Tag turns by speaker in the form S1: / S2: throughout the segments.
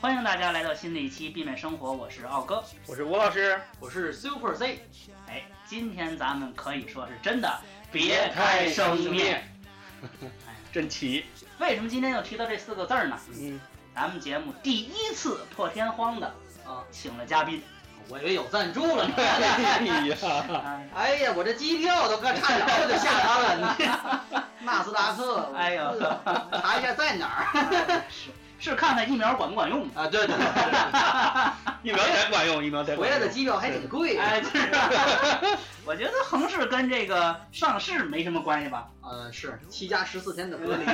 S1: 欢迎大家来到新的一期《闭麦生活》，我是奥哥，
S2: 我是吴老师，
S3: 我是 Super Z。
S1: 哎，今天咱们可以说是真的别开生面。
S2: 真奇，
S1: 为什么今天要提到这四个字儿呢？
S2: 嗯，
S1: 咱们节目第一次破天荒的
S3: 啊，
S1: 请了嘉宾，
S3: 我以为有赞助了呢。
S2: 哎 呀，
S1: 哎
S3: 哎呀，我这机票都快差点儿我就下单了。你纳斯达克，
S1: 哎呦
S3: 查一下在哪儿
S1: 是是看看疫苗管不管用。
S3: 啊？对对对，
S2: 疫苗才管用，疫苗才管用。
S3: 回来的机票还挺 贵。
S1: 哎，就是 我觉得横市跟这个上市没什么关系吧？
S3: 呃，是七加十四天的隔离，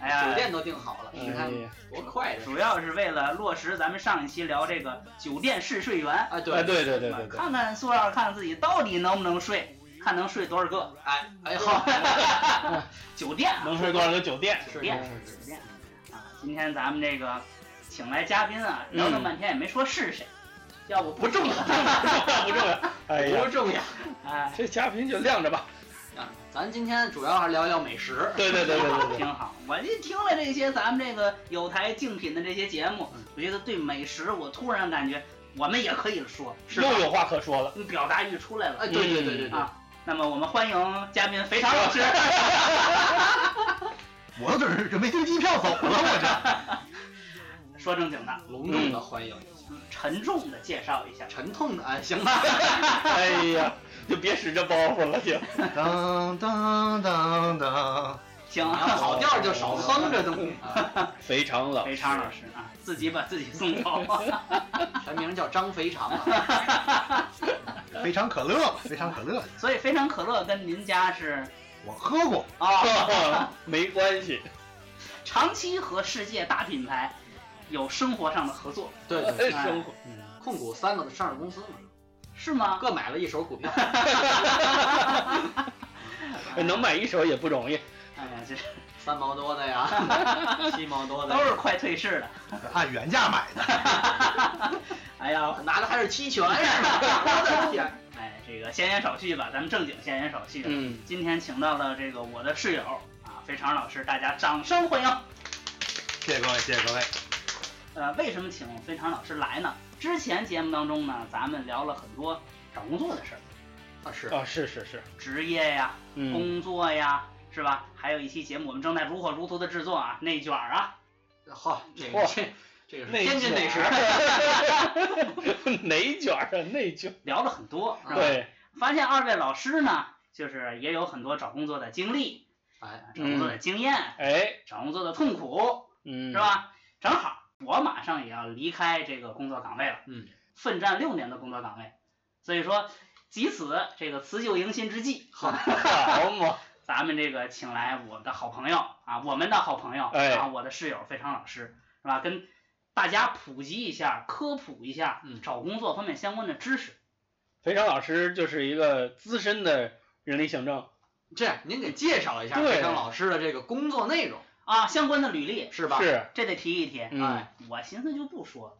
S1: 哎
S3: 酒
S1: 呀，
S3: 店都订好了，你
S2: 哎
S3: 看
S2: 呀，
S3: 多快的
S1: 主要是为了落实咱们上一期聊这个酒店试睡员，
S3: 啊！
S2: 哎，
S3: 对，
S2: 对对对对对，
S1: 看看塑料，看看自己到底能不能睡，看能睡多少个
S3: 哎哎好，
S1: 酒店啊，
S2: 能睡多少个酒店？
S3: 是
S1: 店
S3: 是
S1: 酒店啊。今天咱们这个请来嘉宾啊，
S2: 嗯
S1: 聊了半天也没说是谁，要不不重要。
S2: 不重要。 哎
S3: 是，
S2: 呀
S3: 不，重要
S1: 哎，
S2: 这嘉宾就晾着吧。
S3: 啊。咱今天主要还是聊聊美食，
S2: 对对对对对 对
S1: 挺好。我一听了这些咱们这个有台竞品的这些节目
S3: 嗯，
S1: 我觉得对美食，我突然感觉我们也可以说，
S2: 对，又有话可说 了。
S1: 你表达欲出来了。
S3: 哎，对对对对对
S1: 啊，那么我们欢迎嘉宾肥肠老 师。
S4: 我准是准备订机票走了，我
S1: 说正经的，嗯
S3: 隆重的欢迎一下，
S1: 沉重的介绍一下。
S3: 沉痛的哎，行吧，
S2: 哎呀，就别使这包袱了，就。
S4: 这当当当当，
S1: 行
S3: 你要
S1: 啊，
S3: 跑调就少哼这东西啊。
S2: 肥肠老
S1: 肥肠老师啊，自己把自己送走。
S3: 全名叫张肥肠 啊，
S4: 非常可乐，非常可乐，
S1: 所以非常可乐跟您家是
S4: 我喝过，
S1: 啊、
S2: 哦 没关系。
S1: 长期和世界大品牌有生活上的合作，
S3: 对对，
S2: 哎生活，
S3: 控股三个的上市公司嘛，
S1: 是吗？
S3: 各买了一手股票。
S2: 呃能买一手也不容易。
S1: 哎呀，这
S3: 三毛多 的呀，七毛多的
S1: 都是
S3: 呀，
S1: 快退市的。
S4: 按原价买的，
S1: 哎呀，
S3: 拿的还是期权 呀！我的天，
S1: 哎，这个闲言少叙吧，咱们正经闲言少叙。啊
S2: 嗯，
S1: 今天请到了这个我的室友啊，肥肠老师，大家掌声欢迎。
S4: 谢谢各位，谢谢各位。
S1: 呃，为什么请肥肠老师来呢？之前节目当中呢，咱们聊了很多找工作的事儿，
S3: 啊是，
S2: 啊，是是是，
S1: 职业呀、
S2: 嗯，
S1: 工作呀，是吧？还有一期节目，我们正在如火如荼的制作啊，内卷儿啊，
S3: 好，这个
S2: 嚯
S3: 这这个是
S2: 内
S3: 天津美食，
S2: 内卷儿啊，内卷。
S1: 聊了很多，是吧？
S2: 对，
S1: 发现二位老师呢，就是也有很多找工作的经历，
S3: 哎，
S1: 找工作的经验，
S2: 嗯哎，
S1: 找工作的痛苦，
S2: 嗯，
S1: 是？吧？正好我马上也要离开这个工作岗位了，
S3: 嗯，
S1: 奋战六年的工作岗位，所以说，即此这个辞旧迎新之际，
S3: 好，
S2: 好嘛，
S1: 咱们这个请来我的好朋友啊，我们的好朋友
S2: 哎
S1: 啊，我的室友费昌老师是吧？跟大家普及一下、科普一下
S3: 嗯
S1: 找工作方面相关的知识。
S2: 肥肠老师就是一个资深的人力行政，
S3: 这样您给介绍一下
S2: 对
S3: 培生老师的这个工作内容
S1: 啊，相关的履历，
S3: 是吧？
S2: 是，
S1: 这得提一提。啊
S2: 嗯，
S3: 哎，
S1: 我寻思就不说了，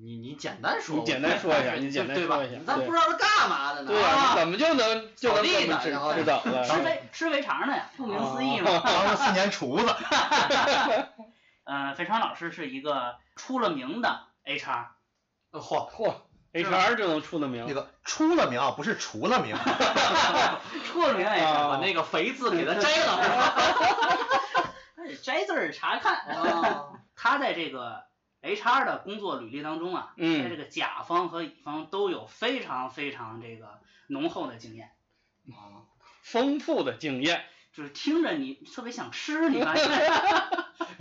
S3: 你你简单说，
S2: 你简单说一下，
S3: 我
S2: 你简单
S3: 对吧
S2: 说一下，？
S3: 咱不知道是干嘛的呢，
S2: 对呀，
S3: 啊
S2: 你怎么就能就能
S3: 扫地
S2: 这
S3: 呢
S2: 么知
S3: 然后
S2: 知道了？
S1: 吃肥吃肥肠的呀，顾
S4: 哦
S1: 名思义嘛。
S4: 当了四年厨子，
S1: 呃，肥肠老师是一个出了名的 HR，
S3: 呃嚯，
S2: 嚯
S1: 是吧
S2: ，HR 就能出的名
S4: 那，个出了名啊，不是除了名，
S1: 出了名 HR，
S2: 啊
S3: 把那个肥字给它摘 了，是吧？
S1: 哎摘字儿查看。
S3: 啊
S1: 他在这个 HR 的工作履历当中啊，在这
S2: 嗯，
S1: 个甲方和乙方都有非常非常这个浓厚的经验，
S2: 丰富的经验，
S1: 就是听着你特别想吃，你发现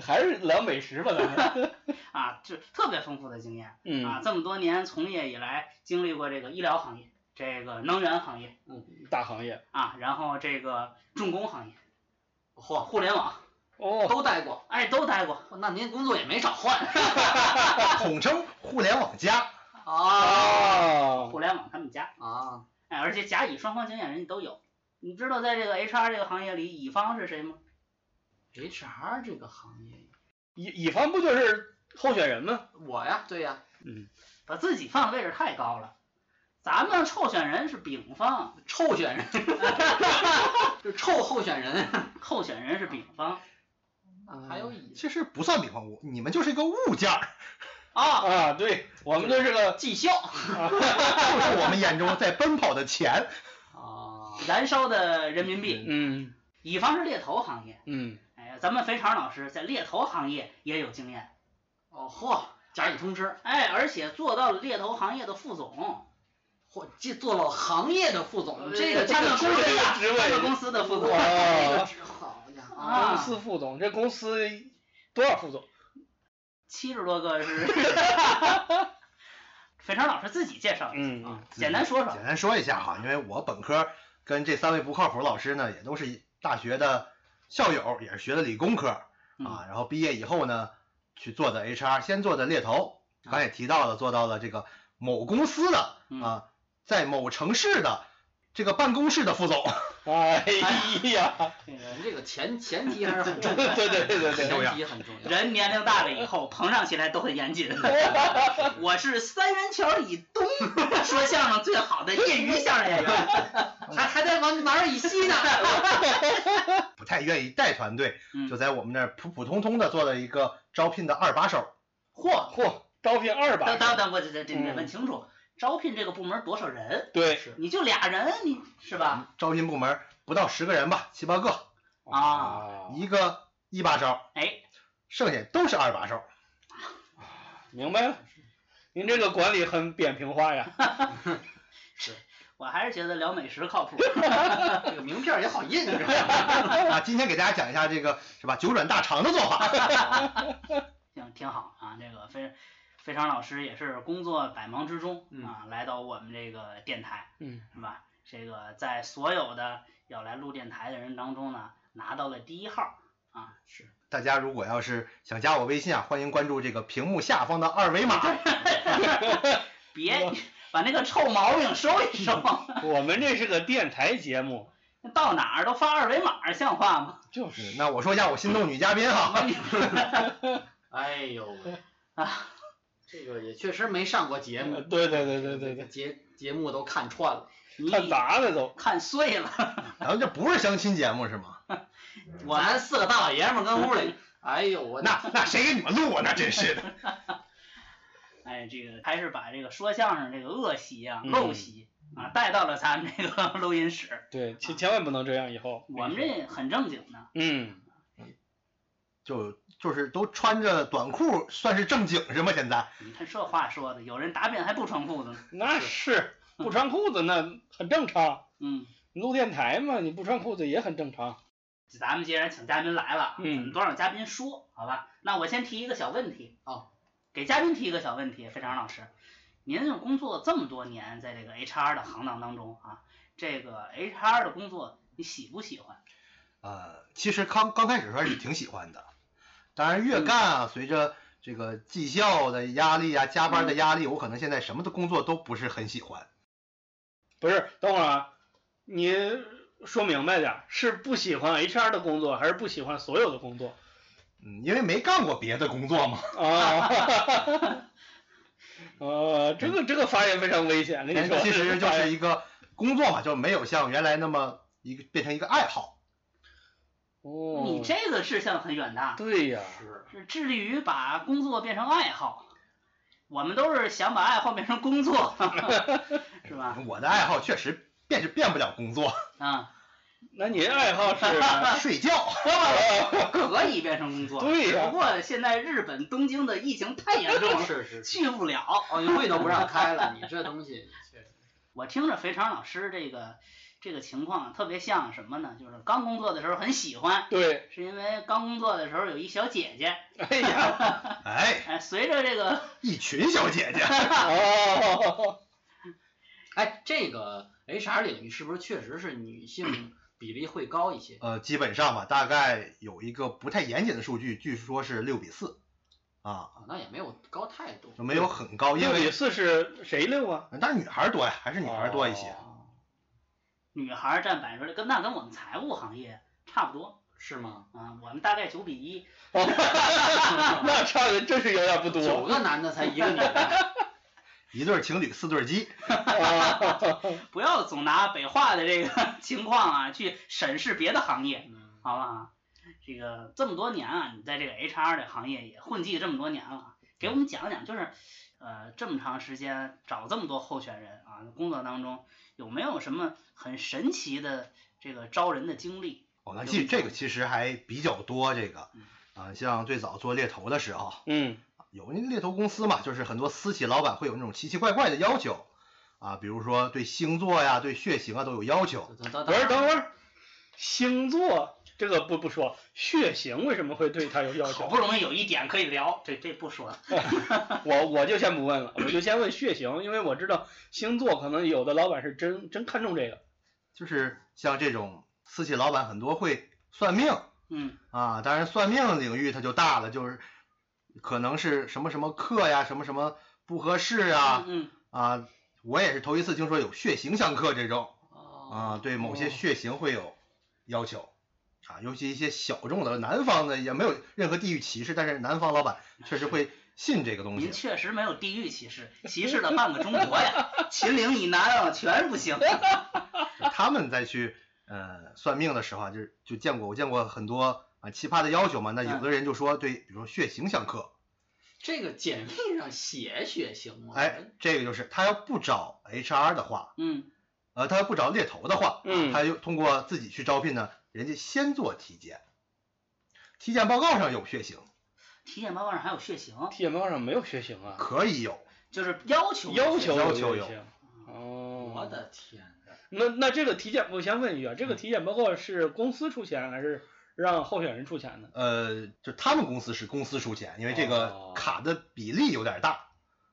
S2: 还是聊美食吧，咱们，
S1: 啊，就是特别丰富的经验啊
S2: 嗯，。
S1: 这么多年从业以来，经历过这个医疗行业、这个能源行业
S2: 大行业
S1: 啊，然后这个重工行业、
S3: 嚯，
S1: 互联网，
S2: 哦，
S3: 都待过，
S1: 哎，都待过。
S3: 那您工作也没少换
S4: 统称互联网加。
S3: 啊
S2: 啊，
S1: 互联网他们家，
S3: 啊！
S1: 哎，而且甲乙双方经验人家都有。你知道在这个 HR 这个行业里，乙方是谁吗？
S3: HR 这个行业，
S2: 乙乙方不就是候选人吗？
S3: 我呀，对呀，
S1: 把自己放的位置太高了。咱们候选人是丙方，
S3: 臭选人，就臭候选人。
S1: 候选人是丙方。
S3: 那还有椅子
S4: 其实不算比方物，你们就是一个物件儿，
S1: 啊，
S2: 啊，对我们就是个
S1: 绩效
S4: 就是我们眼中在奔跑的钱。
S3: 啊，
S1: 燃烧的人民币，
S2: 嗯
S1: 乙方是猎头行业。
S2: 嗯
S1: 哎，咱们肥肠老师在猎头行业也有经验，
S3: 哦嚯，甲乙通吃，
S1: 哎，而且做到了猎头行业的副总，
S3: 嚯，这做到行业的副总，这个
S1: 加
S3: 这
S1: 上
S3: 个
S1: 公
S3: 职位
S1: 司
S3: 啊
S1: 哎呀，
S2: 呃职位
S1: 加上公司的副总，
S3: 这个
S2: 哦，
S3: 职 好家伙
S1: 啊
S2: 公司副总，这公司多少副总？
S1: 七十多个 是。 肥肠老师自己介绍一下，啊
S2: 嗯嗯
S1: 简单说说
S4: 简单说一下哈，因为我本科跟这三位不靠谱老师呢，也都是大学的校友，也是学的理工科
S1: 嗯
S4: 啊。然后毕业以后呢，去做的 HR，先做的猎头，刚才也提到了，做到了这个某公司的
S1: 嗯
S4: 啊，在某城市的这个办公室的副总，
S2: 哎呀，
S1: 这个
S3: 人这个前前提还是很重要
S2: 对对对
S3: 的，
S2: 对对，
S3: 前提很重要。
S1: 人年龄大了以后，膨胀起来都很严谨。我是三元桥以东说相声最好的业余相声演员。
S3: 还还在往哪儿以西呢？
S4: 不太愿意带团队，
S1: 嗯
S4: 就在我们那儿普普通通的做了一个招聘的二把手。
S1: 嚯，
S2: 嚯，招聘二
S1: 等等
S2: 吧，
S1: 等，我这这这得问清楚，招聘这个部门多少人？
S2: 对，
S1: 你就俩人，你是吧？
S4: 招聘部门不到十个人吧，七八个，
S1: 啊
S4: 一个一把手，
S1: 哎，
S4: 剩下都是二把手。
S2: 明白了，您这个管理很扁平化呀，
S1: 我还是觉得聊美食靠谱。
S3: 这个名片儿也好印，是吧？
S4: 啊，今天给大家讲一下这个是吧？九转大肠的做法。
S1: 行，挺好啊。这个非非常老师也是工作百忙之中
S3: 嗯
S1: 啊，来到我们这个电台，
S2: 嗯，
S1: 是吧？这个在所有的要来录电台的人当中呢，拿到了第一号。啊
S4: 大家如果要是想加我微信啊，欢迎关注这个屏幕下方的二维码。
S1: 别把那个臭毛病收一收，
S2: 我们这是个电台节目，
S1: 到哪儿都发二维码，像话吗？
S2: 就是是
S4: 那我说一下我心动女嘉宾哈，
S3: 哎呦喂
S1: 啊，
S3: 这个也确实没上过节目，
S2: 对对对对对对，
S3: 节节目都看穿了，
S1: 你
S2: 看砸了都，
S1: 看碎了，
S4: 咱们这不是相亲节目是吗？
S1: 我
S3: 咱四个大老爷们儿跟屋里，哎呦我
S4: 那那谁给你们录啊？那真是的。
S1: 哎，这个还是把这个说相声这个恶习啊、
S2: 嗯
S1: 陋习啊带到了咱们这个 录音室。
S2: 对，千千万不能这样，以后
S1: 我们这很正经的，
S2: 嗯，
S4: 就就是都穿着短裤，算是正经是吗？现在
S1: 你看这话说的，有人答辩还不穿裤子呢。
S2: 那是不穿裤子那很正常，
S1: 嗯，
S2: 录电台嘛，你不穿裤子也很正常，
S1: 咱们既然请嘉宾来了，
S2: 嗯
S1: 咱们都让嘉宾说，好吧？那我先提一个小问题啊
S3: 哦，
S1: 给嘉宾提一个小问题，非常老师，您这工作这么多年，在这个 HR 的行当当中啊，这个 HR 的工作你喜不喜欢？
S4: 呃，其实刚刚开始的时候还是挺喜欢的，当然越干啊，随着这个绩效的压力啊，加班的压力，我可能现在什么的工作都不是很喜欢。
S2: 不是，等会儿啊，你说明白点儿，是不喜欢 HR 的工作，还是不喜欢所有的工作
S4: 嗯，因为没干过别的工作嘛，
S2: 啊？ 呃，这个这个发言非常危险，跟你说，
S4: 哎其实 就
S2: 发言
S4: 是一个工作嘛，就没有像原来那么一个变成一个爱好。
S2: 哦，
S1: 你这个志向很远大，
S2: 对呀、
S3: 是
S1: 是致力于把工作变成爱好。我们都是想把爱好变成工作， 是吧？
S4: 我的爱好确实变是变不了工作，
S1: 啊，
S2: 那你的爱好是？ 啊
S4: 睡觉。
S1: 可以变成工作。
S2: 对呀
S1: 只不过现在日本东京的疫情太严重了，
S3: 是是，是
S1: 去不了。
S3: 奥哦运会都不让开了，你这东 西确实
S1: 我听着肥肠老师这个这个情况特别像什么呢？就是刚工作的时候很喜欢，
S2: 对，
S1: 是因为刚工作的时候有一小姐姐，
S2: 哎呀，
S4: 哎，
S1: 哎，随着这个
S4: 一群小姐 姐，
S2: 哦，
S3: 哎，这个 HR 领域是不是确实是女性比例会高一些？
S4: 呃，基本上吧，大概有一个不太严谨的数据，据说是六比四，啊，
S3: 啊，那也没有高太多。
S4: 就没有很高，因
S2: 六比
S4: 为
S2: 四是谁六啊？
S4: 但是女孩儿多呀，还是女孩儿多一些。
S2: 哦
S1: 女孩占百分之跟那跟我们财务行业差不多
S3: 是吗？
S1: 啊，我们大概九比一。
S2: 那差的真是有点不
S3: 九
S2: 多
S3: 个男的才一个女的，
S4: 一对儿情侣，四对儿鸡，
S2: 啊！
S1: 不 要总拿北化的这个情况啊去审视别的行业，
S3: 嗯，
S1: 好不好？这个这么多年啊，你在这个 HR 的行业也混迹这么多年了啊，给我们讲讲，就是呃这么长时间找这么多候选人啊，工作当中有没有什么很神奇的这个招人的经历？
S4: 哦，那这这个其实还比较多，这个
S1: 嗯
S4: 啊，像最早做猎头的时候，
S2: 嗯
S4: 有那猎头公司嘛，就是很多私企老板会有那种奇奇怪怪的要求啊，比如说对星座呀、对血型啊都有要求。
S3: 等等
S2: 不是，等会儿，星座这个不不说，血型为什么会对他有要
S1: 好
S2: 求？
S1: 不容易有一点可以聊，这这不说了。
S2: 我我就先不问了，我就先问血型，因为我知道星座可能有的老板是真真看重这个。
S4: 就是像这种私企老板很多会算命
S1: 嗯
S4: 啊，当然算命领域它就大了，就是可能是什么什么克呀、什么什么不合适啊
S1: 嗯
S4: 啊，我也是头一次听说有血型相克这种啊，
S3: 啊，
S4: 对某
S2: 哦
S4: 些血型会有要求。啊，尤其一些小众的，南方的也没有任何地域歧视，但是南方老板确实会信这个
S1: 嗯，
S4: 东西。
S1: 您确实没有地域歧视，歧视了半个中国呀，秦岭以南啊全不行。
S4: 就他们再去呃算命的时候啊，就是就见过我见过很多啊奇葩的要求嘛。那有的人就说对，比如说血型相克，
S3: 这个简历上写血型吗？
S4: 哎，这个就是他要不找 HR 的话，
S1: 嗯
S4: 呃，他要不找猎头的话，
S2: 嗯
S4: 他就通过自己去招聘呢，人家先做体检，体检报告上有血型，
S1: 体检报告上还有血型，
S2: 体检报告上没有血型啊，
S4: 可以有，
S1: 就是要求嗯
S2: 要求
S4: 要
S2: 有
S4: 求
S2: 血
S4: 有
S2: 型。哦，
S3: 哎我的天哪！
S2: 那那这个体检，我先问一句啊，
S1: 嗯
S2: 这个体检报告是公司出钱还是让候选人出钱呢？
S4: 呃，就他们公司是公司出钱，因为这
S2: 哦
S4: 个卡的比例有点大，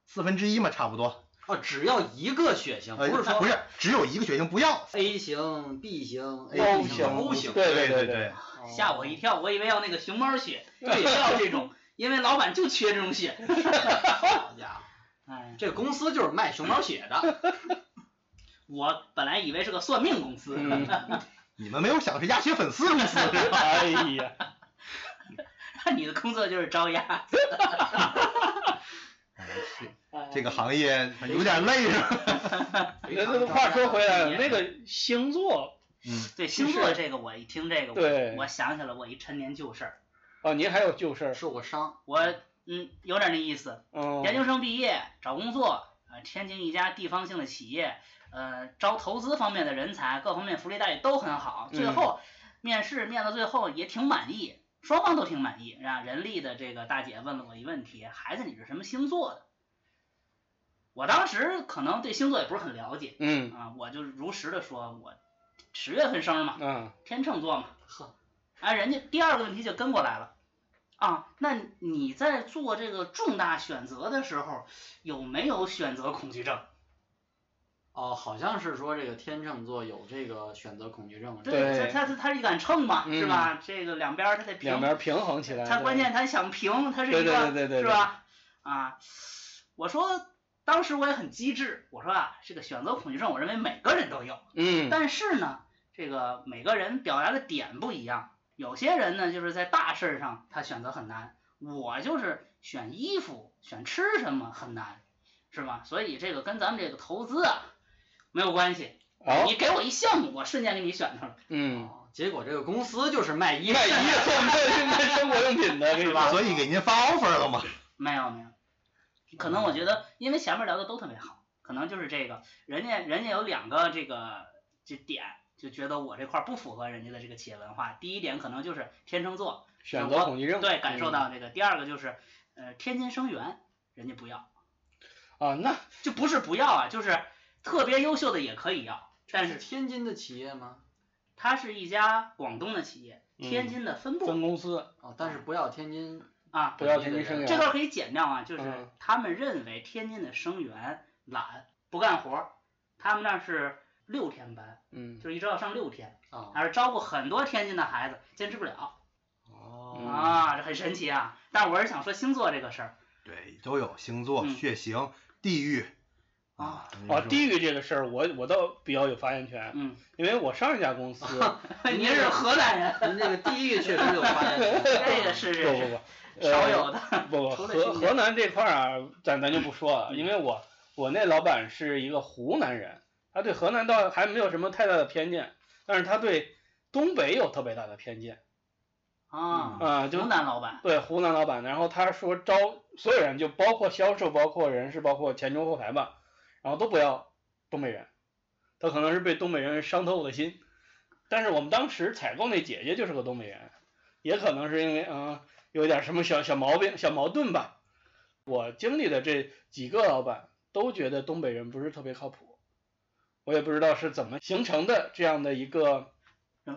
S4: 四分之一嘛，差不多。
S3: 哦，只要一个血型，不
S4: 呃，
S3: 是说
S4: 不是只有一个血型不要
S3: A 型、B 型、
S4: A
S3: AB
S4: 型
S3: 型、O 型，
S2: 对对
S4: 对
S2: 对
S4: 对，
S1: 吓我一跳，我以为要那个熊猫血， 也要这种，因为老板就缺这种血。
S3: 好家伙，
S1: 哎呀，
S3: 这公司就是卖熊猫血的。
S1: 我本来以为是个算命公司。
S2: 嗯，
S4: 你们没有想是鸭血粉丝公司。
S2: 哎呀，
S1: 你的工作就是招鸭。
S4: 哎这个行业有点累啊。
S2: 那那话说回来了，那个星座
S4: 嗯，
S1: 对
S2: 其
S1: 星座
S2: 实
S1: 这个，我一听这个，
S2: 对
S1: 我我想起了我一陈年旧事儿。
S2: 哦，您还有旧事儿，
S3: 受过伤，
S1: 我嗯有点那意思，
S2: 嗯，
S1: 研究生毕业找工作，呃，天津一家地方性的企业，呃，招投资方面的人才，各方面福利待遇都很好。最
S2: 嗯
S1: 后、面试面到最后也挺满意，双方都挺满意。啊，人力的这个大姐问了我一问题，孩子你是什么星座的？我当时可能对星座也不是很了解
S2: 嗯
S1: 啊，我就如实的说，我十月份生嘛，
S2: 啊，
S1: 天秤座嘛。
S3: 呵，
S1: 哎，人家第二个问题就跟过来了，啊，那你在做这个重大选择的时候，有没有选择恐惧症？
S3: 哦，好像是说这个天秤座有这个选择恐惧症。
S2: 对
S1: 他他他是一杆秤嘛，是
S2: 嗯
S1: 吧？这个两边儿他得平，
S2: 两边平衡起来，
S1: 他
S2: 对
S1: 关键他想平，他是一个
S2: 对对对对对
S1: 是吧？啊，我说当时我也很机智，我说啊，这个选择恐惧症，我认为每个人都有。
S2: 嗯，
S1: 但是呢，这个每个人表达的点不一样，有些人呢就是在大事儿上他选择很难，我就是选衣服、选吃什么很难，是吧？所以这个跟咱们这个投资啊没有关系。
S2: 哦，
S1: 你给我一项目，我瞬间给你选上了。
S2: 嗯，
S3: 哦结果这个公司就是卖 衣服
S2: 卖衣服卖卖生活用品的，这个
S4: 所以给您发 offer 了吗？
S1: 没有没有，可能我觉得因为前面聊的都特别好，可能就是这个人家人家有两个这个这点。就觉得我这块儿不符合人家的这个企业文化。第一点可能就是天秤座，
S2: 选择恐惧症，
S1: 对，感受
S4: 嗯
S1: 到这个。第二个就是，呃，天津生源人家不要，
S2: 啊，那
S1: 就不是不要啊，就是特别优秀的也可以要，但
S3: 但是
S1: 是
S3: 天津的企业吗？
S1: 它是一家广东的企业，天津的分部、
S2: 嗯分公司
S3: 哦，但是不要天津，
S1: 啊，
S2: 不要天津生
S1: 这
S2: 源，
S1: 段可以剪掉啊，就是
S2: 嗯
S1: 他们认为天津的生源懒不干活儿，他们那儿是六天班，
S2: 嗯，
S1: 就是一周要上六天，
S3: 啊，
S1: 还是招过很多天津的孩子，坚持不了
S2: 嗯
S3: 哦，
S1: 啊，这很神奇啊。但我是想说星座这个事儿，
S4: 对，都有星座、
S1: 嗯
S4: 血型、地域
S1: 啊
S2: 哦，地
S4: 域。
S2: 域这个事儿，我我倒比较有发言权，
S1: 嗯，
S2: 因为我上一家公司， 嗯
S1: 您是河南 人，
S3: 您这个地域确实有发言权。
S1: 这个是
S2: 不不不，呃
S1: 少有的。
S2: 不不，
S1: 除了
S2: 河
S1: 新疆
S2: 河南这块儿啊，咱咱就不说了，
S1: 嗯
S2: 因为我我那老板是一个湖南人，他对河南倒还没有什么太大的偏见，但是他对东北有特别大的偏见。
S1: 啊，
S4: 嗯
S2: 啊，就
S1: 湖南老板，
S2: 对湖南老板，然后他说招所有人，就包括销售，包括人事，包括前中后台吧，然后都不要东北人，他可能是被东北人伤透了心。但是我们当时采购那姐姐就是个东北人，也可能是因为嗯、呃有点什么小小毛病、小矛盾吧。我经历的这几个老板都觉得东北人不是特别靠谱，我也不知道是怎么形成的这样的一个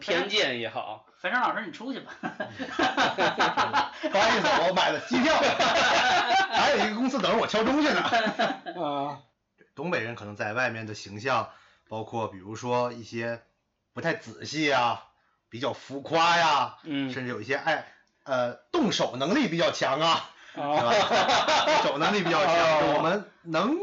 S2: 偏见也好，
S1: 肥肠老师，你出去吧。
S4: 不好意思，我买了机票， 还有一个公司等着我敲钟去呢。
S2: 啊、
S4: 东北人可能在外面的形象，包括比如说一些不太仔细啊，比较浮夸呀，
S2: 嗯，
S4: 甚至有一些爱呃动手能力比较 强啊，对
S2: 啊，
S4: 吧？动手能力比较强，
S2: 哦
S4: 就我们能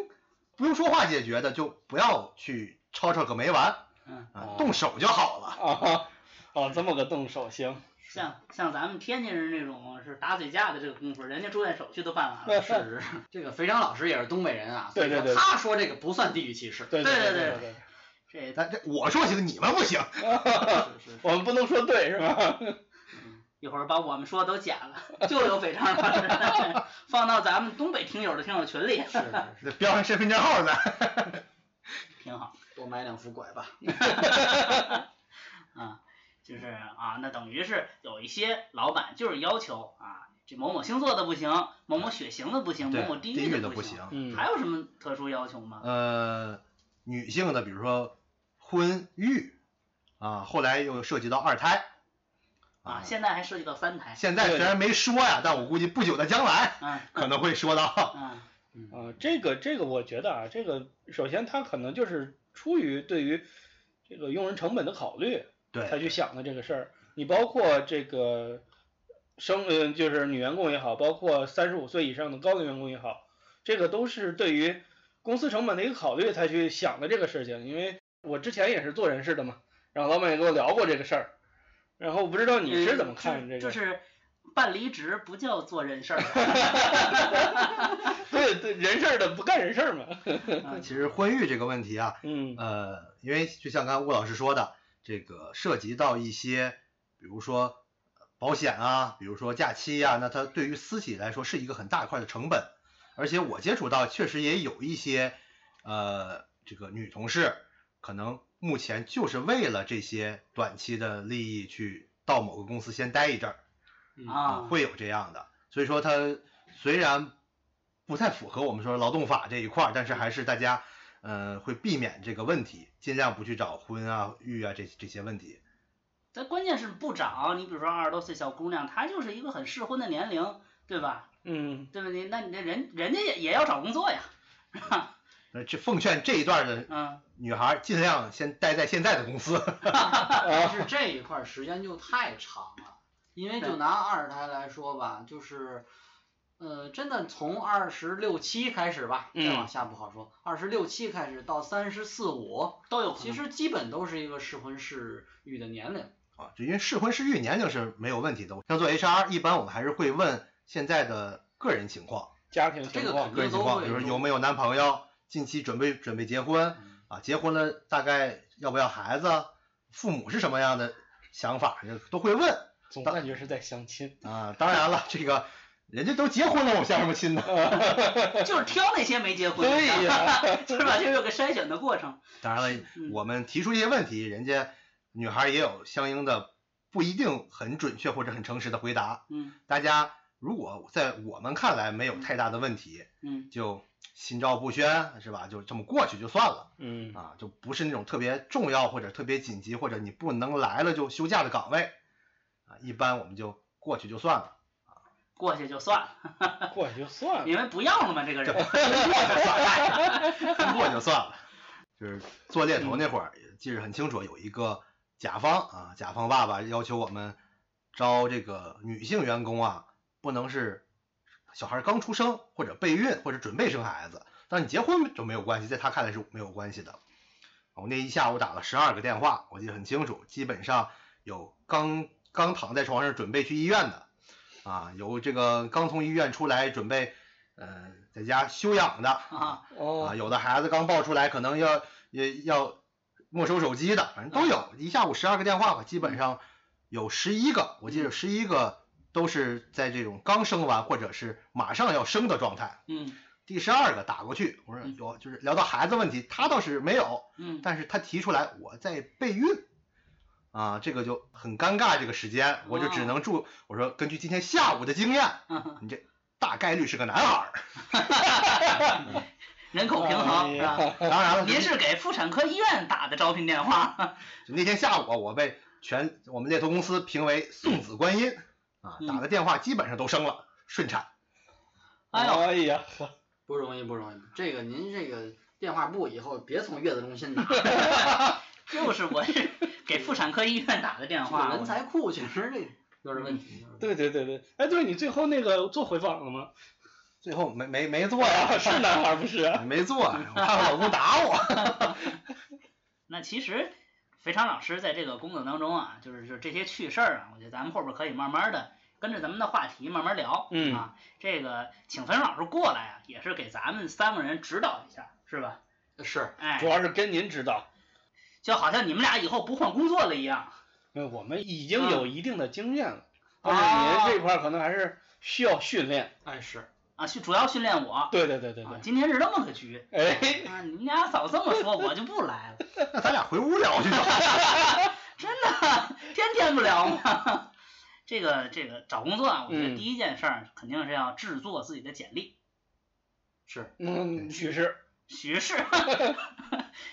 S4: 不用说话解决的，就不要去吵吵个没完
S1: 嗯，
S4: 啊
S2: 哦，
S4: 动手就好了。
S2: 啊， 哦，这么个动手行，
S1: 像像咱们天津人这种是打嘴架的这个功夫，人家住院手续都办完了。
S3: 是是是，这个肥肠老师也是东北人啊，所以
S2: 对对对
S3: 说他说这个不算地域歧视。
S2: 对
S1: 对对
S2: 对对，
S1: 这
S4: 但这我说行，你们不行。
S1: 是是是
S2: 我们不能说对是吧？
S1: 一会儿把我们说的都剪了，就留肥肠老师 放到咱们东北听友的听友群里，
S3: 是是是，
S4: 这标上身份证号呢。
S1: 挺好
S3: 多买两副拐吧。
S1: 啊。就是啊，那等于是有一些老板就是要求啊，这某某星座的不行，某某血型的不行，某某
S4: 地
S1: 域
S4: 域
S1: 的
S4: 不
S1: 行。
S4: 行。
S2: 嗯
S1: 还有什么特殊要求吗？
S4: 呃，女性的，比如说婚育啊，后来又涉及到二胎
S1: 啊，现在还涉及到三胎。
S4: 现在虽然没说呀，但我估计不久的将 来
S1: 嗯
S4: 可能会说到。
S1: 嗯
S2: 啊，这个这个我觉得啊，这个首先他可能就是出于对于这个用人成本的考虑，才
S4: 对，
S2: 去想的这个事儿。你包括这个生，嗯，就是女员工也好，包括三十五岁以上的高龄员工也好，这个都是对于公司成本的一个考虑才去想的这个事情。因为我之前也是做人事的嘛，然后老板也跟我聊过这个事儿，然后我不知道你是怎么看这
S1: 嗯就
S2: 个？
S1: 就是办离职不叫做人事儿，
S2: 对对，人事儿的不干人事儿嘛。
S1: 啊
S4: 其实婚育这个问题啊，
S2: 嗯
S4: 呃，因为就像刚才吴老师说的，这个涉及到一些，比如说呃保险啊，比如说假期呀、那它对于私企来说是一个很大块的成本。而且我接触到确实也有一些，呃，这个女同事可能目前就是为了这些短期的利益去到某个公司先待一阵儿
S3: 嗯
S1: 啊
S4: 会有这样的。所以说它虽然不太符合我们说劳动法这一块儿，但是还是大家呃会避免这个问题，尽量不去找婚啊、育啊这这些问题。
S1: 但关键是不长。你比如说二十多岁小姑娘，她就是一个很适婚的年龄，对吧？
S2: 嗯，
S1: 对不对？那你这人人家也也要找工作呀，
S4: 呃，这奉劝这一段的
S1: 嗯，
S4: 女孩儿尽量先待在现在的公司。
S2: 啊
S1: 哦
S3: 但是这一块儿时间就太长了，因为就拿二胎来说吧，就是，呃，真的从二十六七开始吧，再
S1: 嗯
S3: 往下不好说，二十六七开始到三十四五，
S1: 都有可能。
S3: 其实基本都是一个适婚适育的年龄。
S4: 啊，就因为适婚适育年龄是没有问题的。像做 HR，一般我们还是会问现在的个人情况，
S2: 家庭情
S3: 这个
S2: 况
S3: 肯
S4: 个人情况，比如说有没有男朋友，近期准备准备结婚啊，结婚了大概要不要孩子，父母是什么样的想法，这都会问
S2: 总感觉是在相亲。
S4: 啊。当然了，这个人家都结婚了，我相什么亲呢？
S1: 就是挑那些没结婚的，
S2: 对呀，
S1: 是吧？就有个筛选的过程。
S4: 当然了，我们提出一些问题，人家女孩也有相应的不一定很准确或者很诚实的回答。
S1: 嗯
S4: 大家如果在我们看来没有太大的问题，
S1: 嗯，
S4: 就心照不宣，是吧？就这么过去就算了
S2: 嗯
S4: 啊，就不是那种特别重要或者特别紧急或者你不能来了就休假的岗位啊，一般我们就过去就算了，
S1: 过去就算了，
S2: 嗯过去就算了。
S1: 你们不要了吗？这个人，
S4: 过就算了。就是做猎头那会儿，记得很清楚，有一个甲方啊，甲方爸爸要求我们招这个女性员工啊，不能是小孩刚出生或者备孕或者准备生孩子，但你结婚就没有关系，在他看来是没有关系的。我那一下午打了十二个电话，我记得很清楚，基本上有刚刚躺在床上准备去医院的，啊，有这个刚从医院出来准备，呃，在家休养的
S1: 啊，
S2: 哦
S4: 啊，，有的孩子刚抱出来，可能要也要没收手机的，反正都有。一下午十二个电话吧，基本上有十一个，我记得十一个都是在这种刚生完或者是马上要生的状态。
S2: 嗯
S4: 第十二个打过去，我说
S1: 嗯
S4: 有，就是聊到孩子问题，他倒是没有，
S1: 嗯
S4: 但是他提出来我在备孕，啊，这个就很尴尬，这个时间我就只能祝、我说根据今天下午的经验，你这大概率是个男孩儿。
S1: 人口平
S2: 哎
S1: 衡是
S2: 呀
S1: 吧？
S4: 当 然了，
S1: 您是给妇产科医院打的招聘电话？
S4: 就那天下午啊我被全我们猎头公司评为送子观音啊，打个电话基本上都生了，顺产。
S1: 哎呦，
S2: 哎呀，
S3: 不容易，不容易。这个您这个电话簿以后别从月子中心 打，
S1: 就是我是给妇产科医院打的电
S3: 这
S1: 话
S3: 个。人才库确实这有点问
S1: 嗯
S3: 题。
S2: 对对对对，哎，对你最后那个做回访了吗？
S4: 最后没没没做
S2: 啊，
S4: 呀， 哎
S2: 是男 孩儿不是啊？
S4: 没做，我怕我老公打我。
S1: 那其实肥肠老师在这个工作当中啊，就是就是这些趣事儿啊，我觉得咱们后边可以慢慢的跟着咱们的话题慢慢聊。
S2: 嗯
S1: 啊，这个请肥肠老师过来啊，也是给咱们三个人指导一下，是吧？
S3: 是，
S1: 哎
S2: 主，要是跟您指导，
S1: 就好像你们俩以后不换工作了一样。
S2: 因为我们已经有一定的经验了，但
S1: 啊
S2: 是您这块儿可能还是需要训练。
S3: 哎是，
S1: 啊，训主要训练我。
S2: 对对对对
S1: 啊
S2: 对，，
S1: 今天是这么个局。
S2: 哎，
S1: 啊，你们俩早这么说，我就不来了，
S4: 那咱俩回屋聊去吧。
S1: 真的，天天不聊吗？ 这个这个找工作啊，我觉得
S2: 嗯
S1: 第一件事儿肯定是要制作自己的简历。
S2: 嗯，许是
S1: 徐氏，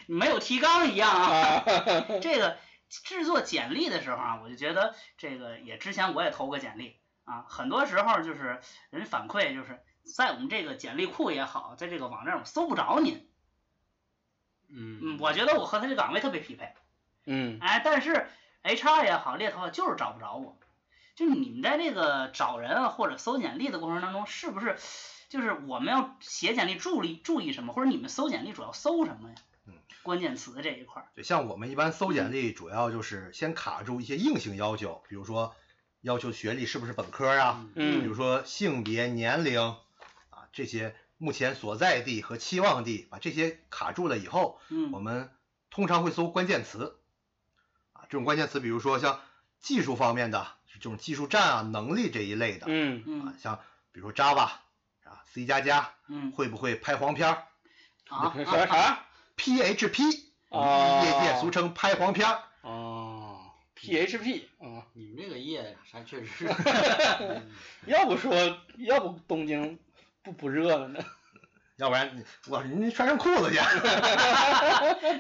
S1: 没有提纲一样啊。
S2: 啊，
S1: 这个制作简历的时候啊，我就觉得这个也之前我也投过简历啊，很多时候就是人反馈就是在我们这个简历库也好，在这个网站我搜不着您，嗯，
S3: 嗯，
S1: 我觉得我和他这岗位特别匹配，
S2: 嗯
S1: 哎，但是 HR 也好，猎头啊就是找不着我。就你们在这个找人啊或者搜简历的过程当中，是不是就是我们要写简历注意注意什么，或者你们搜简历主要搜什么呀？
S4: 嗯，
S1: 关键词这一块儿。
S4: 对，像我们一般搜简历，主要就是先卡住一些硬性要求，比如说要求学历是不是本科啊，
S3: 嗯
S2: 嗯
S4: 比如说性别、年龄啊这些目前所在地和期望地，把这些卡住了以后，
S1: 嗯，
S4: 我们通常会搜关键词啊，这种关键词，比如说像技术方面的这种技术站啊、能力这一类的
S2: 嗯
S4: 啊
S1: 嗯，
S4: 像比如说 Java 啊、C 加加
S1: 嗯
S4: 会不会拍黄片儿
S1: 啊
S2: 说
S1: 啊啊
S2: 啥？
S4: ，PHP
S2: 哦
S4: 业界俗称拍黄片儿。
S2: 哦，PHP，嗯，
S3: 你们这个业还确 实是，嗯
S2: 要不说，要不东京不不热了呢？
S4: 要不然你我你穿上裤子去。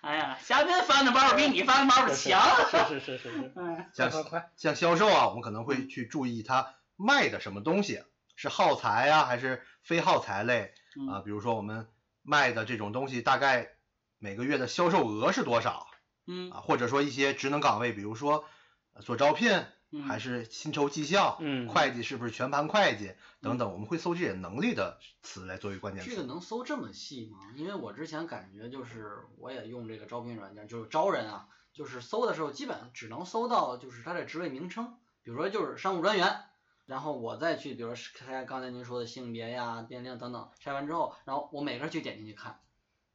S1: 哎呀，嘉宾翻的包比你翻的包 强。啊
S2: 是是是是是，
S1: 嗯
S4: 像
S2: 快快快，
S4: 像销售啊，我们可能会去注意他卖的什么东西，是耗材啊还是非耗材类
S2: 嗯
S4: 啊？比如说我们卖的这种东西，大概每个月的销售额是多少
S1: 嗯
S4: 啊？或者说一些职能岗位，比如说呃做招聘
S1: 嗯，
S4: 还是薪酬绩效，
S2: 嗯
S4: 会计是不是全盘会
S1: 嗯
S4: 计等等，我们会搜这些能力的词来作为关键
S3: 这个
S4: 词。
S3: 能搜这么细吗？因为我之前感觉就是我也用这个招聘软件，就是招人啊，就是搜的时候基本只能搜到就是他的职位名称，比如说就是商务专员，然后我再去比如说看刚才您说的性别呀、年龄等等筛完之后，然后我每个去点进去看，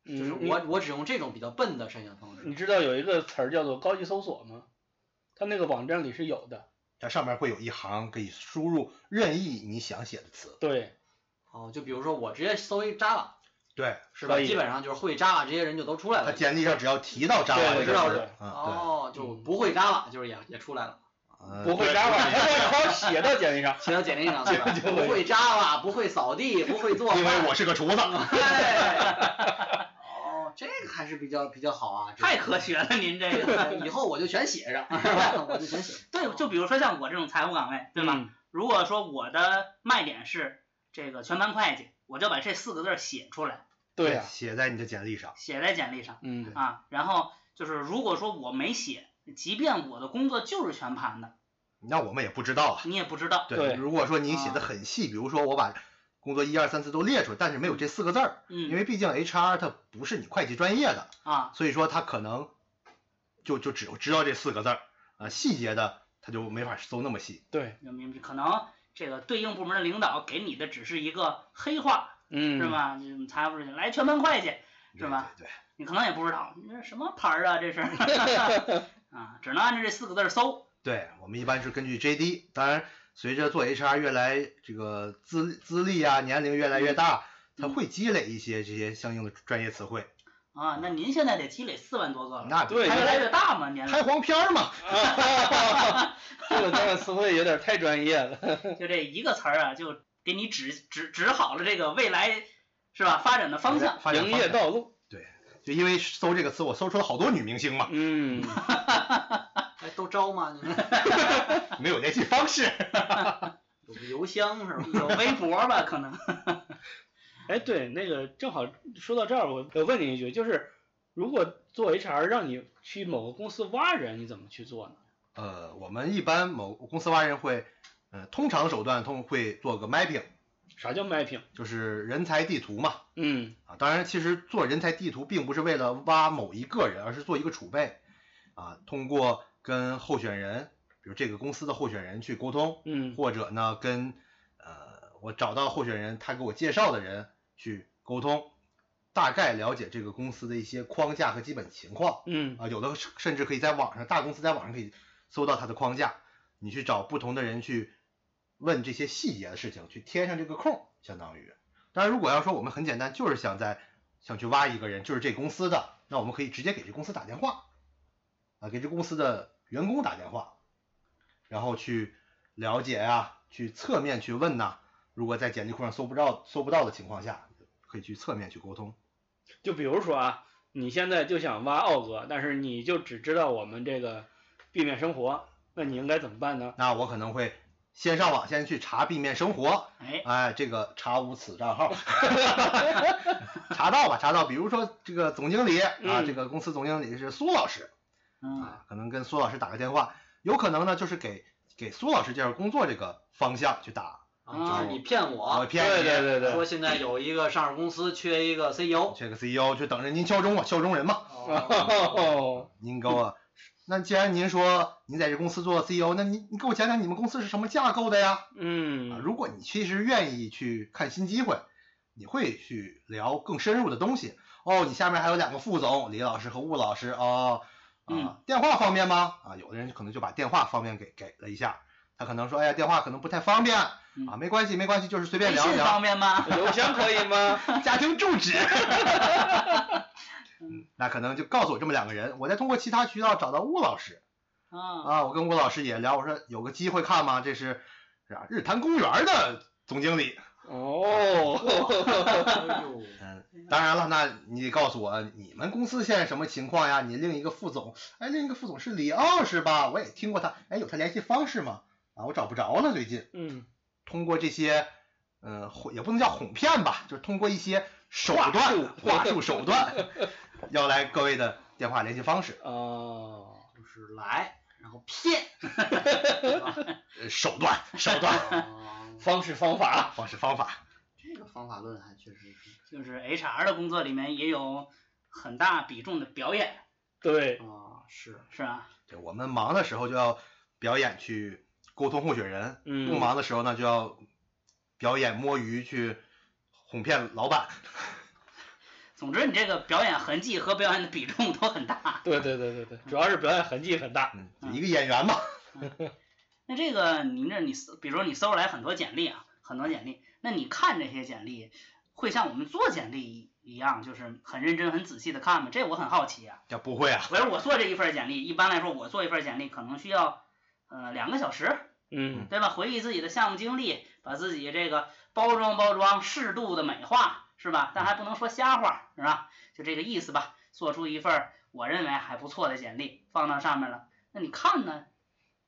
S3: 就是
S2: 嗯
S3: 我我只用这种比较笨的筛选方式。
S2: 你知道有一个词儿叫做高级搜索吗？它那个网站里是有的。
S4: 它上面会有一行可以输入任意你想写的词。
S2: 对，
S3: 哦，就比如说我直接搜一 Java
S4: 对，
S3: 是吧？
S2: 可以
S3: 基本上就是会 Java 这些人就都
S1: 嗯
S3: 出来
S4: 它
S3: 了。
S4: 简历上只要提到
S2: 对
S4: Java
S2: 我知
S4: 这个
S2: 道
S4: 词
S2: 是，
S4: 啊，
S3: 哦，就
S2: 嗯
S3: 不会 Java 就是也也出来了。
S4: 对，呃
S2: 不会 Java，它这好写到简历上。
S3: 写到简历上对吧？不会 Java，不会扫地，不会做饭。
S4: 因为我是个厨 子。
S3: 哎哦，这个还是比较比较好 啊，这个
S1: 太科。学了，您这
S3: 这
S1: 个。
S3: 个 以后我就全写上， 是吧我就全写。
S1: 对，就比如说像我这种财务岗位，对吧？
S2: 嗯？
S1: 如果说我的卖点是这个全盘会计，我就把这四个字儿写出来，
S2: 对呀，
S4: 写在你的简历上。
S1: 写在简历上
S2: 嗯
S1: 啊。然后就是如果说我没写，即便我的工作就是全盘的，
S4: 那我们也不知道啊。
S1: 你也不知道。
S2: 对
S4: 如果说你写
S1: 啊
S4: 的很细，比如说我把工作一二三四都列出来，但是没有这四个字儿，因
S1: 嗯
S4: 为毕竟 HR 它不是你会计专业的，
S1: 啊，
S4: 所以说它可能就就只有知道这四个字儿啊，细节的他就没法搜那么细。
S2: 对，
S1: 有明白可能这个对应部门的领导给你的只是一个黑话，
S2: 嗯，
S1: 是？吧？你们财务来全盘会计，是吧？
S4: 对
S1: 你可能也不知道，你这什么牌儿啊？这是 啊，只能按照这四个字儿搜。
S4: 对，对我们一般是根据 JD，当然随着做 HR 越来这个资资历啊、年龄越来越大，他会积累一些这些相应的专业词汇。
S1: 啊，那您现在得积累四万多个了，
S4: 那
S2: 对
S1: 还越
S4: 拍
S1: 来越大嘛，年
S4: 拍
S1: 龄
S4: 黄片儿嘛，
S2: 这个专业词汇有点太专业了。
S1: 就这一个词儿啊，就给你指指指好了这个未来是吧发展的方向。
S4: 发展
S2: 营业
S4: 方向
S2: 道路，
S4: 就因为搜这个词，我搜出了好多女明星 嘛，
S2: 嗯，
S3: 哎，都招吗？你们
S4: 没有联系方式。
S3: 有个邮箱是吧？
S1: 有微博吧，可能
S2: 哎，对，那个正好说到这儿，我我问你一句，就是如果做 HR 让你去某个公司挖人，你怎么去做呢？
S4: 呃，我们一般某公司挖人会，呃，通常手段通会做个 mapping，
S2: 啥叫 mapping？
S4: 就是人才地图嘛。
S2: 嗯
S4: 啊，当然，其实做人才地图并不是为了挖某一个人，而是做一个储备。啊，通过跟候选人，比如这个公司的候选人去沟通，
S2: 嗯
S4: 或者呢跟呃我找到候选人，他给我介绍的人去沟通，大概了解这个公司的一些框架和基本情况。
S2: 嗯
S4: 啊，有的甚甚至可以在网上，大公司在网上可以搜到它的框架，你去找不同的人去问这些细节的事情，去填上这个空，相当于。当然，如果要说我们很简单，就是想在想去挖一个人，就是这公司的，那我们可以直接给这公司打电话，啊，给这公司的员工打电话，然后去了解啊，去侧面去问呐、如果在简历库上搜不着、搜不到的情况下，可以去侧面去沟通。
S2: 就比如说啊，你现在就想挖奥哥，但是你就只知道我们这个避免生活，那你应该怎么办呢？
S4: 那我可能会先上网，先去查避免生活，
S1: 哎，
S4: 哎，这个查无此账号， 查到吧，查到。比如说这个总经理啊，
S2: 嗯
S4: 这个公司总经理是苏老师
S1: 嗯，
S4: 啊，可能跟苏老师打个电话，有可能呢就是给给苏老师介绍工作这个方向去打，
S3: 啊，就是你骗
S4: 我
S3: 我，
S4: 骗
S2: 对
S4: 你，
S2: 对对对，
S3: 说现在有一个上市公司缺一个 CEO，
S4: 缺个 CEO 就 E 等着您敲钟吧，敲钟人嘛，
S3: 哦
S2: 哦，
S4: 您给我。那既然您说您在这公司做 CEO，那您你给我讲讲你们公司是什么架构的呀？啊，
S2: 嗯，
S4: 如果你其实愿意去看新机会，你会去聊更深入的东西。哦，你下面还有两个副总，李老师和吴老师哦。啊、
S1: 嗯
S4: 电话方面吗？啊，有的人可能就把电话方面给给了一下，他可能说，哎呀，电话可能不太方便啊，
S1: 嗯
S4: 没关系，没关系，就是随便
S1: 微
S4: 聊一
S1: 信
S4: 聊
S1: 方面吗？
S2: 邮箱可以吗？
S4: 家庭 住址。嗯，那可能就告诉我这么两个人，我再通过其他渠道找到吴老师
S1: 啊，
S4: 啊，我跟吴老师也聊，我说有个机会看吗？这是是啊，日坛公园的总经理，
S2: 哦，
S3: 哎呦，
S4: 嗯，当然了，那你得告诉我你们公司现在什么情况呀？你另一个副总，哎，另一个副总是李奥是吧？我也听过他，哎，有他联系方式吗？啊，我找不着了，最近
S2: 嗯，
S4: 通过这些，呃，哄也不能叫哄骗吧，就是通过一些手段、话术手段， 要来各位的电话联系方式，
S2: 哦，
S3: 就是来，然后骗，对吧
S4: 呃手段手段
S3: 哦
S2: 方式方法，
S4: 方式方法，
S3: 这个方法论还确实是
S1: 就是 HR 的工作里面也有很大比重的表演，
S2: 对，
S3: 啊，是
S1: 是吧？
S4: 对，我们忙的时候就要表演去沟通候选人，不
S2: 嗯，
S4: 忙的时候呢，就要表演摸鱼去哄骗老板。
S1: 总之，你这个表演痕迹和表演的比重都很大。
S2: 对对对对对，主要是表演痕迹很大，
S4: 嗯，
S1: 嗯
S4: 一个演员嘛，
S1: 那这个您这你搜，比如说你搜来很多简历啊，很多简历，那你看这些简历，会像我们做简历一样，就是很认真、很仔细的看吗？这我很好奇啊。
S4: 要不会啊，
S1: 比如我做这一份简历，一般来说我做一份简历可能需要呃两个小时，
S2: 嗯
S1: 对吧？回忆自己的项目经历，把自己这个包装包装，适度的美化，是吧？但还不能说瞎话，是吧？就这个意思吧。做出一份儿我认为还不错的简历，放到上面了。那你看呢？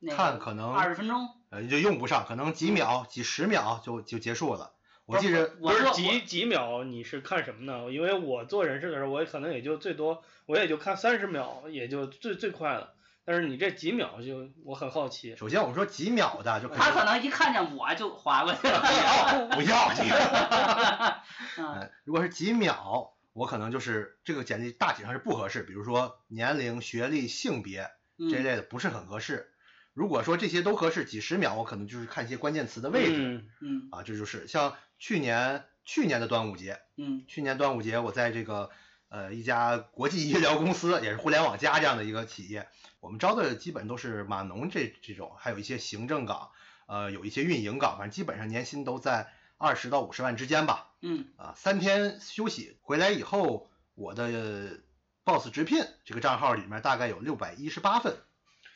S1: 那
S4: 看可能
S1: 二十分钟，
S4: 呃就用不上，可能几秒、几十秒就就结束了。我
S1: 不
S4: 记
S1: 是
S4: 着，
S1: 我
S2: 不是
S1: 做我
S2: 几几秒，你是看什么呢？因为我做人事的时候，我也可能也就最多，我也就看三十秒，也就最最快了。但是你这几秒就，我很好奇。
S4: 首先我们说几秒的就可以
S1: 他可能一看见我就划过去了。
S4: 不要这个。
S1: 嗯，
S4: 呃如果是几秒，我可能就是这个简历大体上是不合适，比如说年龄、学历、性别 这
S1: 嗯
S4: 类的不是很合适。如果说这些都合适，几十秒我可能就是看一些关键词的位置、
S2: 嗯
S1: 嗯
S4: 啊，这就是像去年去年的端午节，
S1: 嗯
S4: 去年端午节，我在这个呃一家国际医疗公司，也是互联网加这样的一个企业。我们招的基本都是码农这这种，还有一些行政岗，呃，有一些运营岗，反正基本上年薪都在二十到五十万之间吧。
S1: 嗯
S4: 啊，三天休息回来以后，我的 Boss 直聘这个账号里面大概有六百一十八份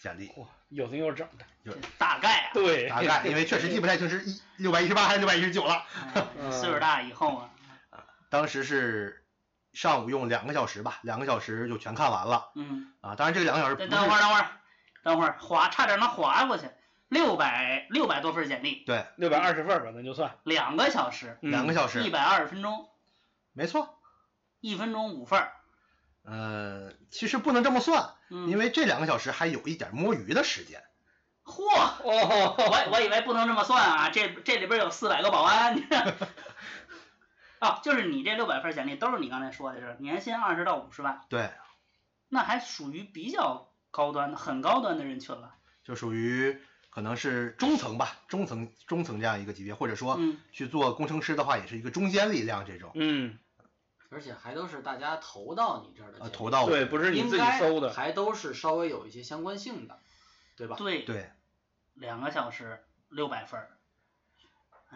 S4: 简历，
S2: 哇，有的又长的，
S4: 对
S1: 这大概啊，
S2: 对，
S4: 大概因为确实记不太清是一六百一十八还是六百一十九了。
S1: 哎岁数大以后啊，
S4: 当时是上午用两个小时吧，两个小时就全看完了
S1: 嗯，
S4: 啊。当然这个两个小时不
S1: 等
S4: 是
S1: 等会儿，等会儿，等会儿划差点能划过去，六百六百多份简历，
S4: 对
S2: 六百二十份儿吧，咱就算
S1: 两个小时，
S3: 嗯
S4: 两个
S2: 小
S4: 小
S1: 嗯一
S4: 时，
S1: 百二十分钟，
S4: 没错。
S1: 一分钟五份儿，
S4: 呃，其实不能这么算，
S1: 嗯，
S4: 因为这两个小时还有一点摸鱼的时间。
S1: 嚯，
S2: 哦，
S1: 我我以为不能这么算啊，这这里边有四百个保安。 啊，就是你这六百份简历都是你刚才说的是年薪二十到五十万，
S4: 对，
S1: 那还属于比较高端的、很高端的人群了。
S4: 就属于可能是中层吧，中层中层这样一个级别，或者说
S1: 嗯，
S4: 去做工程师的话，也是一个中坚力量这种。
S2: 嗯，
S3: 而且还都是大家投到你这儿的
S4: 呃，
S3: 简历，
S4: 投到我
S2: 对，不是你
S3: 应
S2: 自己
S3: 该
S2: 搜的，
S3: 还都是稍微有一些相关性的，对吧？
S1: 对，
S4: 对，
S1: 两个小时六百分儿。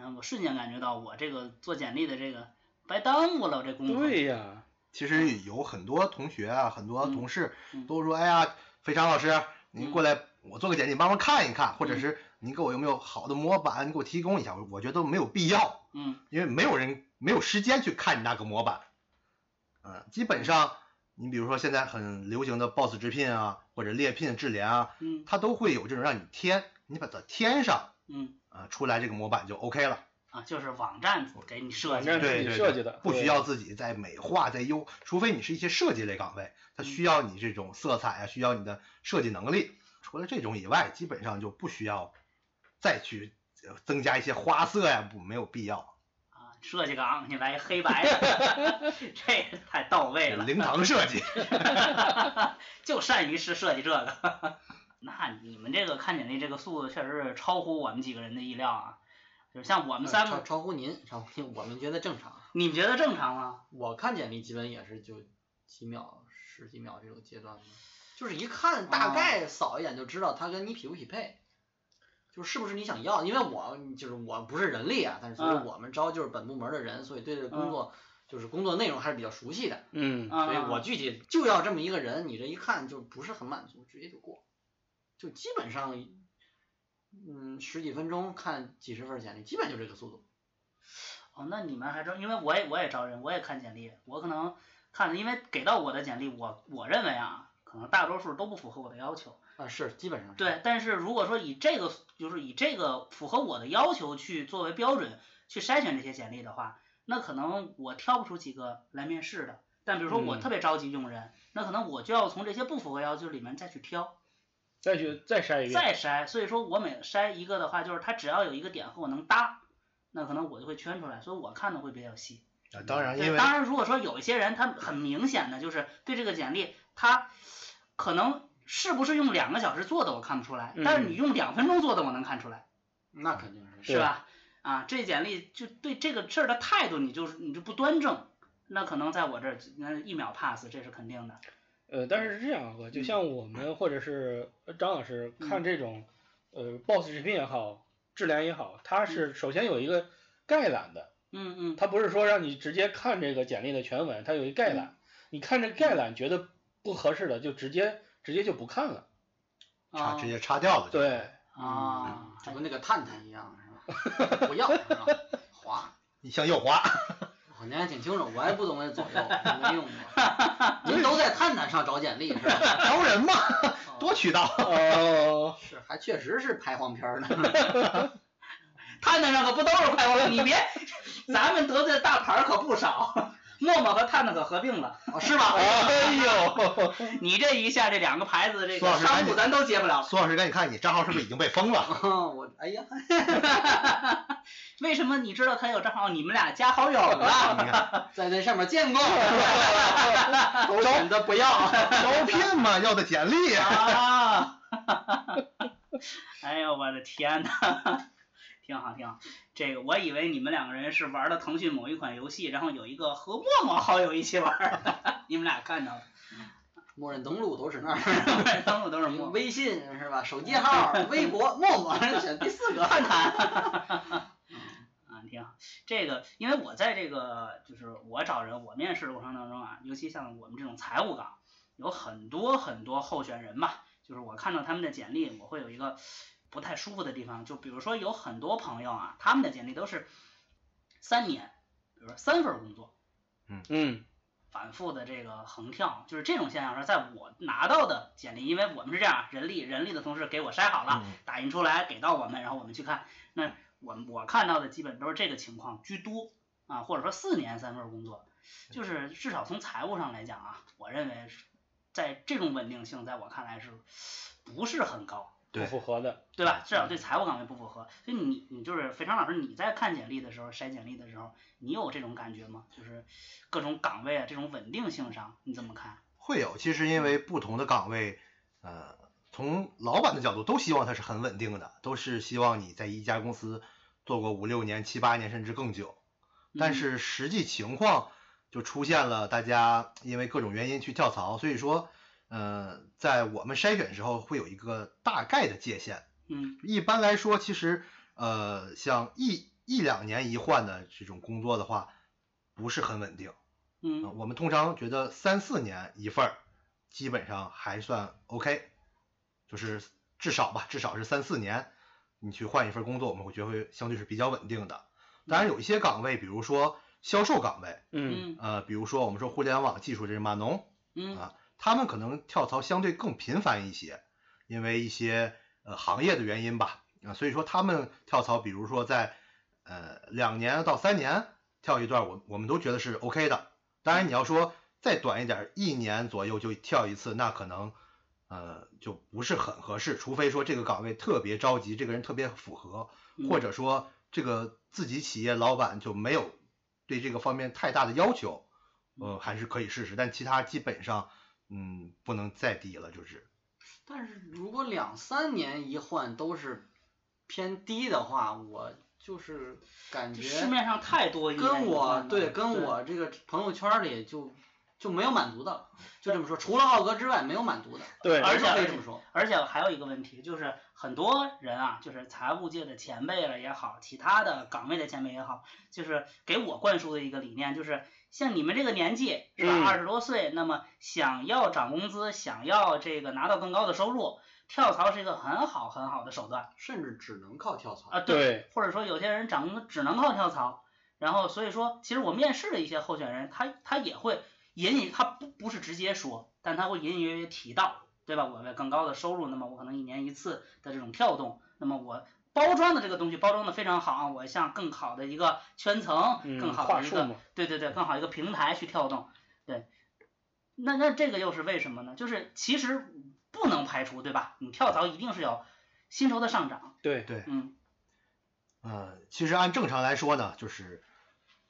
S1: 嗯，我瞬间感觉到我这个做简历的这个白耽误了我这功夫。
S2: 对呀，
S4: 其实有很多同学啊，很多
S1: 嗯
S4: 同事
S1: 嗯
S4: 都说，哎呀，肥肠老师，您过来，我做个简历，帮忙看一看，或者
S1: 嗯
S4: 是您给我有没有好的模板，你给我提供一下。我我觉得没有必要，
S1: 嗯，
S4: 因为没有人没有时间去看你那个模板。嗯，基本上，你比如说现在很流行的 Boss 直聘啊，或者猎聘智联啊，
S1: 嗯
S4: 它都会有这种让你填，你把它填上，
S1: 嗯，
S4: 啊，出来这个模板就 OK 了，
S1: 啊，就是网站给你设
S2: 网
S1: 计的。
S2: 站自
S4: 对
S2: 己
S4: 对
S2: 设计的，
S4: 不
S2: 对
S4: 需要自己再美化、再优，除非你是一些设计类岗位，它
S2: 嗯
S4: 需要你这种色彩啊，需要你的设计能力。除了这种以外，基本上就不需要再去呃增加一些花色呀，不没有必要。
S1: 啊，设计岗你来一黑白 的，这个太到位了。
S4: 灵堂设计，
S1: 就善于是设计这个。 那你们这个看简历这个速度确实是超乎我们几个人的意料啊！就是像我
S3: 我
S1: 们三
S3: 呃超
S1: 个，
S3: 超乎您，超乎您，我们觉得正常。
S1: 你们觉得正常吗？
S3: 我看简历基本也是就几秒、十几秒这种阶段的，就是一
S1: 哦
S3: 看大概扫一眼就知道他跟你匹不匹配，就是是不是你想要。因为我就是我不是人力啊，但是所以
S1: 嗯
S3: 我们招就是本部门的人，所以对这个工作、就是工作内容还是比较熟悉的，
S2: 嗯，
S1: 啊，
S3: 所以我具体就要这么一个人，你这一看就不是很满足，直接就过，就基本上。嗯，十几分钟看几十份简历，基本就这个速度。
S1: 哦，那你们还招，因为我也我也招人，我也看简历，我可能看的，因为给到我的简历，我我认为啊，可能大多数都不符合我的要求。
S3: 啊，是基本上是
S1: 对，但是如果说以这个就是以这个符合我的要求去作为标准去筛选这些简历的话，那可能我挑不出几个来面试的。但比如说我
S2: 嗯
S1: 特别着急用人，那可能我就要从这些不符合要求里面再去挑，
S2: 再去再筛一遍，
S1: 再筛。所以说我每筛一个的话，就是它只要有一个点和我能搭，那可能我就会圈出来。所以我看的会比较细。
S4: 啊当然因
S1: 对，
S4: 为
S1: 当然如果说有一些人他很明显的就是对这个简历他可能。是不是用两个小时做的我看不出来，
S4: 嗯
S1: 但是你用两分钟做的我能看出来。
S3: 那肯定是
S1: 是吧？啊，这简历就对这个事儿的态度，你就是你就不端正，那可能在我这儿那一秒 pass，这是肯定的。
S2: 呃，但是是这样啊，就
S1: 嗯
S2: 像我们或者是呃张老师
S1: 嗯
S2: 看这种，呃，boss 直聘也好，质量也好，它
S3: 嗯
S2: 是首先有一个概览的，
S1: 嗯嗯，
S2: 它不是说让你直接看这个简历的全文，它有一概览，你看这概览觉得不合适的，就直接直接就不看了，
S4: 插
S1: 啊
S4: 直接擦掉了。，
S2: 哦对，
S1: 啊，
S4: 嗯
S3: 就跟那个探探一样，是吧？不要，是吧？滑，
S4: 你向右滑，
S3: 我年还挺清楚，我还不懂得左右，没用过。您都在探探上找简历是吧？哦
S4: 招人嘛，多渠道。
S2: 哦，
S3: 是，还确实是拍黄片儿呢。
S1: 探探上可不都是快活的，你别， 咱们得罪的大牌儿可不少， 陌陌和探探可合并了，
S3: 哦，是吧？
S2: 哎呦，
S1: 你这一下这两个牌子这
S4: 苏老
S1: 个
S4: 师赶
S1: 商务
S4: 紧
S1: 咱都接不 了了。
S4: 啊苏老师，赶紧看你账号是不是已经被封了？
S3: 哦我哎呀，
S1: 为什么你知道他有账号？你们俩加好友 了？
S4: 你看
S3: 在那上面见 过，
S4: 招
S3: 选择不要。
S4: 招聘嘛，要的简历。
S1: 啊！哎呦我的天呐，挺好挺好。这个我以为你们两个人是玩了腾讯某一款游戏，然后有一个和陌陌好友一起玩儿的， 你们俩看到了，
S3: 默认登录都是那儿，
S1: 登录都是陌 陌。
S3: 微信是吧？手机号、微博、陌陌选第四个。
S1: 看看。啊，挺好。这个，因为我在这个就是我找人我面试的过程当中啊，尤其像我们这种财务岗，有很多很多候选人嘛，就是我看到他们的简历，我会有一个不太舒服的地方，就比如说有很多朋友啊，他们的简历都是三年，比如说三份工作，
S2: 嗯
S1: 反复的这个横跳，就是这种现象是在我拿到的简历，因为我们是这样，人力人力的同事给我筛好了，
S4: 嗯
S1: 打印出来给到我们，然后我们去看。那我们我看到的基本都是这个情况居多啊，或者说四年三份工作，就是至少从财务上来讲啊，我认为是在这种稳定性，在我看来是不是很高，
S2: 不
S4: 对
S2: 符合的。
S1: 对吧？
S3: 嗯
S1: 至少对财务岗位不符合。所以你你就是肥肠老师，你在看简历的时候筛简历的时候，你有这种感觉吗？就是各种岗位啊，这种稳定性上你怎么看？
S4: 会有，其实因为不同的岗位，呃，从老板的角度都希望它是很稳定的，都是希望你在一家公司做过五六年、七八年甚至更久。但是实际情况就出现了，大家因为各种原因去跳槽，所以说，呃，在我们筛选时候会有一个大概的界限。
S1: 嗯
S4: 一般来说，其实呃，像一一两年一换的这种工作的话，不是很稳定。
S1: 嗯
S4: 啊
S1: 嗯
S4: 我们通常觉得三四年一份儿，基本上还算 OK，就是至少吧，至少是三四年，你去换一份工作，我们会觉得会相对是比较稳定的。当然有一些岗位，比如说销售岗位，
S1: 嗯
S2: 嗯
S4: 呃，比如说我们说互联网技术这是码农，
S1: 嗯
S4: 啊他们可能跳槽相对更频繁一些，因为一些呃行业的原因吧，啊，所以说他们跳槽，比如说在呃两年到三年跳一段，我我们都觉得是 OK 的。当然你要说再短一点，一年左右就跳一次，那可能呃就不是很合适，除非说这个岗位特别着急，这个人特别符合，
S1: 嗯
S4: 或者说这个自己企业老板就没有对这个方面太大的要求，呃，还是可以试试。但其他基本上，嗯，不能再低了，就是
S3: 但是如果两三年一换都是偏低的话，我就是感
S1: 这
S3: 觉
S1: 市面上太多一言
S3: 跟
S1: 一
S3: 我
S1: 万了
S3: 对跟我这个朋友圈里就就没有满足的了，就这么说，除了浩哥之外没有满足的，
S2: 对，
S1: 而且
S3: 可以这么说，
S1: 而且还有一个问题，就是很多人啊，就是财务界的前辈了也好，其他的岗位的前辈也好，就是给我灌输的一个理念，就是像你们这个年纪是吧，
S2: 嗯
S1: 二十、多岁，那么想要涨工资，想要这个拿到更高的收入，跳槽是一个很好很好的手段
S3: 甚至只能靠跳槽。
S1: 啊。
S2: 对，
S1: 或者说有些人涨工资只能靠跳槽，然后所以说，其实我面试的一些候选人，他他也会隐隐，他不不是直接说，但他会隐隐约约提到，对吧？我为了更高的收入，那么我可能一年一次的这种跳动，那么我包装的这个东西包装的非常好啊，我向更好的一个圈层，
S2: 嗯，
S1: 更好
S2: 话
S1: 的一
S2: 术
S1: 个
S2: 嘛，
S1: 对对对，更好一个平台去跳动。对，那那这个又是为什么呢？就是其实不能排除，对吧？你跳槽一定是有薪酬的上涨，
S2: 对，
S4: 对。
S1: 嗯
S4: 呃，其实按正常来说呢，就是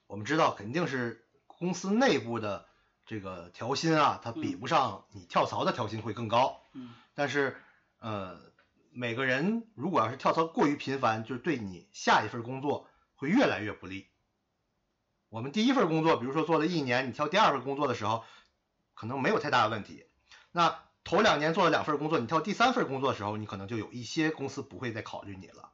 S4: 我们知道肯定是公司内部的这个调薪啊，它比不上你跳槽的调薪会更高。
S1: 嗯
S4: 但是呃，每个人如果要是跳槽过于频繁，就是对你下一份工作会越来越不利。我们第一份工作，比如说做了一年，你跳第二份工作的时候，可能没有太大的问题。那头两年做了两份工作，你跳第三份工作的时候，你可能就有一些公司不会再考虑你了。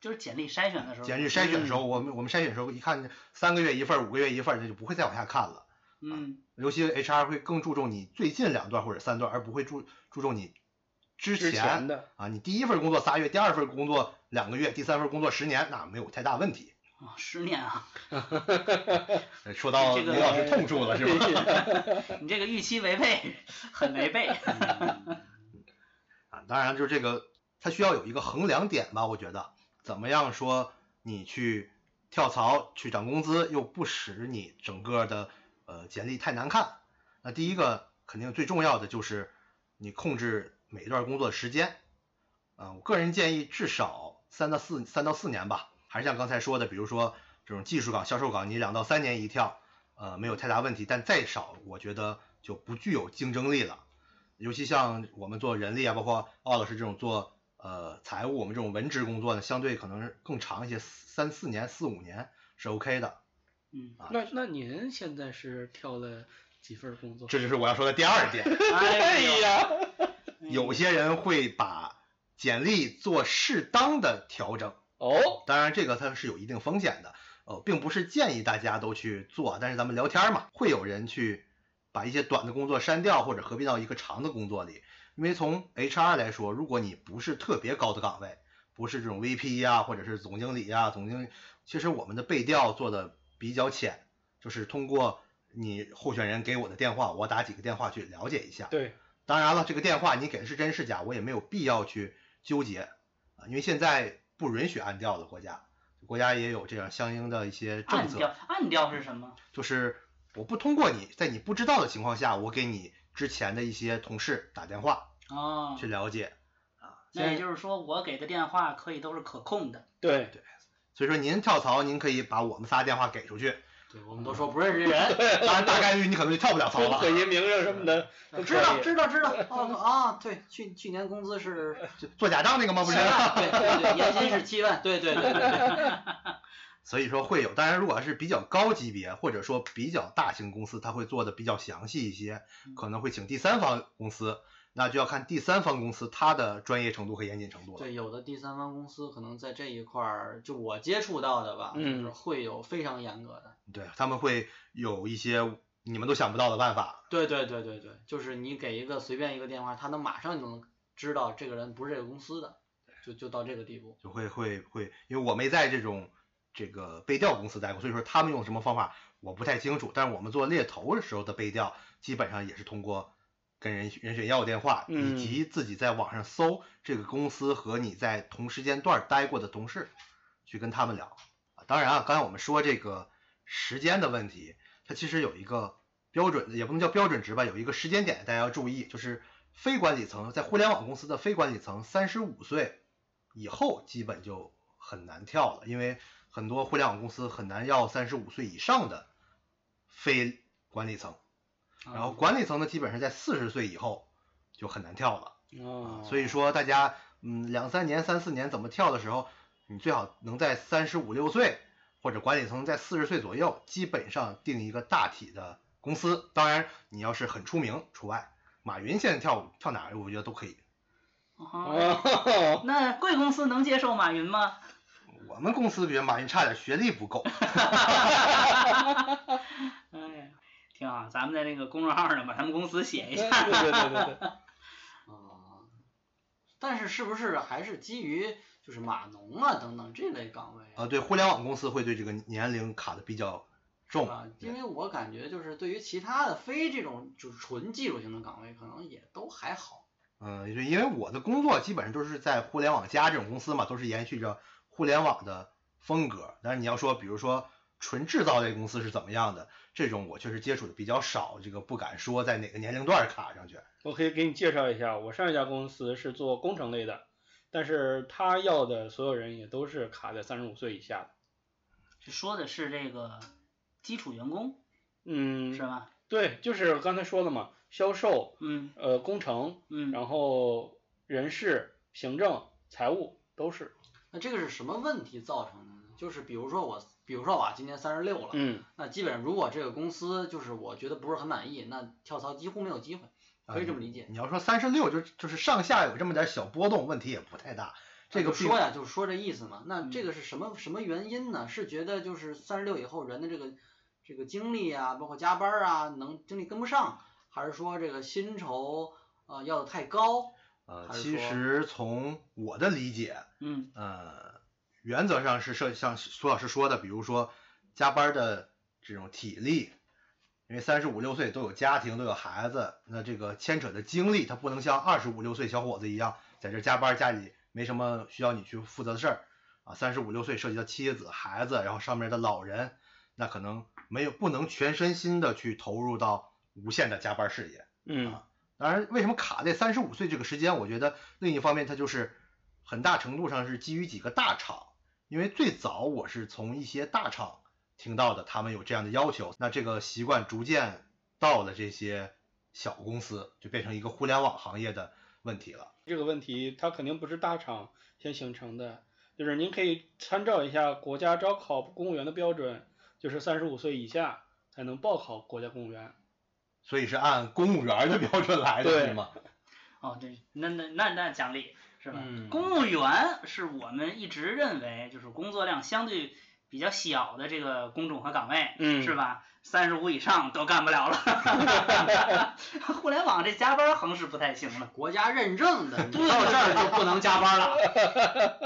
S1: 就是简历筛选的时候，嗯
S4: 简历筛选的时候，我们我们筛选的时候一看三个月一份儿，五个月一份儿，这就不会再往下看了。
S1: 嗯
S4: 尤其 HR 会更注重你最近两段或者三段，而不会注注重你之
S2: 之前的
S4: 啊，你第一份工作仨月，第二份工作两个月，第三份工作十年，那没有太大问题。
S1: 哦，十年啊，
S4: 呃说到
S1: 这
S4: 刘
S1: 个
S4: 老师痛处了是 吧？
S1: 你这个预期违背，很违背。
S4: 啊，当然就是这个，它需要有一个衡量点吧，我觉得怎么样说你去跳槽去涨工资，又不使你整个的呃简历太难看。那第一个肯定最重要的就是你控制每一段工作的时间，啊、我个人建议至少三到四三到四年吧，还是像刚才说的，比如说这种技术岗、销售岗，你两到三年一跳，呃，没有太大问题，但再少我觉得就不具有竞争力了。尤其像我们做人力啊，包括奥老师这种做呃财务我们这种文职工作呢，相对可能是更长一些，三四年、四五年是 OK 的。
S1: 嗯，
S4: 啊
S2: 那那您现在是跳了几份工作？
S4: 这就是我要说的第二点，
S1: 哎呦，
S2: 呀，
S4: 有些人会把简历做适当的调整，
S2: 哦，
S4: 当然这个它是有一定风险的，呃，并不是建议大家都去做，但是咱们聊天嘛，会有人去把一些短的工作删掉，或者合并到一个长的工作里，因为从 HR 来说，如果你不是特别高的岗位，不是这种 VP 呀、或者是总经理呀、总经理，其实我们的背调做的比较浅，就是通过你候选人给我的电话，我打几个电话去了解一下，
S2: 对，
S4: 当然了，这个电话你给的是真是假，我也没有必要去纠结啊，因为现在不允许按调的国家，国家也有这样相应的一些政
S1: 暗
S4: 策，
S1: 调，暗调是什么？
S4: 就是我不通过你，在你不知道的情况下，我给你之前的一些同事打电话
S1: 哦，
S4: 去了解啊。现
S1: 那也
S4: 在
S1: 就是说，我给的电话可以都是可控的。
S2: 对，
S4: 所以说您跳槽，您可以把我们仨电话给出去，
S3: 对我们都说不认识人，
S4: 当然大概率你可能就跳不了槽
S2: 说
S4: 了啊
S2: 可。音名声什么的，都
S3: 知
S2: 可
S3: 道
S2: 以
S3: 知道知道，哦啊，对，去去年工资是
S4: 就做假账那个吗？不
S3: 七
S4: 是。啊
S3: 万，对对对，年薪是七万，对对对对，
S4: 所以说会有，当然如果是比较高级别或者说比较大型公司，它会做的比较详细一些
S1: 嗯，
S4: 可能会请第三方公司，那就要看第三方公司它的专业程度和严谨程度了。
S3: 对，有的第三方公司可能在这一块儿，就我接触到的吧，
S2: 嗯
S3: 就是会有非常严格的。
S4: 对，他们会有一些你们都想不到的办法。
S3: 对对对对对，就是你给一个随便一个电话，他能马上就能知道这个人不是这个公司的，就就到这个地步。
S4: 就会会会，因为我没在这种这个背调公司待过，所以说他们用什么方法我不太清楚。但是我们做猎头的时候的背调，基本上也是通过跟人人选要电话，
S2: 嗯
S4: 以及自己在网上搜这个公司和你在同时间段待过的同事，去跟他们聊。啊当然啊，刚才我们说这个时间的问题，它其实有一个标准，也不能叫标准值吧，有一个时间点大家要注意，就是非管理层在互联网公司的非管理层，三十五岁以后基本就很难跳了，因为很多互联网公司很难要三十五岁以上的非管理层，然后管理层呢，基本上在四十岁以后就很难跳了。
S2: 哦，
S4: 啊所以说大家嗯两三年、三四年怎么跳的时候，你最好能在三十五六岁或者管理层在四十岁左右，基本上定一个大体的公司。当然，你要是很出名除外。马云现在跳跳哪儿，我觉得都可以。
S1: 哦，
S2: 哦，
S1: 那贵公司能接受马云吗？
S4: 我们公司觉得马云差点学历不够，
S1: 哎，挺好，咱们在那个公众号上把他们公司写一
S2: 对
S1: 下。
S2: 对对对对，
S3: 啊、但是是不是还是基于就是码农啊等等这类岗位
S4: 呃，对，互联网公司会对这个年龄卡的比较重。
S3: 啊，
S4: 对
S3: 因为我感觉就是对于其他的非这种就是纯技术型的岗位，可能也都还好。
S4: 嗯，就因为我的工作基本上都是在互联网加这种公司嘛，都是延续着互联网的风格。但是你要说，比如说纯制造类公司是怎么样的，这种我确实接触的比较少，这个不敢说在哪个年龄段儿卡上去。
S2: 我可以给你介绍一下，我上一家公司是做工程类的，但是他要的所有人也都是卡在三十五岁以下的，
S1: 这说的是这个基础员工
S2: 嗯，
S1: 是吧？
S2: 对，就是刚才说了嘛，销售、
S1: 嗯
S2: 呃工程，
S1: 嗯，
S2: 然后人事、行政、财务都是，
S3: 那这个是什么问题造成的呢？就是比如说我，比如说我啊今年三十六了，
S2: 嗯，
S3: 那基本上如果这个公司就是我觉得不是很满意，那跳槽几乎没有机会，可以这么理解。
S4: 呃你要说三十六，就就是上下有这么点小波动，问题也不太大。这个
S3: 就
S4: 并
S3: 说呀，就是说这意思嘛。那这
S1: 嗯
S3: 个是什么什么原因呢？是觉得就是三十六以后人的这个这个精力啊，包括加班儿啊，能精力跟不上，还是说这个薪酬呃要的太高？
S4: 呃，
S3: 还是
S4: 其
S3: 说
S4: 实从我的理解，
S1: 嗯
S4: 呃，原则上是像像苏老师说的，比如说加班的这种体力，因为三十五六岁都有家庭都有孩子，那这个牵扯的精力，他不能像二十五六岁小伙子一样在这加班，家里没什么需要你去负责的事儿啊。三十五六岁涉及到妻子、孩子，然后上面的老人，那可能没有不能全身心的去投入到无限的加班事业。
S2: 嗯，
S4: 当然，为什么卡在三十五岁这个时间？我觉得另一方面，它就是很大程度上是基于几个大厂，因为最早我是从一些大厂听到的，他们有这样的要求，那这个习惯逐渐到了这些小公司，就变成一个互联网行业的问题了。
S2: 这个问题它肯定不是大厂先形成的，就是您可以参照一下国家招考公务员的标准，就是三十五岁以下才能报考国家公务员。
S4: 所以是按公务员的标准来的，
S2: 对
S4: 是吗？
S1: 哦，对，那那那那讲理是吧？
S3: 嗯
S1: 公务员是我们一直认为就是工作量相对比较小的这个工种和岗位，
S2: 嗯
S1: 是吧？三十五以上都干不了了， 互联网这加班横是不太行了，
S3: 国家认证 的，你到这儿就不能加班了。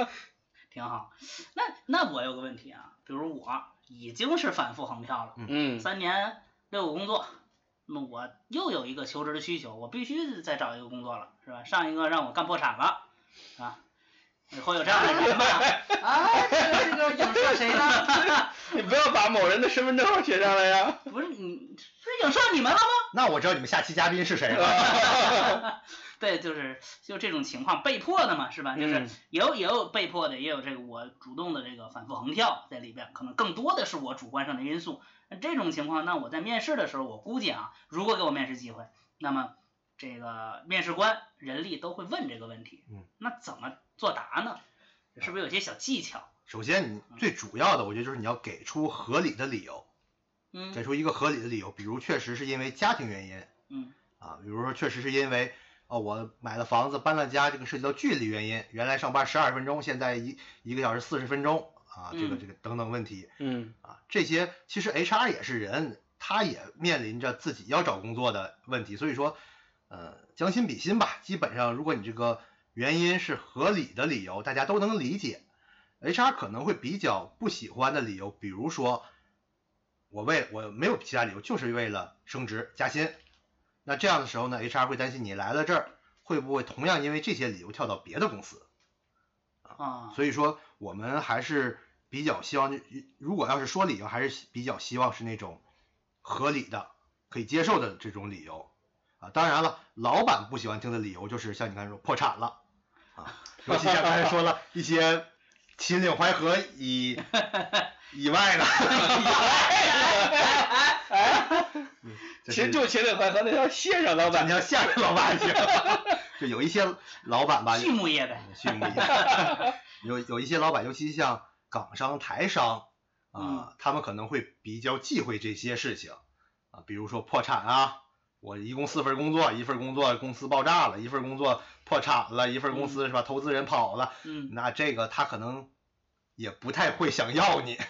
S1: 挺好。那那我有个问题啊，比如我已经是反复横跳了，
S2: 嗯
S1: 三年六个工作，那么我又有一个求职的需求，我必须再找一个工作了，是吧？上一个让我干破产了，啊，以后有这样的人吗？
S3: 哎，这这个影射谁呢？
S2: 你不要把某人的身份证号写上来呀。
S1: 不是你，是影射你们了吗？
S4: 那我知道你们下期嘉宾是谁了。
S1: 对，就是就这种情况，被迫的嘛，是吧？就是
S2: 嗯
S1: 也有也有被迫的，也有这个我主动的这个反复横跳在里边，可能更多的是我主观上的因素。那这种情况，那我在面试的时候，我估计啊，如果给我面试机会，那么这个面试官人力都会问这个问题，
S4: 嗯，
S1: 那怎么作答呢？是不是有些小技巧？
S4: 首先，你最主要的，我觉得就是你要给出合理的理由，
S1: 嗯
S4: 给出一个合理的理由，比如确实是因为家庭原因，
S1: 嗯，
S4: 啊，比如说确实是因为哦，我买了房子搬了家，这个涉及到距离原因，原来上班十二分钟，现在一一个小时四十分钟啊，这个
S1: 嗯
S4: 这个等等问题
S2: 嗯
S4: 啊，这些其实 HR 也是人，他也面临着自己要找工作的问题，所以说，呃，将心比心吧，基本上如果你这个原因是合理的理由，大家都能理解，HR 可能会比较不喜欢的理由，比如说。我为我没有其他理由，就是为了升职加薪，那这样的时候呢，HR 会担心你来了这儿会不会同样因为这些理由跳到别的公司。
S1: 啊，
S4: 所以说，我们还是比较希望，如果要是说理由，还是比较希望是那种合理的、可以接受的这种理由啊。当然了，老板不喜欢听的理由就是像你刚才说破产了啊，尤其像刚才说了一些秦岭淮河以以外的，
S2: 其实就秦岭淮河那条线上，老
S4: 老板
S2: 板。
S4: 娘吓着老板去了，就有一些老板吧，
S1: 畜牧业呗，
S4: 畜牧 业。有有一些老板，尤其像港商、台商啊、
S1: 嗯
S4: 他们可能会比较忌讳这些事情啊，比如说破产啊，我一共四份工作，一份工作公司爆炸了，一份工作破产了，一份公司是吧，投资人跑了，
S1: 嗯，
S4: 那这个他可能也不太会想要你。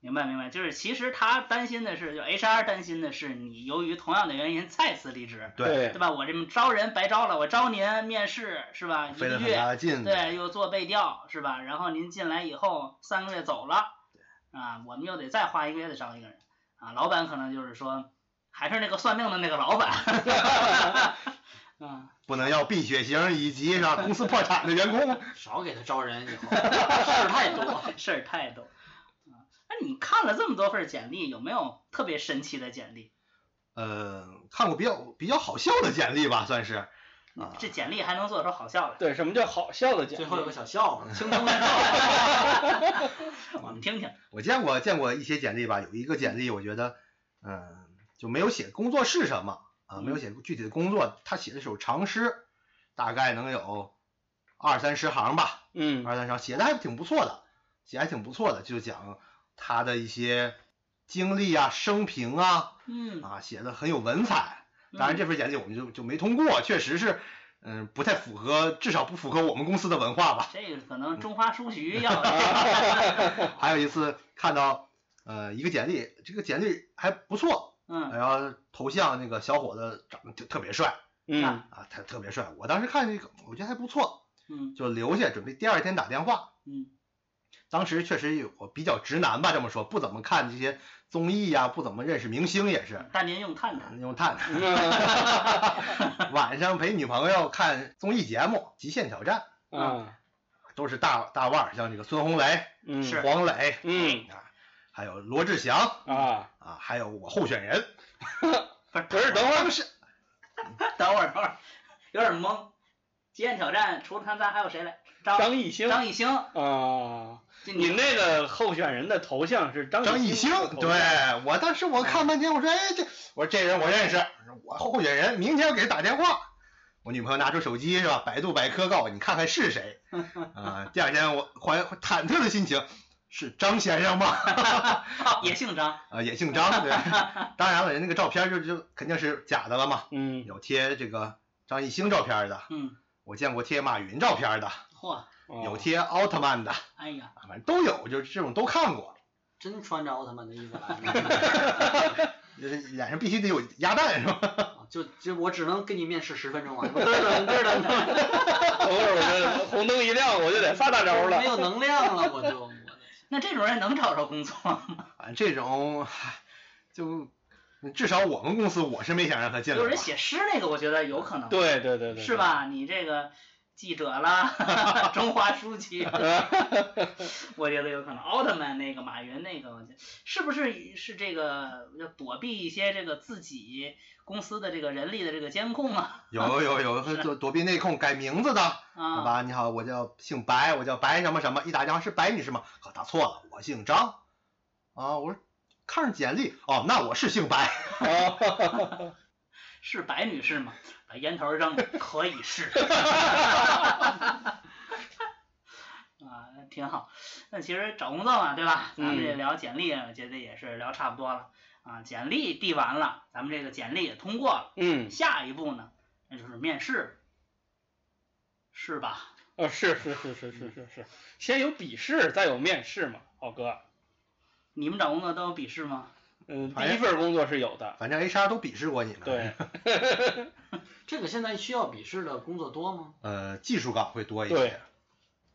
S1: 明白明白，就是其实他担心的是，就 HR 担心的是你由于同样的原因再次离职，
S4: 对，
S1: 对吧？我这么招人白招了，我招您面试是吧？一
S4: 费
S1: 个
S4: 了很大
S1: 月，
S4: 的劲。
S1: 嗯对，又做背调是吧？然后您进来以后三个月走了，啊，我们又得再花一个月再招一个人，啊，老板可能就是说，还是那个算命的那个老 板，啊，
S4: 不能要 B 血型以及是吧公司破产的员工。
S3: 少给他招人，以后事儿太 多。
S1: 事儿太多，啊，那你看了这么多份简历，有没有特别神奇的简历？
S4: 呃，看过比较比较好笑的简历吧，算是。啊
S1: 这简历还能做出好笑来？
S2: 对，什么叫好笑的
S3: 最
S2: 讲？
S3: 后有个小笑话，轻松来
S1: 我们听听，
S4: 我见过见过一些简历吧，有一个简历我觉得，嗯，就没有写工作是什么啊，
S1: 嗯
S4: 没有写具体的工作，他写了一首长诗，大概能有二三十行吧，
S2: 嗯
S4: 二三十行写的还挺不错的，写得还挺不错的，就讲他的一些经历啊、生平啊，
S1: 嗯，
S4: 啊，写的很有文采。当然这份简历我们就就没通过，确实是，嗯，不太符合，至少不符合我们公司的文 化吧。
S1: 这个可能中华书局 要，
S4: 还有一次看到，呃，一个简历，这个简历还不错，
S1: 嗯，
S4: 然后头像那个小伙子长得就特别帅
S2: 嗯
S4: 啊，他特别帅。我当时看这个，我觉得还不错，
S1: 嗯
S4: 就留下，准备第二天打电话。
S1: 嗯，
S4: 当时确实有我比较直男吧，这么说，不怎么看这些综艺呀、不怎么认识明星也是，
S1: 但您用探探。
S4: 嗯用探 探。晚上陪女朋友看综艺节目《极限挑腕
S2: 啊》，
S4: 都是大大腕儿，像这个孙红雷、
S2: 嗯
S1: 是
S4: 黄磊，
S2: 嗯
S4: 啊，还有罗志祥
S2: 啊，
S4: 啊，还有我候选人。
S1: 不是，
S2: 不是等会儿
S4: 当时
S1: 等会儿，等会儿，有点懵。极限挑战除了他仨还有谁来？张
S2: 张艺兴
S1: 张艺兴，
S2: 啊，
S1: 就
S2: 你 那个候选人的头像是张
S4: 张艺
S2: 兴
S4: 兴
S2: 的，头
S4: 对
S2: 像，
S4: 我当时我看半天，我说哎这，我说这人我认识，我候选人，明天我给他打电话，我女朋友拿出手机是吧，百度百科告我，你看看 是谁啊、第二天我怀忐忑的心情是张先生吗？
S1: 哦也姓张，
S4: 啊，也姓张， 对。当然了，人那个照片就就肯定是假的了嘛，
S2: 嗯，
S4: 有贴这个张艺兴照片的，
S1: 嗯，
S4: 我见过贴马云照片的，
S1: 嚯，
S4: 有
S2: 哦
S4: 贴奥特曼的，
S1: 哎呀，
S4: 反正都有，就是这种都看过。
S3: 真穿着奥特曼的衣服来了，
S4: 就是脸上必须得有鸭蛋是吧？
S3: 就就我只能跟你面试十分钟啊，嘚儿嘚儿嘚 儿
S2: 等会儿我这红灯一亮，我就得发大招
S3: 嘚儿，没
S2: 了。
S3: 有能量了，我就我
S1: 那这种人能找着工作吗？
S4: 啊，这种唉就至少我们公司我是没想让他进 来
S1: 有
S4: 吧
S1: 人。写诗那个，我觉得有可能，
S2: 对对对对，
S1: 是？吧？你这个记者啦， 中华书 记，我觉得有可能。奥特曼那个马云那个，我觉得是不是是这个要躲避一些这个自己公司的这个人力的这个监控啊？
S4: 有有有，有躲躲避内控改名字的，好
S1: 啊，
S4: 吧？你好，我叫姓白，我叫白什么什么，一打电话是白女士吗？可打错了，我姓张。啊，我说看着简历，哦，那我是姓白。
S1: 是白女士吗？把烟头扔了，可以 是。啊，挺好。那其实找工作嘛，对吧？咱
S2: 嗯
S1: 们这聊简历，我觉得也是聊差不多了。啊，简历递完了，咱们这个简历也通过了。
S2: 嗯，
S1: 下一步呢，那就是面试，是吧？
S2: 哦，是是是是是是是，先有笔试，再有面试嘛，好哥。
S1: 你们找工作都有笔试吗？
S2: 嗯，第
S4: 好呀
S2: 一份工作是有的，
S4: 反正 HR 都鄙视过你们。，
S2: 对，
S3: 这个现在需要笔试的工作多吗？
S4: 呃，技术岗会多一
S2: 对
S4: 些。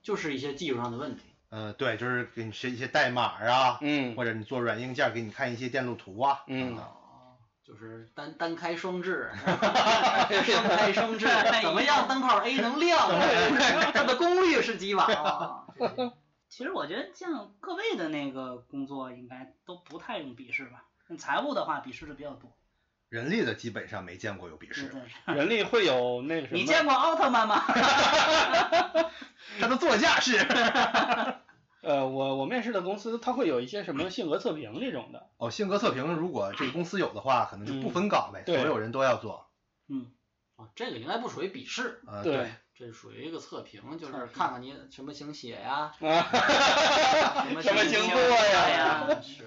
S3: 就是一些技术上的问题。
S4: 呃，对，就是给你学一些代码啊，
S2: 嗯
S4: 或者你做软硬件给你看一些电路图啊。
S2: 嗯
S3: 哦，就是单单开 双制，双开双制，怎么样灯泡 A 能亮？啊它的功率是几瓦？ 啊这个
S1: 其实我觉得像各位的那个工作应该都不太用笔试吧。像财务的话，笔试的比较多。
S4: 人力的基本上没见过有笔试
S1: 对，对对
S2: 人力会有那个什么？
S1: 你见过奥特曼吗？
S4: 它的座驾是。
S2: 呃，我我面试的公司，它会有一些什么性格测评这种的。
S4: 哦，性格测评如果这个公司有的话，可能就不分岗位，
S2: 嗯对
S4: 所有人都要做。
S3: 哦这个应该不属于笔试，
S4: 呃，
S1: 啊
S2: 对，
S3: 这属于一个测评，就是
S1: 测评
S3: 看看你什么型血呀，
S2: 啊，
S3: 什么
S2: 什么
S3: 型
S2: 星
S3: 座
S2: 座
S1: 啊
S2: 呀
S3: 呀，是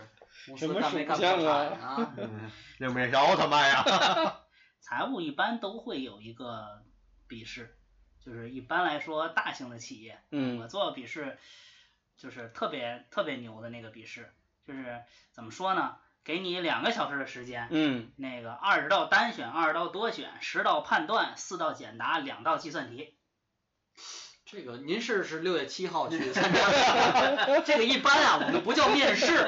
S3: 公司
S2: 什么
S3: 干没干
S2: 属
S3: 破
S2: 相啊
S3: 产啊？
S4: 嗯，认不认识奥特曼呀？
S1: 财务一般都会有一个笔试，就是一般来说大型的企业，我
S2: 嗯
S1: 做笔试就是特别特别牛的那个笔试，就是怎么说呢？给你两个小时的时间，
S2: 嗯，
S1: 那个二十道单选，二十道多选，十道判断，四道简答，两道计算题。
S3: 这个您是是六月七号去参加？ 这个一般啊，我们不叫面试，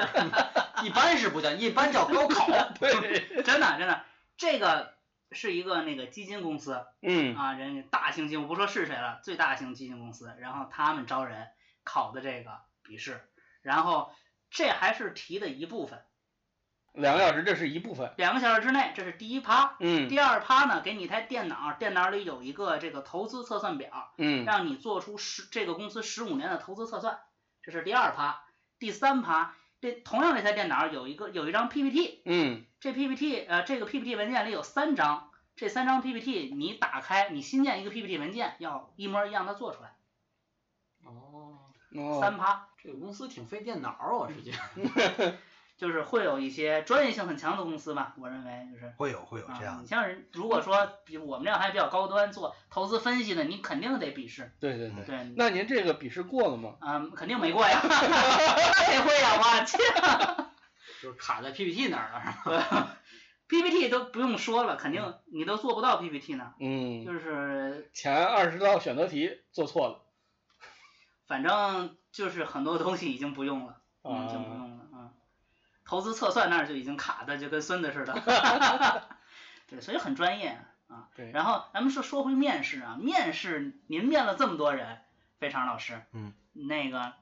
S3: 一般是不叫，一般叫高考。
S2: 对，
S1: 真的真的，这个是一个那个基金公司
S2: 嗯
S1: 啊，人家大型基金，我不说是谁了，最大型基金公司，然后他们招人考的这个笔试，然后这还是题的一部分，
S2: 两个小时这是一部分。
S1: 两个小时之内，这是第一趴。
S2: 嗯
S1: 第二趴呢，给你一台电脑，电脑里有一个这个投资测算表，
S2: 嗯
S1: 让你做出十这个公司十五年的投资测算，这是第二趴。第三趴，这同样这台电脑有一个有一张 PPT，
S2: 嗯
S1: 这 PPT 呃这个 PPT 文件里有三张，这三张 PPT 你打开，你新建一个 PPT 文件，要一模一样的做出来。
S3: 哦，
S2: 哦
S1: 三趴
S3: 这个公司挺费电脑啊，我实际上。
S1: 就是会有一些专业性很强的公司吧，我认为就是。
S4: 会有会有这
S1: 啊，
S4: 样
S1: 你
S4: 的，
S1: 像人，如果说比我们这样还比较高端做投资分析的，你肯定得笔试，
S2: 对对对。
S1: 对，
S2: 那您这个笔试过了吗？
S1: 嗯，肯定没过 呀， 那谁会呀？我去。
S3: 就是卡在 PPT 那儿了，是吧？
S1: PPT 都不用说了，肯定你都做不到 PPT 呢。
S2: 嗯，
S1: 就是
S2: 前二十道选择题做错了
S1: 反正就是很多东西已经不用了，嗯，已经不
S2: 啊。
S1: 用了嗯。投资测算那儿就已经卡的就跟孙子似的， 对，所以很专业啊。
S2: 对
S1: 然后咱们说说回面试啊，面试您面了这么多人，非常老师，
S4: 嗯，
S1: 那个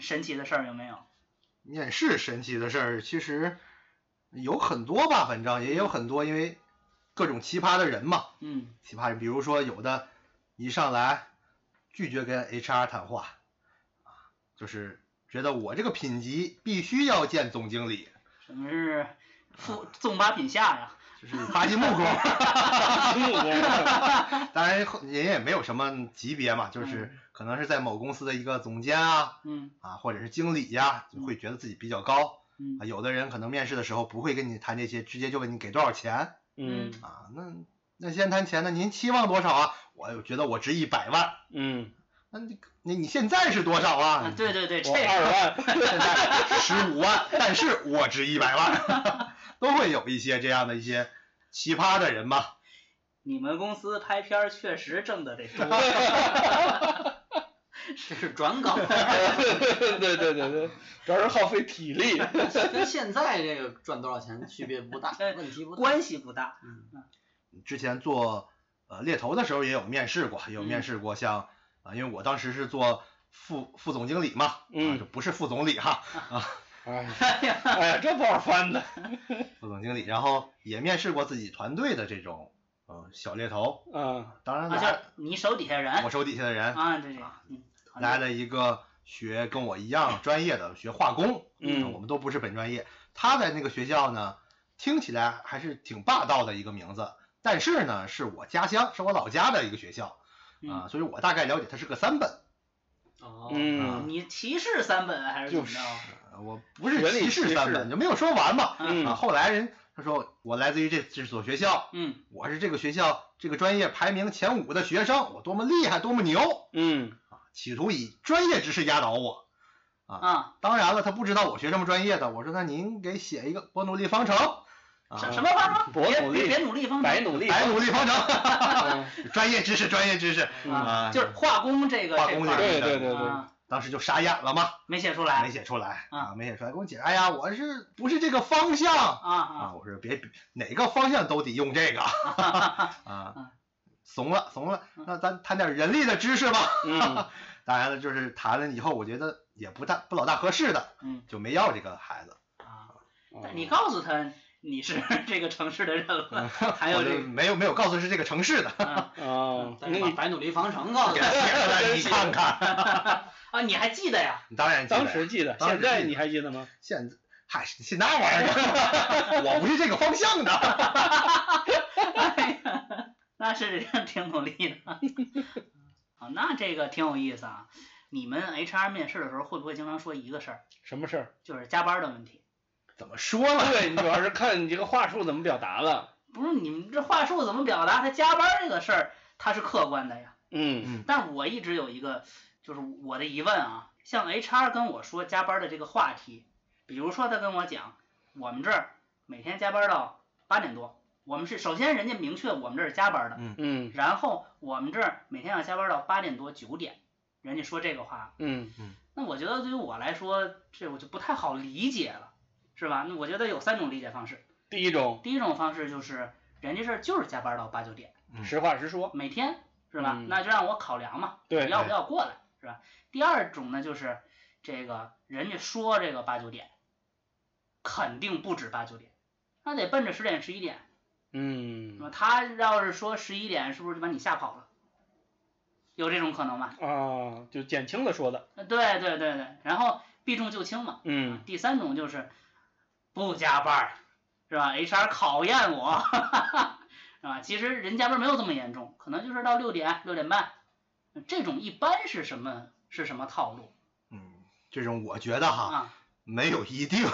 S1: 神奇的事儿有没有？
S4: 面试神奇的事儿其实有很多吧，反正也有很多，因为各种奇葩的人嘛，
S1: 嗯，
S4: 奇葩人，比如说有的一上来拒绝跟 HR 谈话，啊就是觉得我这个品级必须要见总经理，
S2: 啊
S1: 什么是副纵八品下呀？
S2: 就是
S4: 哈吉木工。
S2: 大木啊工，
S4: 当然后人也没有什么级别嘛，就是可能是在某公司的一个总监啊，
S1: 嗯
S4: 啊或者是经理呀、就会觉得自己比较高。
S1: 嗯
S2: 哎
S4: 啊，有的人可能面试的时候不会跟你谈这些，直接就问你给多少钱
S2: 嗯
S4: 啊。那那先谈钱，那您期望多少啊？我觉得我值一百万。
S2: 嗯，
S4: 那你你你现在是多少啊？
S1: 啊，对对 对，这
S2: 我二
S1: 个
S2: 万，
S4: 现在十五万，但是我值一百万， 都会有一些这样的一些奇葩的人吧。
S1: 你们公司拍片儿确实挣的得多。
S3: 这是转岗，
S2: 对对对对，主要是耗费体力。
S3: 跟现在这个赚多少钱区别不大，
S1: 哎
S3: 问题不大。
S1: 关系不大，
S4: 之前做呃猎头的时候也有面试过，
S1: 嗯
S4: 也有面试过像啊、因为我当时是做副副总经理嘛，啊，
S2: 嗯
S4: 就不是副总理哈，
S2: 哎，哎呀，这不好翻的。
S4: 副总经理，然后也面试过自己团队的这种呃小猎头，
S2: 嗯
S4: 当然
S1: 啊，就
S4: 来
S1: 是你手底下人
S4: 我手底下的人、
S1: 啊，这个嗯，团队
S4: 来了一个学跟我一样专业的学化工，
S2: 嗯
S4: 我们都不是本专业。他在那个学校呢，听起来还是挺霸道的一个名字，但是呢，是我家乡，是我老家的一个学校啊、
S1: 嗯
S4: 所以我大概了解他是个三本。
S3: 哦，
S2: 嗯
S1: 你歧视三本还是怎么着？
S4: 呃我不是
S2: 原理
S4: 歧视
S2: 歧
S4: 三
S2: 视
S4: 本，就没有说完嘛。啊，
S2: 嗯
S4: 后来人他说我来自于这这所学校，
S1: 嗯
S4: 我是这个学校这个专业排名前五的学生，我多么厉害，多么牛，
S2: 嗯
S4: 企图以专业知识压倒我。
S1: 啊，
S4: 当然了，他不知道我学什么专业的，我说那您给写一个伯努利方程啊，
S1: 什什么方程？
S2: 博
S1: 别
S2: 努
S1: 别
S2: 力
S1: 别努力方
S2: 白
S1: 程
S2: 努力，
S4: 白努力方程，
S2: 嗯
S4: 专业知识，专业知识。
S1: 啊，
S4: 嗯
S1: 就是化工这个
S4: 化
S1: 这
S4: 工
S1: 块
S4: 这
S1: 儿
S2: 对对对对，
S1: 啊，
S4: 当时就傻眼了嘛，
S1: 没写出来
S4: 没写出来
S1: 啊
S4: 啊，没写出来，给我解释。哎呀，我是不是这个方向
S1: 啊啊
S4: 啊？我说别哪个方向都得用 这个
S1: 嗯
S4: 啊，怂了怂了，那咱谈点人力的知识吧。
S2: 嗯
S4: 当然了，就是谈了以后，我觉得也不大不老大合适的，
S1: 嗯
S4: 就没要这个孩子。
S1: 啊！
S3: 哦
S1: 但你告诉他你是 这个城市的人了， 还有
S4: 我
S1: 这
S4: 就没有没有告诉是这个城市的，
S1: 个啊
S2: 啊，
S3: 但
S2: 那
S3: 是把
S2: 你
S3: 白努力方程告诉
S4: 给
S3: 你
S4: 他，写出来你看看。
S1: 啊，你还记得呀？
S4: 当然记得呀，
S2: 当时记得，现在你还记得吗？
S4: 现在嗨是那玩意儿， 我不是这个方向的。
S1: 哎呀那是挺努力的。 啊，那这个挺有意思啊。你们 HR 面试的时候会不会经常说一个事儿，
S2: 什么事儿？
S1: 就是加班的问题？
S4: 怎么说呢？
S2: 对，你主要是看你这个话术怎么表达了。
S1: 不是你们这话术怎么表达？他加班这个事儿，他是客观的呀。
S2: 嗯
S1: 但我一直有一个，就是我的疑问啊，像 HR 跟我说加班的这个话题，比如说他跟我讲，我们这儿每天加班到八点多，我们是首先人家明确我们这儿是加班的，
S2: 嗯
S1: 然后我们这儿每天要加班到八点多九点，人家说这个话，
S2: 嗯
S1: 那我觉得对于我来说，这我就不太好理解了，是吧？那我觉得有三种理解方式，
S2: 第一种
S1: 第一种方式就是人家这儿就是加班到八九点。
S2: 实话实说，
S1: 每天是吧？
S2: 嗯
S1: 那就让我考量嘛，
S2: 对
S1: 你要不要过来是吧？第二种呢，就是这个人家说这个八九点，肯定不止八九点，那得奔着十点十一点。
S2: 嗯
S1: 那么他要是说十一点，是不是就把你吓跑了？有这种可能吗？
S2: 啊，就减轻了说的，
S1: 呃对对对对，然后避重就轻嘛。
S2: 嗯
S1: 第三种就是不加班儿，是吧？HR 考验我， 是吧？其实人加班没有这么严重，可能就是到六点、六点半，这种一般是什么是什么套路
S4: 嗯，这种我觉得哈，
S1: 啊？
S4: 没有一定，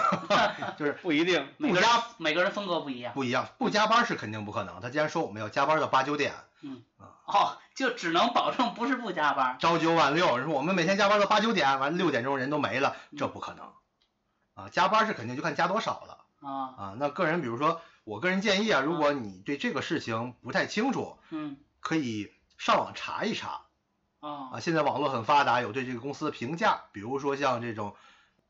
S4: 就是
S2: 不一定，
S1: 每
S4: 不
S1: 个人
S4: 加
S1: 每个人风格不一样
S4: 不一样，不加班是肯定不可能。他既然说我们要加班到八九点，
S1: 哦，就只能保证不是不加班儿，
S4: 朝九晚六，人说我们每天加班到八九点，完六点钟人都没了，这不可能。啊，加班是肯定就看加多少了
S1: 啊，
S4: 啊。那个人，比如说我个人建议啊，如果你对这个事情不太清楚，
S1: 嗯，
S4: 可以上网查一查
S1: 哦，
S4: 啊。现在网络很发达，有对这个公司的评价，比如说像这种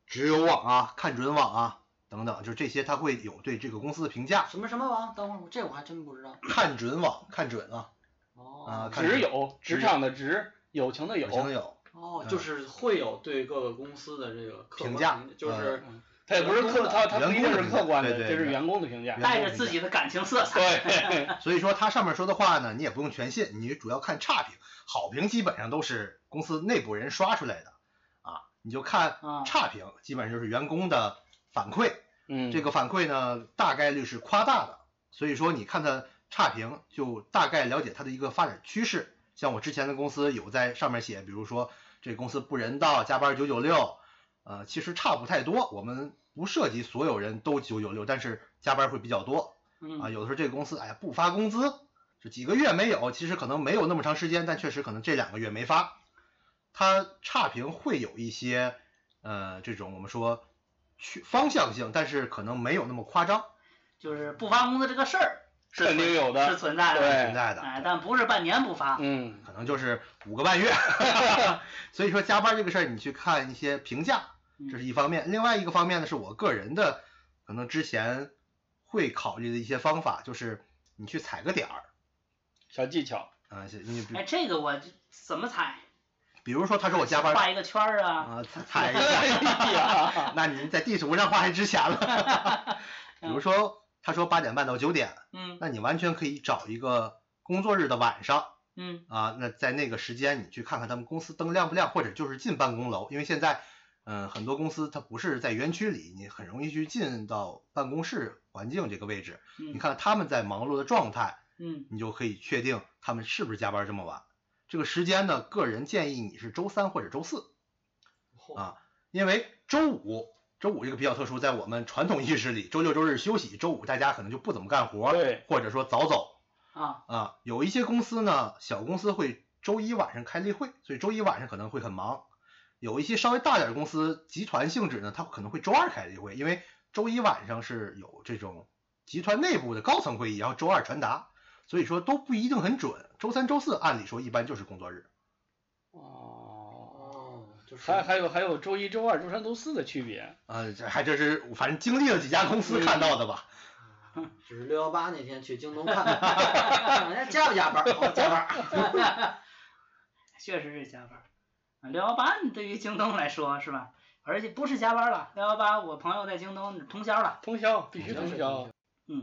S4: 直邮网啊、看准网啊等等，就这些，它会有对这个公司的评价。
S3: 什么什么王，等会儿我这我还真不知道。
S4: 看准网，看准啊，啊
S3: 哦
S4: 看
S2: 只有职场的职，友情的
S4: 有情
S2: 友，
S4: 有，
S3: 哦，就是会有对各个公司的这个客观
S4: 嗯评价嗯
S3: 就是
S2: 他也不是客，他他不一定是客观的，
S4: 员工的对对
S2: 这是员工的评价
S4: 员。
S1: 带着自己的感情色彩，
S2: 对，
S4: 所以说它上面说的话呢，你也不用全信，你主要看差评，好评基本上都是公司内部人刷出来的啊，你就看
S1: 啊
S4: 差评，基本上就是员工的反馈，
S2: 嗯，
S4: 这个反馈呢大概率是夸大的所以说你看它差评，就大概了解它的一个发展趋势。像我之前的公司有在上面写，比如说这公司不人道，加班九九六，呃，其实差不太多。我们不涉及所有人都九九六，但是加班会比较多啊。
S3: 嗯，
S4: 有的时候这个公司哎呀不发工资，这几个月没有，其实可能没有那么长时间，但确实可能这两个月没发，它差评会有一些呃这种我们说去方向性，但是可能没有那么夸张
S1: 就是不发工资这个事儿是
S2: 肯定
S1: 存
S2: 有
S1: 是
S2: 的，
S1: 存在的，
S2: 对
S4: 存在的。
S1: 哎，但不是半年不发，
S2: 嗯，
S4: 可能就是五个半月。所以说加班这个事儿，你去看一些评价，这是一方面。另外一个方面呢，是我个人的可能之前会考虑的一些方法，就是你去踩个点儿。
S2: 小技巧，
S4: 啊、是你比
S1: 哎，这个我怎么踩？
S4: 比如说他说我加班
S1: 画一个圈儿啊，
S4: 啊、踩踩一下，那您在地图上画还值钱了。比如说他说八点半到九点，
S1: 嗯
S4: 那你完全可以找一个工作日的晚上，
S1: 嗯
S4: 啊，那在那个时间你去看看他们公司灯亮不亮，或者就是进办公楼，因为现在，嗯，很多公司它不是在园区里，你很容易去进到办公室环境这个位置。你
S1: 嗯
S4: 看他们在忙碌的状态，
S1: 嗯，
S4: 你就可以确定他们是不是加班这么晚。这个时间呢，个人建议你是周三或者周四，啊因为周五，周五这个比较特殊，在我们传统意识里，周六周日休息，周五大家可能就不怎么干活，
S2: 对，
S4: 或者说早走。
S1: 啊，
S4: 啊，有一些公司呢，小公司会周一晚上开例会，所以周一晚上可能会很忙。有一些稍微大点儿的公司，集团性质呢，它可能会周二开例会，因为周一晚上是有这种集团内部的高层会议，然后周二传达，所以说都不一定很准。周三、周四按理说一般就是工作日，
S2: 哦，
S3: 哦，就是
S2: 还还有还有周一、周二、周三、周四的区别，
S4: 呃，这还这是反正经历了几家公司看到的吧。
S3: 只是六幺八那天去京东看看， 人家加不加班儿？好哦加班 儿。
S1: 确实是加班儿。啊六幺八对于京东来说是吧？而且不是加班了，六幺八我朋友在京东通宵了，
S2: 通宵必须
S3: 通宵
S2: 通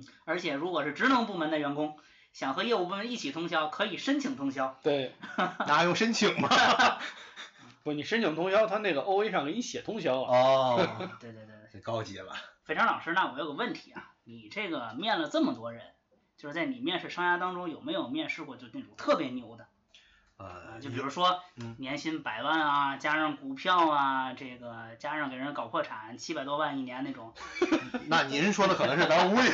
S2: 宵，
S1: 而且如果是职能部门的员工想和业务部门一起通宵，可以申请通宵。
S2: 对，
S4: 那还用申请吗？
S2: 不，你申请通宵，他那个 O A 上给你写通宵啊，
S4: 哦，
S1: 对对对对，
S4: 这高级了。
S1: 肥肠老师，那我有个问题啊，你这个面了这么多人，就是在你面试生涯当中有没有面试过就那种特别牛的？
S4: 呃，
S1: 啊就比如说
S4: 嗯
S1: 年薪百万啊，加上股票啊，这个加上给人搞破产七百多万一年那种，
S4: 嗯那您说的可能是咱屋里，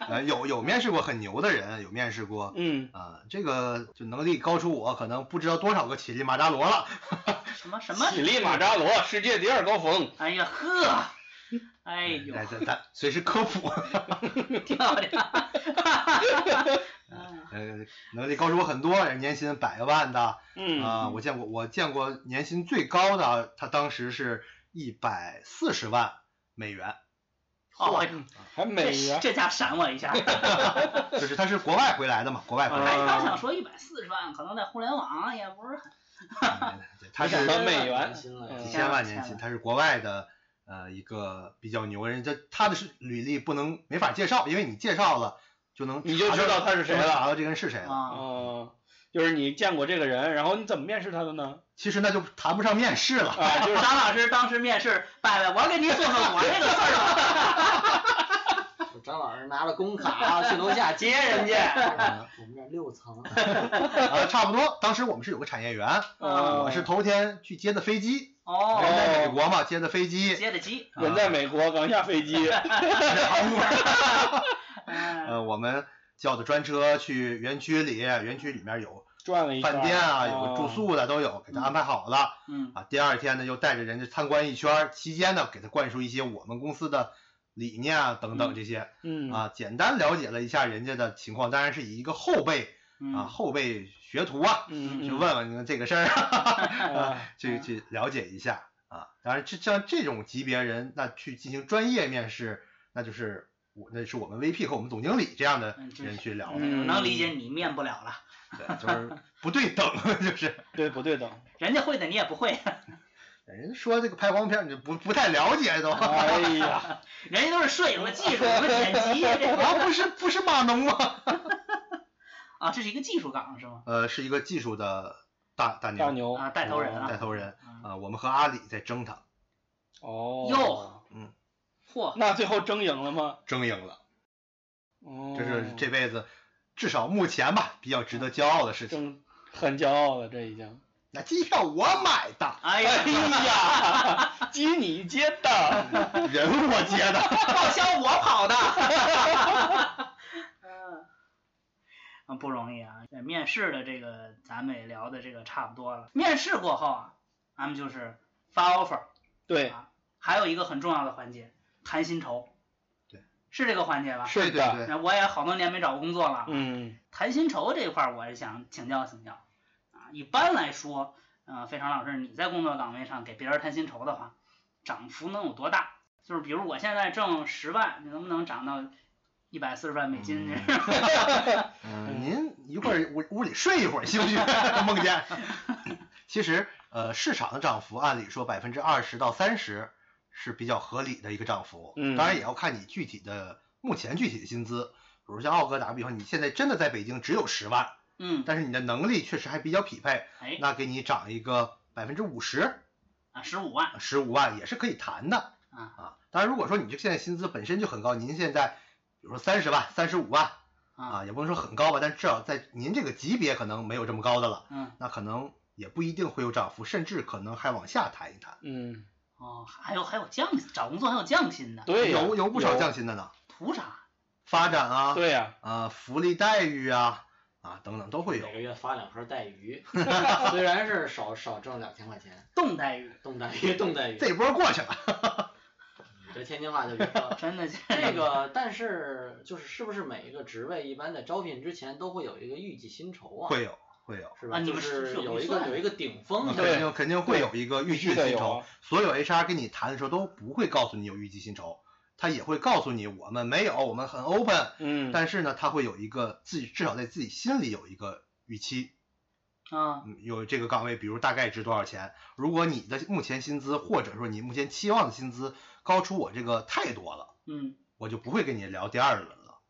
S4: 呃，有有面试过很牛的人，有面试过
S2: 嗯，
S4: 啊、这个就能力高出我可能不知道多少个乞力马扎罗了。
S1: 什么什么，
S2: 乞力马扎罗世界第二高峰，
S1: 哎呀呵，哎呦
S4: 来，咱咱随时科普，
S1: 漂亮， 嗯
S4: 呃，能力高出我很多，人年薪百万的啊、
S2: 嗯，
S4: 我见过，我见过年薪最高的，他当时是一百四十万美元，
S1: 哦，哎呦
S2: 还美
S1: 这
S2: 元，
S1: 这家闪我一 下，
S4: 就是他是国外回来的嘛，国外回来
S1: 哎，
S4: 的，
S1: 刚想说一百四十万，可能在互联网也不是很，
S4: 嗯对他是
S2: 没想到美元
S3: 年薪了呀
S2: 嗯
S4: 几千万年薪，他是国外的呃一个比较牛人，这他的是履历不能没法介绍，因为你介绍了就能
S2: 你就
S4: 查
S2: 知道他是谁
S4: 就能
S2: 了
S4: 查到这个人是谁了。
S1: 啊，
S2: 哦，就是你见过这个人，然后你怎么面试他的呢？
S4: 其实那就谈不上面试了，
S2: 啊， 就是
S1: 张老师当时面试，拜拜，我给您说说我这个事儿 吧。
S3: 就张老师拿着工卡啊去楼下接人家。
S4: 啊
S3: 我们这儿六层，
S4: 啊差不多。当时我们是有个产业园，
S2: 哦
S1: 啊
S4: 我是头天去接的飞机，人
S1: 哦，
S4: 在美国嘛，接的飞机，
S1: 接着急，
S4: 啊
S2: 人在美国刚下飞机，
S1: 嗯，哎
S4: 呃，我们叫的专车去园区里，园区里面有
S2: 转了一圈儿，
S4: 饭店啊，有个
S2: 哦
S4: 住，宿的都有，给他安排好了。
S1: 嗯，
S4: 啊，第二天呢又带着人家参观一圈儿，期间呢给他灌输一些我们公司的理念啊等等这些
S2: 嗯，
S4: 啊，简单了解了一下人家的情况，当然是以一个后辈
S1: 嗯
S4: 啊后辈学徒啊，
S2: 嗯，
S4: 去
S2: 嗯
S4: 问问你们这个事儿，
S2: 啊
S4: 去去了解一下啊。当然这像这种级别人，那去进行专业面试，那就是我那是我们 VP 和我们总经理这样的
S1: 嗯真
S4: 人
S1: 是
S4: 去聊
S1: 我
S4: 的，
S1: 能理解你面不了了，
S4: 对，就是不对等， 就是
S2: 对不对等？
S1: 人家会的你也不会，
S4: 人家说这个拍黄片儿你就不不太了解都。
S2: 哎 呀，
S1: 人家都是摄影的技术，我们剪辑这个
S4: 啊，不是不是码农吗？
S1: 啊，这是一个技术岗是吗？
S4: 呃，是一个技术的大大牛
S2: 大牛
S1: 啊带头人啊
S4: 带头人
S1: 嗯
S4: 啊、我们和阿里在争他，
S2: 哦，
S1: 哟，
S4: 嗯，
S1: 嚯，
S2: 那最后争赢了吗？
S4: 争赢了。
S2: 哦，
S4: 这是这辈子至少目前吧比较值得骄傲的事情。
S2: 正很骄傲了，这已 经。
S4: 那机票我买的，
S1: 哎
S2: 哎
S1: 呀，
S2: 呀， 鸡你接的，
S4: 人我接 的。
S1: 报销我跑的。嗯啊，不容易啊！这面试的这个，咱们也聊的这个差不多了。面试过后啊，咱们就是发 offer，
S2: 对，
S1: 还有一个很重要的环节，谈薪酬。
S4: 对，
S1: 是这个环节吧？
S2: 是
S4: 对对
S2: 的，
S4: 对，
S1: 那我也好多年没找过工作了啊，
S2: 嗯，
S1: 谈薪酬这一块，我也想请教请教啊。一般来说，呃，费常老师，你在工作岗位上给别人谈薪酬的话，涨幅能有多大？就是比如我现在挣十万，你能不能涨到一百四十万美金？这是
S4: 嗯，您一会儿屋屋里睡一会儿行不行？梦 见。其实，呃，市场的涨幅按理说百分之二十到三十是比较合理的一个涨幅，
S2: 嗯
S4: 当然也要看你具体的目前具体的薪资。比如像奥哥打个比方，你现在真的在北京只有十万，
S1: 嗯，
S4: 但是你的能力确实还比较匹配，
S1: 哎，
S4: 那给你涨一个百分之五十、
S1: 啊，十五万
S4: 十五万也是可以谈的
S1: 啊
S4: 啊。当然，如果说你这现在薪资本身就很高，您现在比如说三十万、三十五万，
S1: 啊，
S4: 啊，也不能说很高吧，但至少在您这个级别可能没有这么高的了，
S1: 嗯，
S4: 那可能也不一定会有涨幅，甚至可能还往下谈一谈。
S2: 嗯，
S1: 哦，还有还有降找工作还有降薪的，
S2: 对呀，
S4: 有有不少降薪的呢，
S1: 图啥？
S4: 发展啊，
S2: 对呀，
S4: 啊，福利待遇啊，啊等等都会有
S3: 每。个月发两盒带鱼， 虽然是少少挣两千块钱，
S1: 冻待遇，
S3: 冻带鱼冻带鱼，
S4: 这波过去了，
S3: 你这天津话就别说了。
S1: 真的是
S3: 这个，但是就是是不是每一个职位一般在招聘之前都会有一个预计薪酬啊？
S4: 会有会有，
S3: 是
S1: 啊
S3: 吧？
S1: 你
S3: 就
S1: 们是
S3: 是
S1: 有
S3: 有
S1: 预
S3: 一个啊
S1: 算
S3: 有一个顶峰
S4: 嗯
S3: 的，
S4: 肯定肯定会有一个预
S2: 必
S4: 计
S2: 须
S4: 的
S2: 得
S4: 薪
S2: 有
S4: 酬
S2: 啊。，
S4: 所有 HR 跟你谈的时候都不会告诉你有预计薪酬，他也会告诉你我们没有，我们很 open，
S2: 嗯，
S4: 但是呢，他会有一个自己至少在自己心里有一个预期。
S1: 啊，
S4: 嗯有这个岗位，比如大概值多少钱？如果你的目前薪资或者说你目前期望的薪资高出我这个太多了，
S1: 嗯，
S4: 我就不会跟你聊第二轮了。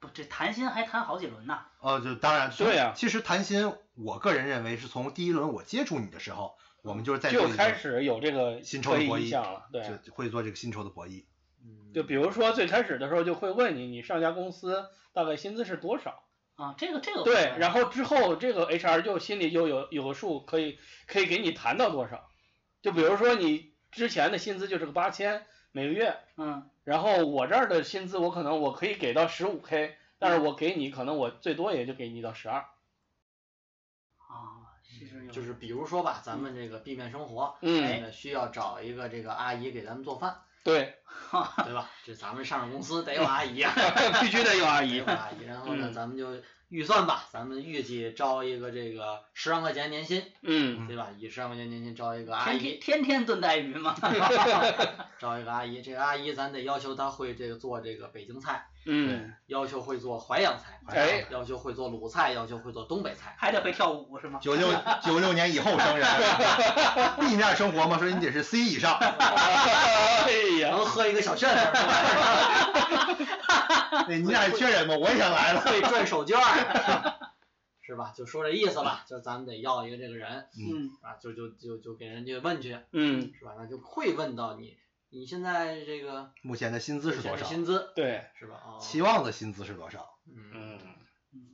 S1: 不，这谈薪还谈好几轮呢，
S4: 呃，就当然，
S2: 对啊呀
S4: 其实谈薪，我个人认为是从第一轮我接触你的时候，我们就是在做
S2: 就
S4: 一个
S2: 开始有这个
S4: 薪酬的博
S2: 刻意
S4: 弈
S2: 意向了，对，
S4: 就会做这个薪酬的博弈。
S3: 嗯
S2: 就比如说最开始的时候就会问你，你上家公司大概薪资是多少？
S1: 啊，这个这个
S2: 对，然
S1: 后
S2: 后之后这个 HR 就心里就有有个数，可以可以给你谈到多少。就比如说你之前的薪资就是个八千每个月，
S1: 嗯
S2: 然后我这儿的薪资我可能我可以给到十五 K，但是我给你可能我最多也就给你到十二。
S1: 啊，其实有
S3: 嗯就是比如说吧，咱们这个避免生活，
S2: 嗯，
S3: 呃，需要找一个这个阿姨给咱们做饭，
S2: 对，
S3: 对吧？这咱们上市公司得有阿姨啊，
S2: 必须得有嗯阿
S3: 得
S2: 姨
S3: 有。阿姨。然后呢，
S2: 嗯
S3: 咱们就预算吧，咱们预计招一个这个十万块钱年薪，
S2: 嗯，
S3: 对吧？以十万块钱年薪招一个阿
S1: 天
S3: 姨
S1: 天，天天炖带鱼嘛，
S3: 招一个阿姨，这个阿姨咱得要求她会这个做这个北京菜，
S2: 嗯，
S3: 要求会做淮扬菜，
S2: 哎
S3: 要求会做鲁菜，要求会做东北菜。
S1: 还得会跳舞是吗？
S4: 九六九六年以后生 人，避面生活嘛，说你得是 C 以上，
S2: 哎呀，
S3: 能喝一个小旋风，
S4: 那你俩缺人吗？我也想来了。
S3: 会转手绢儿，是吧？就说这意思吧，就咱们得要一个这个人
S1: 嗯
S3: 啊，就就就就给人家问去，
S2: 嗯，
S3: 是吧？那就会问到你，你现在这个
S4: 目前的薪资是多
S3: 这
S4: 少？
S3: 薪资
S2: 对，
S3: 是吧？哦，
S4: 期望的薪资是多少？
S3: 嗯
S2: 嗯，
S1: 嗯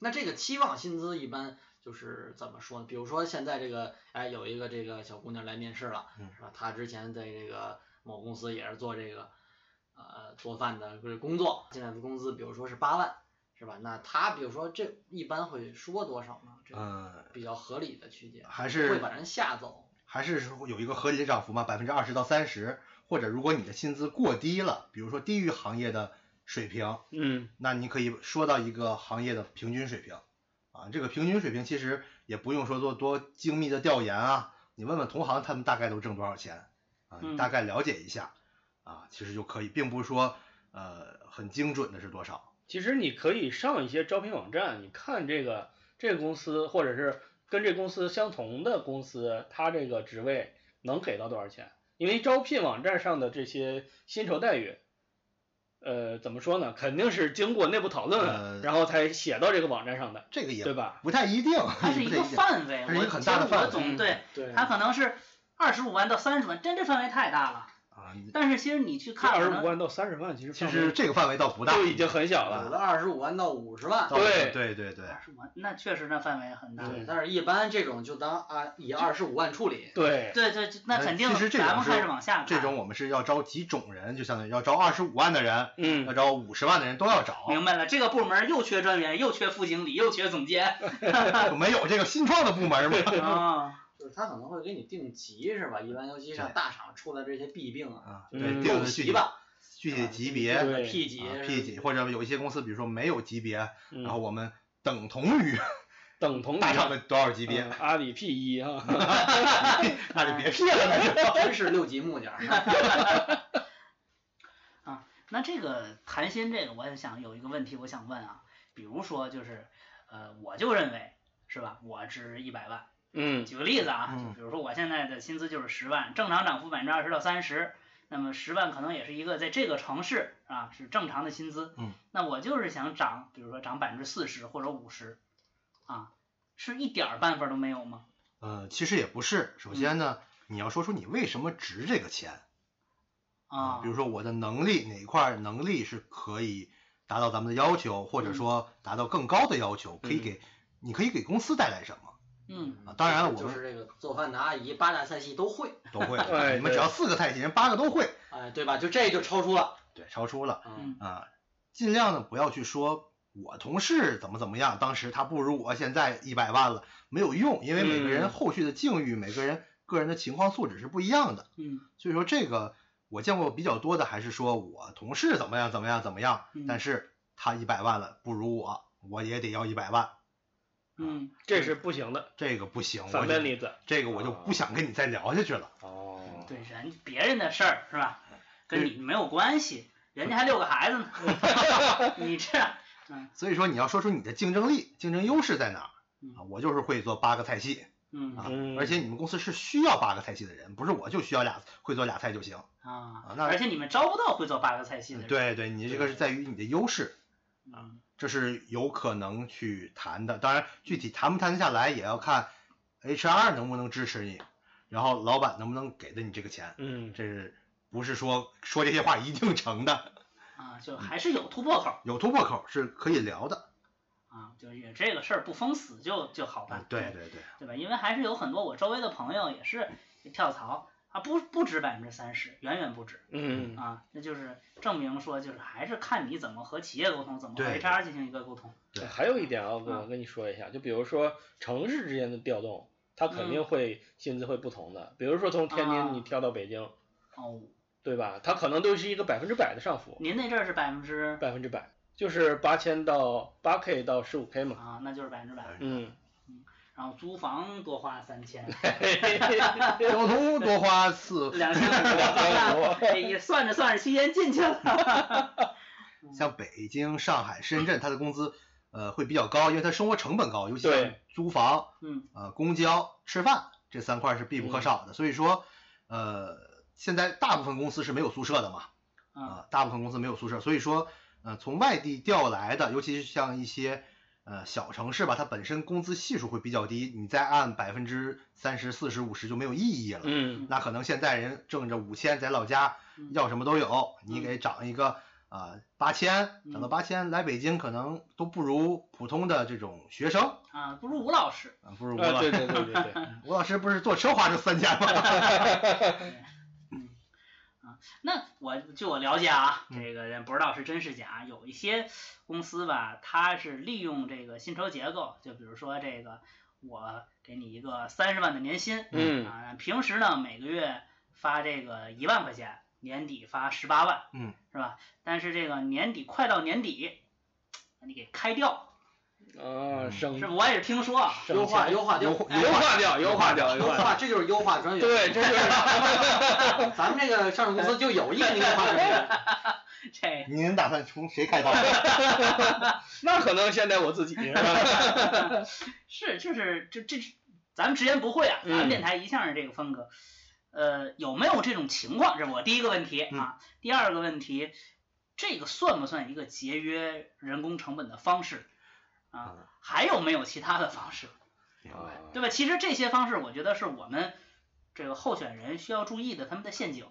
S3: 那这个期望薪资一般就是怎么说呢？比如说现在这个，哎，有一个这个小姑娘来面试了，
S4: 嗯
S3: 是吧？她之前在这个某公司也是做这个，呃，做饭的不是工作，现在的工资比如说是八万，是吧？那她比如说这一般会说多少呢？这个
S4: 嗯，
S3: 比较合理的区间，
S4: 还
S3: 会
S4: 是
S3: 把人吓走。
S4: 还是说有一个合理的涨幅嘛，百分之二十到三十，或者如果你的薪资过低了，比如说低于行业的水平，
S2: 嗯，
S4: 那你可以说到一个行业的平均水平啊。这个平均水平其实也不用说做多精密的调研啊，你问问同行他们大概都挣多少钱啊，
S1: 嗯
S4: 你大概了解一下啊，其实就可以，并不是说呃很精准的是多少。
S2: 其实你可以上一些招聘网站，你看这个这个公司或者是跟这公司相同的公司，它这个职位能给到多少钱？因为招聘网站上的这些薪酬待遇，呃，怎么说呢？肯定是经过内部讨论，
S4: 呃
S2: 然后才写到这个网站上的，
S4: 这个也
S2: 对吧？
S4: 不太一定，
S1: 它是一
S4: 不太
S1: 个
S4: 一定
S1: 范围，
S4: 它是一
S1: 我
S4: 个很大的
S1: 其实我
S4: 范围
S1: 总
S2: 嗯
S1: 对，
S3: 对
S1: 它可能是二十五万到三十万，但这范围太大了。
S4: 啊，
S1: 但是其实你去看
S2: 二
S1: 可
S2: 十
S1: 能
S2: 五万到三十万，其实
S4: 其
S2: 范
S4: 实
S2: 围
S4: 这个范围倒不大，呃
S2: 都已经很小
S3: 有
S2: 了。
S3: 的二十五万到五十万，
S4: 倒不
S2: 对
S4: 对对对，
S1: 二十万，那确实那范围很大。
S2: 对
S3: 但是一般这种就当啊以二十五万处理，
S2: 对，
S1: 对对，那肯定
S4: 其实这种
S1: 咱们
S4: 是
S1: 开始往下看。
S4: 这种我们是要招几种人，就相当于要招二十五万的人，要
S2: 嗯，
S4: 招五十万的人都要找，
S1: 明白了，这个部门又缺专员，又缺副经理，又缺总 监
S4: 没有这个新创的部门嘛，
S1: 啊。
S3: 就是他可能会给你定级是吧？一般尤其像大厂出的这些弊病啊，
S4: 啊，
S2: 嗯
S4: 对，定
S3: 六
S4: 的具
S3: 级
S4: 体
S3: 吧
S4: 具体级别
S2: 对
S4: 啊
S3: ，P 级是吧
S4: ，P 级，或者有一些公司，比如说没有级别，
S2: 然
S4: 然后我们等同于
S2: 嗯等同嗯
S4: 大厂
S2: 的
S4: 的多少级别，
S2: 阿里 P 一啊，
S4: 那
S2: 嗯
S4: 就别骗了，那 就
S3: 真是六级木匠。啊
S1: 那这个谈心这个，我也想有一个问题，我想问啊，比如说就是，呃，我就认为是吧，我值一百万。
S2: 嗯
S1: 举个例子啊，
S4: 嗯
S1: 就比如说我现在的薪资就是十万，正常涨幅百分之二十到三十，那么十万可能也是一个在这个城市啊是正常的薪资。
S4: 嗯，
S1: 那我就是想涨，比如说涨百分之四十或者五十，啊，是一点儿办法都没有吗？
S4: 呃，其实也不是，首先呢，你要说出你为什么值这个钱
S1: 啊，
S4: 嗯比如说我的能力哪一块儿能力是可以达到咱们的要求，或者
S1: 嗯
S4: 说达到更高的要求，可以
S2: 嗯
S4: 给你可以给公司带来什么
S1: 嗯，
S4: 啊当然了
S3: 就
S4: 我
S3: 是
S4: 们
S3: 就是这个做饭的阿姨八大菜系都会，
S4: 都 会了，
S2: 对
S4: 你们只要四个菜系，人八个都会，
S3: 哎，对吧？就这就超出了，
S4: 对，超出了
S1: 嗯
S4: 啊，尽量呢不要去说。我同事怎么怎么样，当时他不如我，现在一百万了，没有用，因为每个人
S2: 嗯
S4: 后续的境遇，每个人个人的情况素质是不一样的。
S1: 嗯
S4: 所以说这个我见过比较多的，还是说我同事怎么样怎么样怎么样，
S1: 嗯
S4: 但是他一百万了不如我，我也得要一百万，
S1: 嗯
S2: 这是不行的，
S4: 这个不行，嗯我
S2: 反面
S4: 就
S2: 例子。
S4: 这个我就不想跟你再聊下去了。
S2: 哦，
S1: 对人别人的事儿是吧，跟
S4: 对
S1: 你没有关系，人家还六个孩子呢， 你这
S4: 所以说你要说出你的竞争力、竞争优势在哪儿
S1: 嗯
S4: 啊？我就是会做八个菜系
S1: 嗯
S4: 啊
S2: 嗯，
S4: 而且你们公司是需要八个菜系的人，不是我就需要俩会做俩菜就行。
S1: 啊
S4: 啊，那
S1: 而且你们招不到会做八个菜系的人，
S4: 对对，你这个是在于你的优势，
S1: 嗯
S4: 这是有可能去谈的。当然，具体谈不谈得下来，也要看 HR 能不能支持你，然后老板能不能给的你这个钱。
S2: 嗯，
S4: 这是不是说说这些话一定成的？
S1: 啊，就还是有突破口。
S4: 有突破口是可以聊的。
S1: 啊，就是也这个事儿不封死就就好办
S4: 嗯，对对对，
S1: 对吧？因为还是有很多我周围的朋友也是跳槽啊，不不止百分之三十，远远不止
S2: 嗯，
S1: 啊，那就是证明说就是还是看你怎么和企业沟通，怎么和
S4: 对
S1: HR 进行一个沟通。
S4: 对
S2: 还有一点啊，我
S1: 嗯
S2: 我跟你说一下，就比如说城市之间的调动，它肯定会薪资会不同的。比如说从天
S1: 啊
S2: 津你跳到北京，
S1: 哦，
S2: 对吧？它可能都是一个百分之百的上浮，
S1: 您那阵儿是百分之
S2: 百分之百就是八千到八 K 到十五 K 嘛。
S1: 啊，那就是百分之百。
S2: 嗯，
S1: 然后租房多花三 千，
S2: 嗯
S4: 交通多花四，
S1: 两千 五，哎呀，算着算着期间进去了。
S4: 像北京、上海、深圳，它的工资呃会比较高，因为它生活成本高，尤其像
S2: 对
S4: 租房、
S1: 嗯
S4: 呃公交、吃饭这三块是必不可少的。所以说，呃，现在大部分公司是没有宿舍的嘛，
S1: 啊，
S4: 啊，大部分公司没有宿舍，所以说，呃，从外地调来的，尤其是像一些呃小城市吧，它本身工资系数会比较低，你再按百分之三十、四十、五十就没有意义了。
S2: 嗯，
S4: 那可能现在人挣着五千，在老家
S1: 嗯
S4: 要什么都有，你
S1: 嗯
S4: 给涨一个啊八千，涨
S1: 嗯
S4: 到八千，来北京可能都不如普通的这种学生，
S1: 啊，不如吴老师。
S4: 啊不如吴
S2: 啊，
S4: 老
S2: 对
S4: 师。
S2: 对对对对，
S4: 吴老师不是坐车花就三千吗？
S1: 那我据我了解啊，
S4: 嗯
S1: 这个人不知道是真是假，有一些公司吧，它是利用这个薪酬结构，就比如说这个我给你一个三十万的年薪，
S2: 嗯
S1: 啊，平时呢每个月发这个一万块钱，年底发十八万，
S4: 嗯，
S1: 是吧？但是这个年底快到年底，把你给开掉，
S2: 啊，
S4: 嗯
S2: 省
S1: 是不？我也是听说 啊，
S2: 省
S3: 优化
S2: 钱
S3: 优化
S4: 优
S3: 优
S4: 化
S2: 优化掉，优化掉，优
S3: 优
S2: 化掉。
S3: 化，这就是优化专员。
S2: 对，这就是
S3: 咱们这个上市公司就有一个优化专员。
S1: 这
S4: 您打算从谁开刀？
S2: 那可能现在我自己是吧？
S1: 是就是这这，咱们直言不讳啊，咱们电台一向是这个风格。呃，有没有这种情况？这是我第一个问题啊。第二个问题，这个算不算一个节约人工成本的方式啊？还有没有其他的方式，
S2: 啊
S1: 对吧？其实这些方式，我觉得是我们这个候选人需要注意的，他们的陷阱。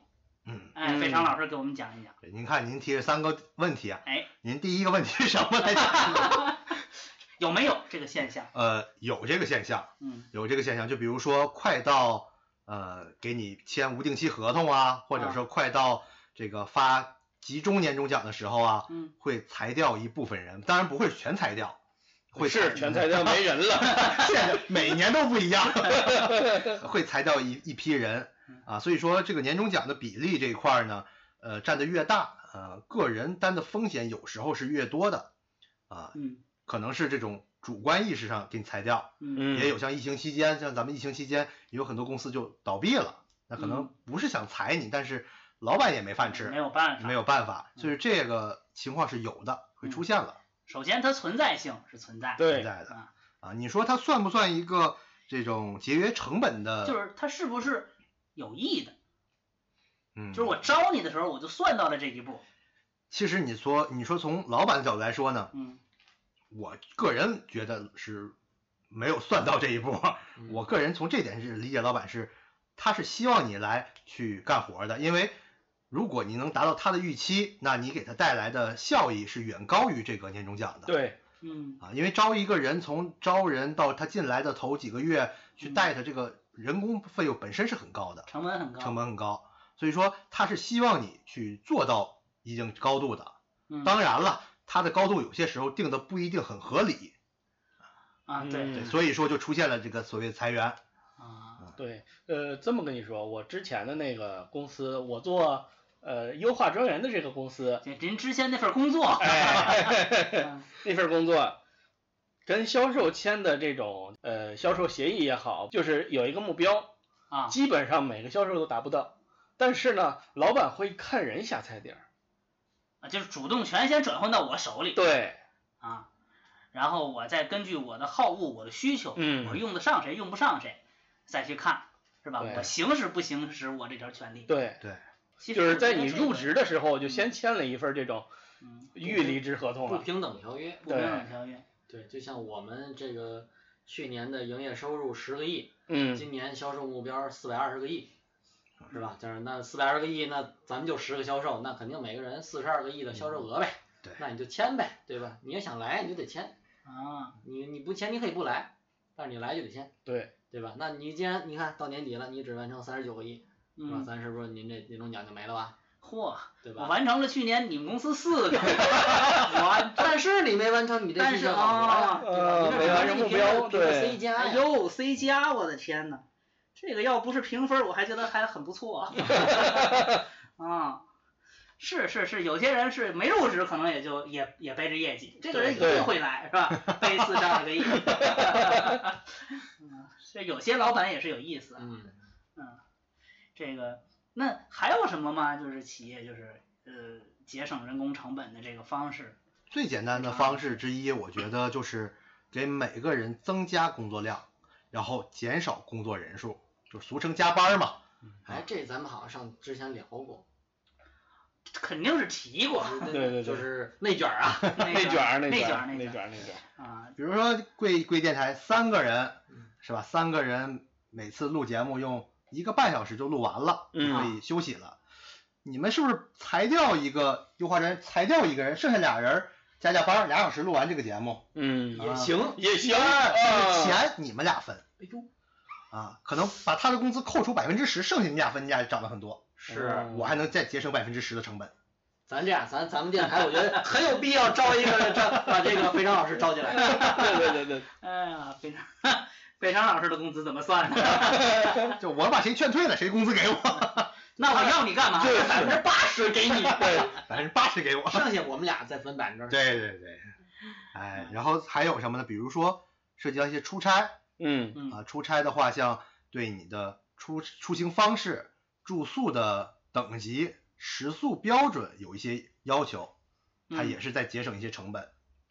S4: 嗯，
S1: 哎，
S2: 嗯
S1: 费昌老师给我们讲一讲。
S4: 对您看您提了三个问题啊，
S1: 哎，
S4: 您第一个问题是什么来着？
S1: 有没有这个现象？
S4: 呃，有这个现象，
S1: 嗯
S4: 有这个现象，就比如说快到呃给你签无定期合同啊，或者
S1: 啊
S4: 说快到这个发集中年终奖的时候啊，
S1: 嗯，
S4: 会裁掉一部分人，当然不会全裁掉，会
S2: 是全裁掉没人了，
S4: 现在 每年都不一样，会裁掉一一批人啊，所以说这个年终奖的比例这一块儿呢，呃，占的越大，呃，个人担的风险有时候是越多的啊，
S1: 嗯
S4: 可能是这种主观意识上给你裁掉，
S1: 嗯
S2: 嗯
S4: 也有像疫情期间，像咱们疫情期间有很多公司就倒闭了，那可能不是想裁你，但是老板也没饭
S1: 没
S4: 吃，
S1: 有办法。
S4: 没有办法，所以这个情况是有的，会出现了。
S1: 首先，它存在性是存在，
S4: 存
S2: 对，
S4: 在的
S1: 啊
S4: 啊。你说它算不算一个这种节约成本的？，
S1: 就是是它是不是有意的？
S4: 嗯，
S1: 就是我。招你的时候，我就算到了这一步。
S4: 其实你说，你说从老板的角度来说呢，
S1: 嗯
S4: 我个人觉得是没有算到这一步。
S3: 嗯
S4: 我个人从这点是理解老板是，他是希望你来去干活的，因为如果你能达到他的预期，那你给他带来的效益是远高于这个年终奖的。
S2: 对，
S1: 嗯
S4: 啊，因为招一个人，从招人到他进来的头几个月去
S1: 嗯
S4: 带他，这个人工费用本身是很高的。
S1: 成本很高。
S4: 成本很高，所以说他是希望你去做到一定高度的。
S1: 嗯
S4: 当然了，他的高度有些时候定的不一定很合理，
S1: 啊，对
S4: 对，
S2: 嗯
S4: 所以说就出现了这个所谓的裁员。
S1: 啊，
S4: 嗯
S2: 对，呃，这么跟你说，我之前的那个公司，我做呃优化专员的这个公司，
S1: 这您之前那份工作，
S2: 哎，
S1: 嗯
S2: 那份工作跟销售签的这种呃销售协议也好，就是有一个目标，
S1: 啊，
S2: 基本上每个销售都达不到。但是呢，老板会看人下菜碟儿，
S1: 啊就是主动权先转换到我手里
S2: 对，
S1: 啊，然后我再根据我的好恶、我的需求，
S2: 嗯
S1: 我用得上谁，用不上谁，再去看，是吧？
S2: 对
S1: 我行使不行使我这条权利？
S2: 对，
S1: 其实
S2: 就是
S1: 我觉
S2: 在
S1: 得
S2: 你
S1: 这个
S2: 入职，的时候就
S1: 嗯
S2: 先签了一份这种
S1: 嗯，
S2: 预离职合同
S3: 不
S2: 了，
S3: 平等条约，
S1: 不平
S2: 对
S1: 等条约，
S3: 对，就像我们这个去年的营业收入十个亿，
S2: 嗯，
S3: 今年销售目标四百二十个亿，是吧？就是那四百二十个亿，那咱们就十个销售，那肯定每个人四十二个亿的销售额呗。
S2: 嗯
S4: 对
S3: 那你就签呗，对吧？你要想来你就得签，
S1: 啊，
S3: 你你不签你可以不来，但是你来就得签，
S2: 对，
S3: 对吧？那你既然你看到年底了，你只完成三十九个亿，是吧？
S1: 嗯，
S3: 咱是不是您这年终奖就没了吧？
S1: 嚯，
S3: 对
S1: 我
S3: 吧？
S1: 完成了去年你们公司四个，
S3: 我但是你没完成你这
S1: 但
S3: 绩
S1: 是
S3: 效考核呀，
S1: 啊
S3: 对吧
S2: 呃
S3: 你这
S2: 没完成目标
S3: 评分
S2: 对
S3: C 加
S1: 哎
S3: 呀，
S1: 呦，C 加，我的天呐，这个要不是评分，我还觉得还很不错 啊。啊，是是是，有些人是没入职，可能也就也也背着业绩，这个人一
S2: 对
S1: 定会来，是吧？ 背四十二个亿。 嗯，这有些老板也是有意思啊。
S3: 嗯，
S1: 这个那还有什么吗？就是企业就是呃节省人工成本的这个方式。
S4: 最简单的方式之一，我觉得就是给每个人增加工作量，然后减少工作人数，就俗称加班嘛。
S3: 哎，这咱们好像上之前聊过，
S1: 肯定是提过
S3: 对
S2: 对对
S3: 就是内卷啊，
S1: 那
S2: 内卷儿，
S1: 那
S2: 卷
S1: 卷
S2: 儿，
S1: 儿
S2: 内
S1: 那
S2: 卷儿，内卷儿，
S1: 儿啊，
S4: 比如说贵贵电台三个人
S3: 嗯，
S4: 是吧？三个人每次录节目用一个半小时就录完了，
S2: 嗯
S4: 就可以休息了。你们是不是裁掉一个优化人，裁掉一个人，剩下俩人加加班儿，俩小时录完这个节目，
S2: 嗯，
S3: 也行。
S2: 也行，
S4: 这个
S2: 啊，
S4: 钱你们俩分
S3: 嗯哎呦，
S4: 啊，可能把他的工资扣除百分之十，剩下你们俩分，你俩涨了很多，
S3: 是
S2: 嗯
S4: 我还能再节省百分之十的成本。
S3: 咱这样，咱咱们电台我觉得很有必要招一个招，把这个肥肠老师招进来。
S2: 对对对对，
S1: 哎呀，北昌 北昌老师的工资怎么算呢？
S4: 就我把谁劝退了，谁工资给我，
S1: 那我要你干嘛？
S2: 对
S3: 百分之八十给你，
S4: 百分之八十给我。
S3: 剩下我们俩再分百分之二十。
S4: 对对对，哎，然后还有什么呢？比如说涉及到一些出差。
S2: 嗯
S1: 嗯
S4: 啊，出差的话，像对你的出出行方式、住宿的等级、食宿标准有一些要求，它
S1: 嗯
S4: 也是在节省一些成本啊。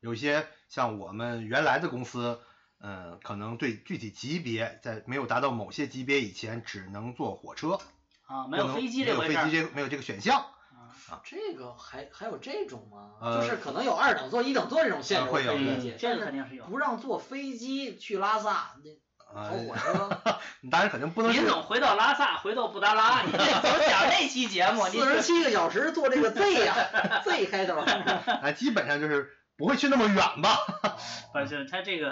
S4: 有一些像我们原来的公司，嗯，可能对具体级别在没有达到某些级别以前，只能坐火车，
S1: 啊，
S4: 不
S1: 没有
S4: 能
S1: 飞机
S4: 没
S1: 这
S4: 有
S1: 回
S4: 飞
S1: 事儿
S4: 机。这没有这个选项，
S1: 啊
S3: 这个还还有这种吗？
S4: 呃
S3: 就是可能有二等座、一等座这种限制，
S4: 呃会有
S3: 我可以理
S2: 对
S3: 解
S1: 这个肯定是有
S3: 不让坐飞机去拉萨，那
S4: 啊
S3: 坐，火车，
S4: 你当然肯定不能
S1: 林
S4: 是
S1: 总回到拉萨，回到布达拉，你这总讲这期节目，你
S3: 四十七个小时做这个 Z 呀、z 开头。
S4: 啊，基本上就是不会去那么远吧？
S1: 不是他这个，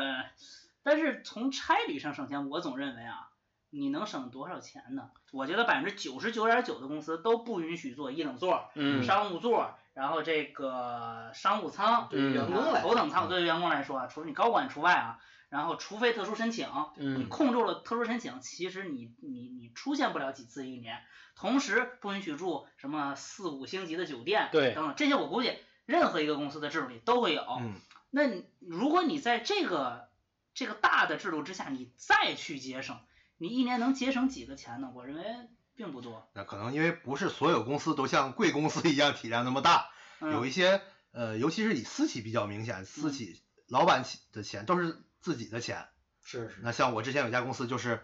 S1: 但是从差旅上省钱，我总认为啊，你能省多少钱呢？我觉得百分之九十九点九的公司都不允许做一等座、
S2: 嗯
S1: 商务座，然后这个商务舱、啊
S3: 对于员工来说
S1: 头等舱，对于员工来说，啊除了你高管除外啊，然后除非特殊申请，你
S2: 嗯
S1: 控住了特殊申请，其实你你你出现不了几次一年，同时不允许住什么四五星级的酒店，
S2: 对
S1: 等等这些，我估计任何一个公司的制度里都会有。
S4: 嗯，
S1: 那你如果你在这个这个大的制度之下，你再去节省，你一年能节省几个钱呢？我认为并不多。
S4: 那可能因为不是所有公司都像贵公司一样体量那么大，
S1: 嗯、
S4: 有一些呃，尤其是以私企比较明显，私企老板起的钱都是自己的钱。
S3: 是是，
S4: 那像我之前有一家公司就是。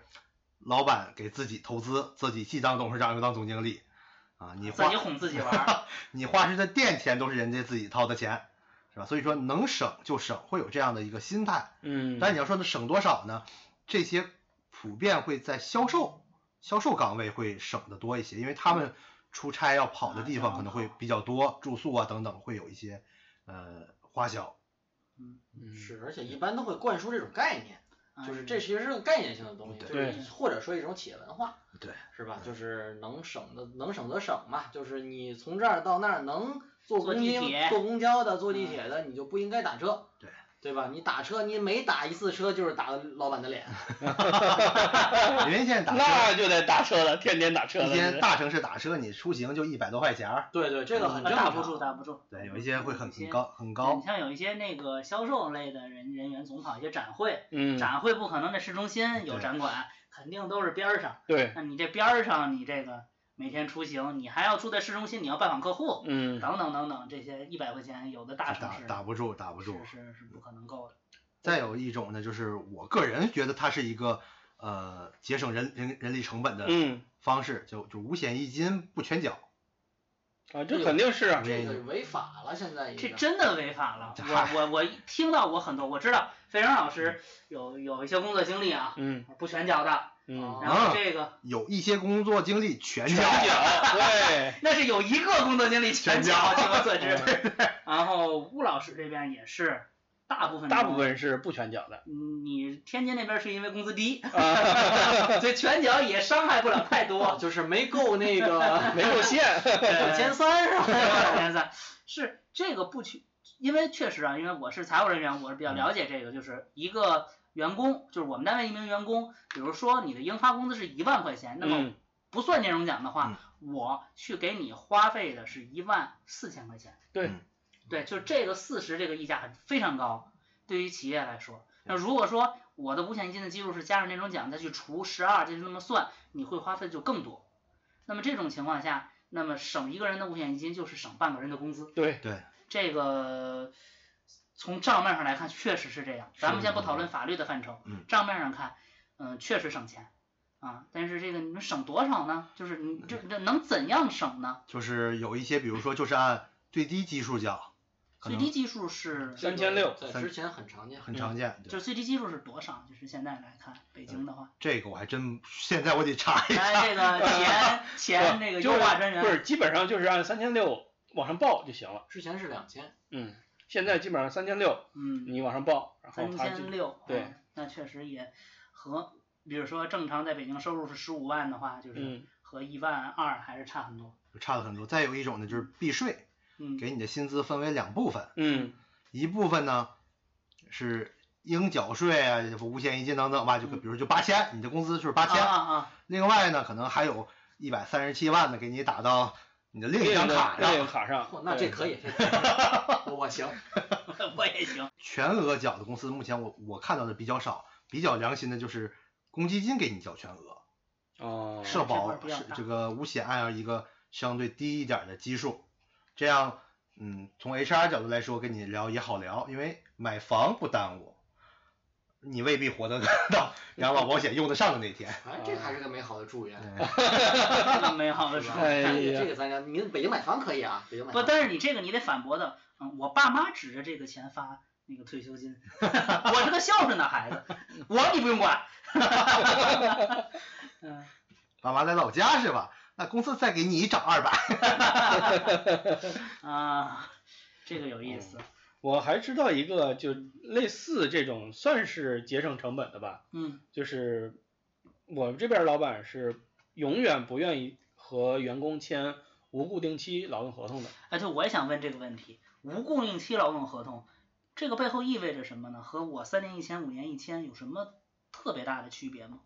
S4: 老板给自己投资，自己既当董事长又当总经理，啊，你
S1: 自
S4: 花
S1: 己哄自己玩儿，
S4: 你花出去的店钱都是人家自己掏的钱，是吧？所以说能省就省，会有这样的一个心态。
S2: 嗯，
S4: 但你要说那省多少呢？这些普遍会在销售销售岗位会省的多一些，因为他们出差要跑的地
S1: 啊
S4: 方可能会比较多，住宿啊等等会有一些呃花销。
S2: 嗯
S3: 是，而且一般都会灌输这种概念，
S1: 嗯
S3: 就是这其实是种概念性的东西，就是
S2: 对
S3: 或者说一种企业文化，
S4: 对，
S3: 是吧？
S4: 嗯
S3: 就是能省的能省则省嘛，就是你从这儿到那儿能坐
S1: 坐
S3: 公
S1: 地
S3: 交
S1: 铁嗯
S3: 坐公交的坐地铁的，你就不应该打车，
S4: 对
S3: 对吧？你打车，你每打一次车就是打老板的脸，
S4: 因为现在打车，
S2: 那就得打车了，天天打车
S4: 一
S2: 了。
S4: 些
S2: 这
S4: 大城市打车你出行就一百多块钱儿，
S3: 对对，这个很
S1: 那
S3: 正
S1: 嗯打不住，
S3: 常。
S1: 打不住。
S4: 对，有一些会
S1: 有
S4: 很
S1: 一些
S4: 很高很
S1: 对
S4: 高
S1: 你。像有一些那个销售类的人人员总跑一些展会，
S2: 嗯，
S1: 展会不可能在市中心有
S4: 对
S1: 展馆，肯定都是边儿上。
S2: 对，
S1: 那你这边儿上，你这个每天出行，你还要住在市中心，你要拜访客户，
S2: 嗯，
S1: 等等等等，这些一百块钱有的大城
S4: 打
S1: 市
S4: 打不住，打不住。
S1: 是是是不可能够的。
S4: 再有一种呢，就是我个人觉得它是一个呃节省人人人力成本的
S2: 嗯
S4: 方式，就就五险一金不全缴。
S2: 啊，这肯定是啊，
S3: 这个违法了，现在已
S1: 这
S3: 经。
S1: 真的违法了。
S4: 嗨
S1: 我我我听到过很多，我知道飞扬老师有有一些工作经历啊，
S2: 嗯
S1: 不全缴的，
S4: 哦
S2: 嗯，
S1: 然后这个
S4: 有一些工作经历全
S2: 全
S4: 交，
S2: 奖，对，
S1: 那是有一个工作经历全
S4: 全
S1: 缴，
S4: 缴
S1: 据我所 知。然后吴老师这边也是，大部分
S2: 大部
S1: 人。
S2: 分是不全奖的。
S1: 嗯你天津那边是因为工资 低，
S2: 啊，
S1: 所以全缴也伤害不了太多。
S3: 就是没够 那
S1: 哎
S3: 个
S2: 没有限，
S3: 两千三是吧？
S1: 先生，是这个不去，因为确实啊，因为我是财务人员，我是
S2: 嗯
S1: 比较了解这个，就是一个员工，就是我们单位一名员工，比如说你的应发工资是一万块钱，那么
S2: 嗯
S1: 不算年终奖的话，我去给你花费的是一万四千块钱。
S2: 对
S4: 嗯
S1: 对，就是这个四十这个溢价很非常高，对于企业来说，那如果说我的五险一金的基数是加上年终奖再去除十二，就是那么算，你会花费就更多。那么这种情况下，那么省一个人的五险一金就是省半个人的工资。
S2: 对，
S1: 这个从账面上来看确实是这样。咱们先不讨论法律的范畴，
S4: 嗯
S1: 账面上看，嗯、确实省钱啊。但是这个你们省多少呢？就是你这这能怎样省呢？
S4: 就是有一些，比如说就是按最低基数缴，可
S1: 最
S4: 能
S1: 低基数是，
S2: 三千六
S3: 在之前很常见。
S4: 很常见。
S2: 嗯
S1: 就
S4: 对
S1: 是最低基数是多少？就是现在来看，北京的话，
S4: 这个我还真现在我得查一下。
S1: 哎，这个前前那个
S2: 就
S1: 优
S2: 是
S1: 化专
S2: 不
S1: 员，
S2: 是，基本上就是按三千六往上报就行了。
S3: 之前是两千，
S2: 嗯，现在基本上三千六，
S1: 嗯，
S2: 你往上报，然后
S1: 三
S2: 他就
S1: 千六，
S2: 对
S1: 嗯，那确实也和，比如说正常在北京收入是十五万的话，就是
S2: 嗯
S1: 和一万二还是差很多，
S4: 差了很多。再有一种呢，就是避税，
S1: 嗯，
S4: 给你的薪资分为两部分，
S2: 嗯
S4: 一部分呢是应缴税啊，五险一金等等吧，就
S2: 嗯
S4: 比如就八千，你的工资就是八
S1: 啊
S4: 千。
S1: 啊啊，
S4: 另外呢，可能还有一百三十七万的给你打到你的另一张卡
S2: 另一个
S4: 上，
S2: 卡上，
S3: 嚯，那这
S2: 对
S3: 可以，这可以 我行。
S1: 我也行，
S4: 全额缴的公司，目前我我看到的比较少，比较良心的就是公积金给你缴全额。
S2: 哦，
S4: 社
S1: 块儿
S4: 保
S1: 比较
S4: 是
S1: 大
S4: 这个五险按照一个相对低一点的基数，这样，嗯，从 HR 角度来说，跟你聊也好聊，因为买房不耽误，你未必活得 到养老保险用得上的那天。
S3: 哎，这还是个美好的祝愿。
S1: 这个美好的
S3: 是
S1: 时
S3: 吧
S1: 候。
S2: 哎呀
S3: 这个这个咱家， 你北京买房可以啊，北京买
S1: 不，
S3: 房。
S1: 但是你这个你得反驳的，嗯，我爸妈指 着这个钱发那个退休金，我是个孝顺的孩子，我你不用管，嗯，
S4: 爸妈来老家是吧？那公司再给你涨二百。
S1: 啊，这个有意思。
S2: 我还知道一个就类似这种算是节省成本的吧，
S1: 嗯
S2: 就是我们这边老板是永远不愿意和员工签无固定期劳动合同的。
S1: 哎，对，我也想问这个问题：无固定期劳动合同，这个背后意味着什么呢？和我三年一签、五年一签有什么特别大的区别吗？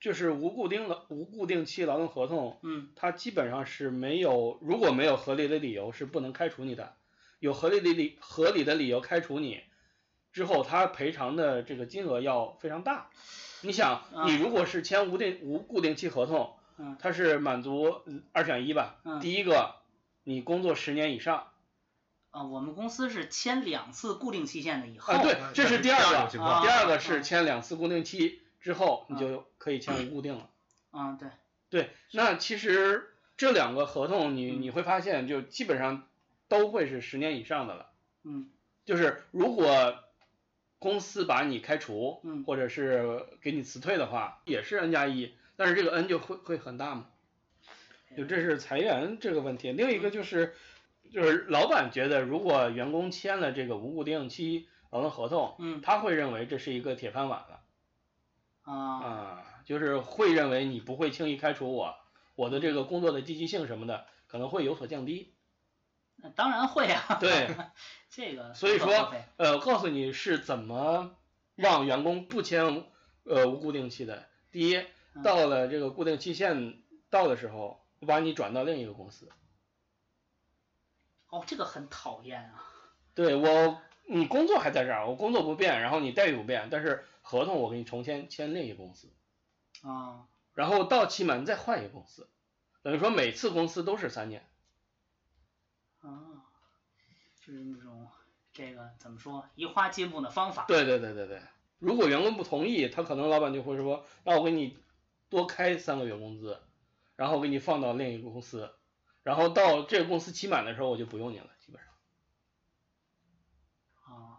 S2: 就是无固定劳无固定期劳动合同，
S1: 嗯，
S2: 它基本上是没有，如果没有合理的理由是不能开除你的，有合理的理合理的理由开除你之后，他赔偿的这个金额要非常大。你想，你如果是签无定无固定期合同，
S1: 嗯
S2: 它是满足嗯二选一吧，
S1: 嗯
S2: 第一个你工作十年以上，
S1: 啊，我们公司是签两次固定期限的以后，
S2: 啊对这是第二个
S4: 种情况
S1: 啊。嗯
S2: 第二个
S1: 啊
S2: 是签两次固定期之后，你就可以签无固定了。
S1: 嗯对，
S2: 对，那其实这两个合同你，你
S1: 嗯
S2: 会发现，就基本上都会是十年以上的了。
S1: 嗯
S2: 就是如果公司把你开除，
S1: 嗯
S2: 或者是给你辞退的话，也是 N 加一，但是这个 N 就会会很大嘛。就这是裁员这个问题，另一个就是，就是老板觉得如果员工签了这个无固定期劳动合同，
S1: 嗯
S2: 他会认为这是一个铁饭碗了。
S1: 啊
S2: 啊，就是会认为你不会轻易开除我，我的这个工作的积极性什么的可能会有所降低。
S1: 那当然会啊，
S2: 对，
S1: 这个
S2: 所以
S1: 无可
S2: 说
S1: 厚非
S2: 呃，告诉你是怎么让员工不签呃无固定期的。第一，到了这个固定期限到的时候，我把你转到另一个公司。
S1: 哦，这个很讨厌啊，
S2: 对我，你工作还在这儿，我工作不变，然后你待遇不变，但是合同我给你重签，签另一个公司，
S1: 啊
S2: 然后到期满你再换一个公司，等于说每次公司都是三年。
S1: 啊，就是那种这个怎么说移花接木的方法，
S2: 对对对对对，如果员工不同意，他可能老板就会说，那我给你多开三个月工资，然后给你放到另一个公司，然后到这个公司期满的时候我就不用你了，基本上。
S1: 啊，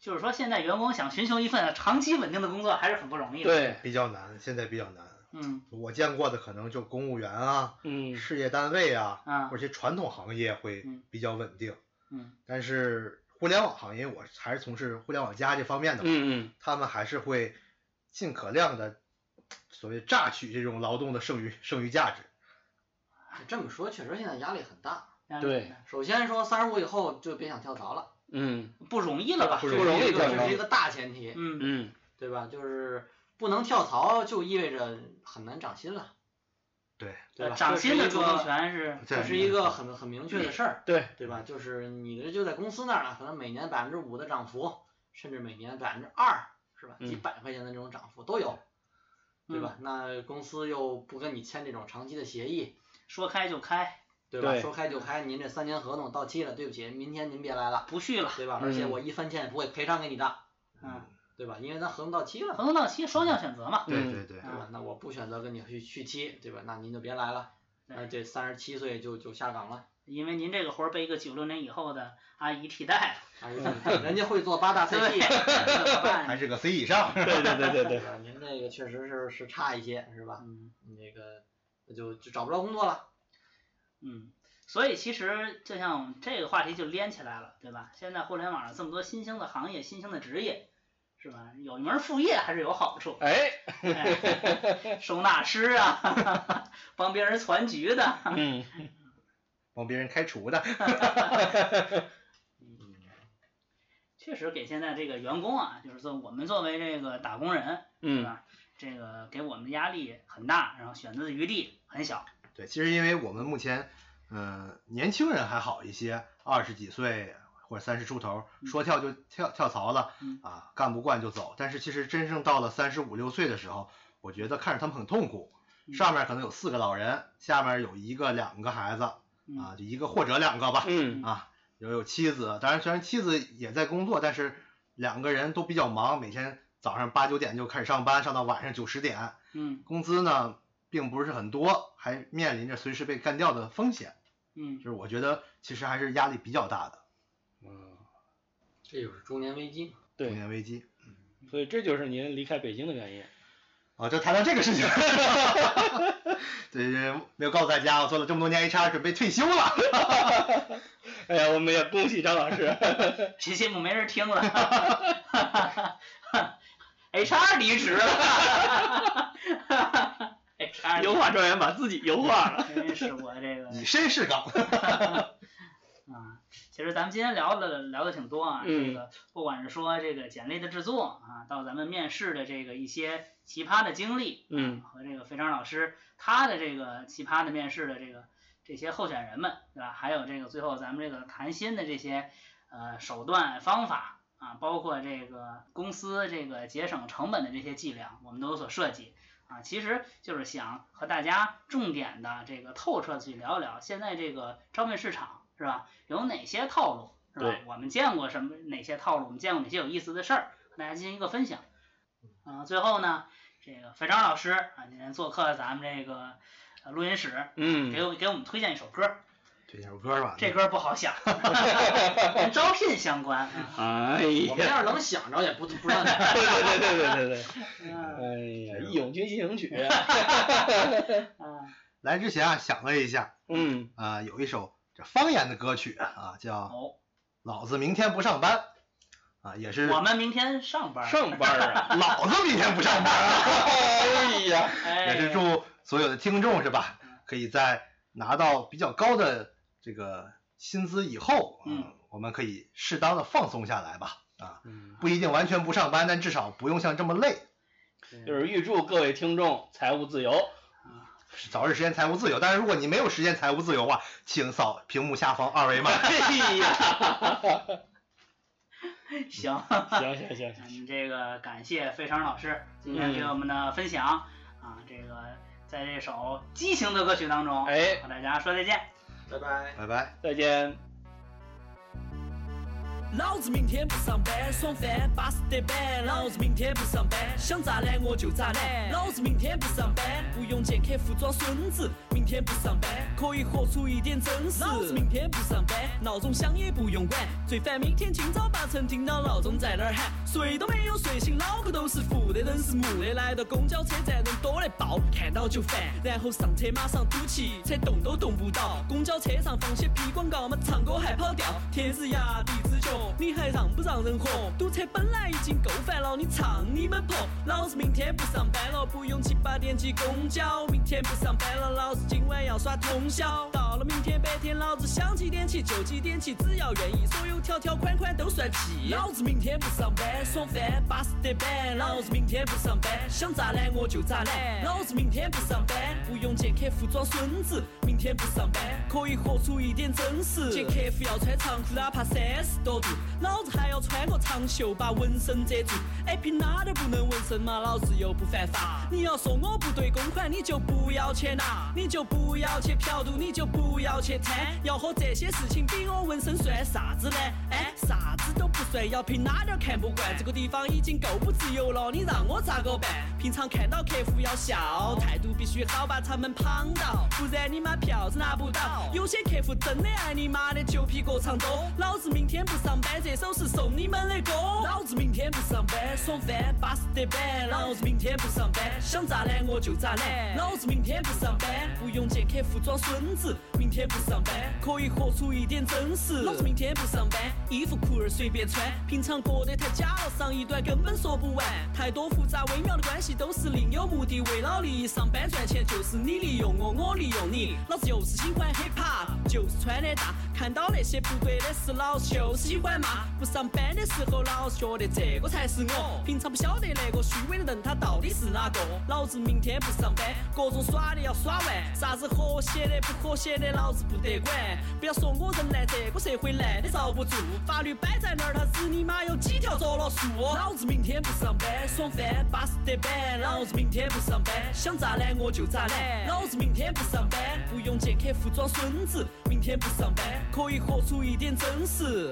S1: 就是说现在员工想寻求一份长期稳定的工作还是很不容易的，，
S2: 对，
S4: 比较难，现在比较难。
S1: 嗯
S4: 我见过的可能就公务员啊、
S2: 嗯，
S4: 事业单位啊，
S1: 啊
S4: 或者一些传统行业会
S1: 嗯
S4: 比较稳定。
S1: 嗯
S4: 但是互联网行业，我还是从事互联网加这方面的嘛，
S2: 嗯
S4: 他们还是会尽可量的所谓榨取这种劳动的剩余剩余价值。
S3: 这么说确实现在压力很大。
S1: 当然
S2: 对
S3: 首先说三十五以后就别想跳槽了，
S2: 嗯
S1: 不容易了吧
S2: 不
S3: 这是
S2: 容易
S3: 一个
S2: 跳
S3: 这
S2: 槽
S3: 是一个大前提，
S2: 嗯
S1: 嗯
S2: 嗯，
S3: 对吧？就是不能跳槽就意味着很难涨薪了，
S4: 对，
S3: 对吧？
S1: 涨
S3: 这是
S1: 薪
S3: 一
S1: 的
S3: 个
S1: 主动权是
S4: 这
S3: 这是一个很很明确的事儿，
S2: 对，
S3: 对吧？就是你这就在公司那儿了，可能每年百分之五的涨幅，甚至每年百分之二，是吧？
S2: 嗯
S3: 几百块钱的这种涨幅都有，对
S1: 嗯
S3: 吧？那公司又不跟你签这种长期的协议，
S1: 说开就开，
S3: 对吧？
S2: 对
S3: 说开就开，您这三年合同到期了，对不起，明天您别来了，
S1: 不续了，
S3: 对吧？
S2: 嗯
S3: 而且我一翻欠也不会赔偿给你的，
S1: 嗯，
S3: 对吧？因为咱合同到期了，
S1: 合同到期双向选择嘛，
S4: 对
S2: 嗯
S4: 对对，
S3: 对吧？那我不选择跟你续续期，对吧？那您就别来了，啊
S1: 对
S2: 啊
S3: 那这三十七岁就就下岗了。
S1: 因为您这个活儿被一个九六年以后的阿姨替代
S3: 啊人家会做八大菜系，
S1: 了，怎么
S4: 还
S1: 办？
S4: 是个 C 以上。
S2: 对对对对对
S3: 对，吧？您这个确实是是差一些，是吧？
S1: 嗯
S3: 你这个那就就找不着工作了。
S1: 嗯，所以其实就像我们这个话题就连起来了，对吧？现在互联网上这么多新兴的行业、新兴的职业，是吧？有一门副业还是有好处，
S2: 哎，
S1: 哎 收纳师啊， 帮别人攒局的，
S2: 嗯，
S4: 帮别人开除的，
S1: 确实给现在这个员工啊，就是说我们作为这个打工人，对
S2: 嗯，
S1: 吧？这个给我们的压力很大，然后选择的余地很小。
S4: 对，其实因为我们目前，嗯、年轻人还好一些，二十几岁或者三十出头，
S1: 嗯
S4: 说跳就跳跳槽了
S1: 嗯，
S4: 啊，干不惯就走。但是其实真正到了三十五六岁的时候，我觉得看着他们很痛苦，
S1: 嗯
S4: 上面可能有四个老人，下面有一个两个孩子
S1: 嗯、
S4: 啊，就一个或者两个吧，
S2: 嗯
S4: 啊，有有妻子，当然虽然妻子也在工作，但是两个人都比较忙，每天早上八九点就开始上班，上到晚上九十点，
S1: 嗯
S4: 工资呢并不是很多，还面临着随时被干掉的风险，
S1: 嗯
S4: 就是我觉得其实还是压力比较大的
S2: 嗯，
S3: 这就是中年危机。
S4: 中
S2: 对，
S4: 年危机。
S2: 所以这就是您离开北京的原因。
S4: 哦，就谈到这个事情，对，没有告诉大家，我做了这么多年 HR，准备退休了。
S2: 哎呀，我们也恭喜张老师，
S1: 这节目没人听了 ，HR 离职 了，HR
S2: 油画专员把自己油化了。
S1: 真是我这个
S4: 以身试岗，
S1: 啊，其实咱们今天聊的聊的挺多啊，
S2: 嗯
S1: 这个不管是说这个简历的制作啊，到咱们面试的这个一些奇葩的经历，啊
S2: 嗯
S1: 和这个肥肠老师他的这个奇葩的面试的这个这些候选人们，对吧？还有这个最后咱们这个谈心的这些呃手段方法啊，包括这个公司这个节省成本的这些伎俩，我们都有所涉及。啊，其实就是想和大家重点的这个透彻地去聊聊现在这个招聘市场是吧？有哪些套路是吧
S2: 对？
S1: 我们见过什么哪些套路？我们见过哪些有意思的事儿？和大家进行一个分享。嗯、最后呢，这个肥肠老师啊，今天做客咱们这个呃录音室，给
S2: 嗯，
S1: 我给我们推荐一首歌，
S4: 推荐首歌吧。
S1: 这歌不好想，跟招聘相关啊。
S2: 哎
S3: 我们
S2: 呀，
S3: 要是能想着，也不不让你。
S2: 对对对对 对对对，
S1: 嗯
S2: 哎呀，义勇军进行曲，
S1: 嗯
S4: 来之前啊，想了一下，
S2: 嗯，
S4: 啊、有一首这方言的歌曲啊，叫《
S1: 哦，
S4: 老子明天不上班》，啊，也是
S1: 我们明天上班儿。
S2: 上班儿 啊，
S4: 老子明天不上班啊，
S2: 哎呀，
S1: 哎，嗯
S4: 也是祝所有的听众是吧，可以在拿到比较高的这个薪资以后，啊
S1: 嗯，
S4: 我们可以适当的放松下来吧，啊，不一定完全不上班，但至少不用像这么累，
S2: 就是预祝各位听众财务自由，
S4: 早日实现财务自由。但是如果你没有实现财务自由啊，请扫屏幕下方 二维码。
S2: 哎呀，
S1: 行。
S2: 行行行 行，
S1: 嗯，这个感谢费城老师今天给我们的分享、啊，这个在这首激情的歌曲当中，
S2: 哎，
S1: 和大家说再见。
S3: 拜拜。
S4: 拜拜。
S2: 再见。
S5: 老子明天不上班，爽翻，巴适得板。老子明天不上班，想咋懒我就咋懒。老子明天不上班，不用见客户装孙子。明天不上班，可以活出一点真实。老子明天不上班，闹钟响也不用管。最烦每天清早八晨听到闹钟在那儿喊，睡都没有睡醒，脑壳都是负的，人是木的。来到公交车站人多得爆，看到就烦，然后上车马上堵起，车动都动不到。公交车上放些屁广告嘛，唱歌还跑调，天日涯地之角，你还让不让人活？堵车本来已经够烦了，你唱你们婆！老子明天不上班了，不用七八点挤公交。明天不上班了，老子今晚要耍通宵。到了明天白天，老子想几点起就几点起，只要愿意，所有条条款款都算齐。老子明天不上班，爽翻，巴适得板。老子明天不上班，想咋懒我就咋懒。老子明天不上班，不用见客户装孙子。明天不上班，可以活出一点真实。见客户要穿长裤，哪怕三十多度，老子还要穿个长袖把纹身遮住。哎，凭哪点不能纹身嘛？老子又不犯法。你要说我不对公款，你就不要去拿，你就不要去嫖赌，你就不要去贪。要和这些事情比，我纹身算啥子呢？哎，啥子都不算，要凭哪点看不惯？这个地方已经够不自由了，你让我咋个办？平常看到客户要笑，态度必须好，把他们捧到，不然你妈票子拿不到。有些客户真的爱你妈的酒皮过长多，老子明天不上班，这首是送你们的歌。老子明天不上班，爽翻，巴适得板。老子明天不上班，想咋懒我就咋懒。老子明天不上班，不用见客户装孙子。明天不上班，可以活出一点真实。老子明天不上班，衣服裤儿随便穿，平常过得太假了，上一段根本说不完。太多复杂微妙的关系都是另有目的，为了利益上班赚钱，就是你利用我，我利用你。老子就是喜欢 hiphop，就是穿的大，看到那些不对的事，老子就是喜欢骂。不上班的时候，老子觉得这个才是我，平常不晓得那个虚伪的人他到底是哪个。老子明天不上班，各种耍的要耍完，啥子和谐的不和谐的，老子不得管。不要说我人烂，这个社会烂的遭不住，法律摆在那儿，他日你妈有几条着了数？哦老子明天不上班，爽翻，巴适得板。老子明天不上班，想咋懒我就咋懒。老子明天不上班，不用见客户装孙子。明天不上班，可以活出一点真实。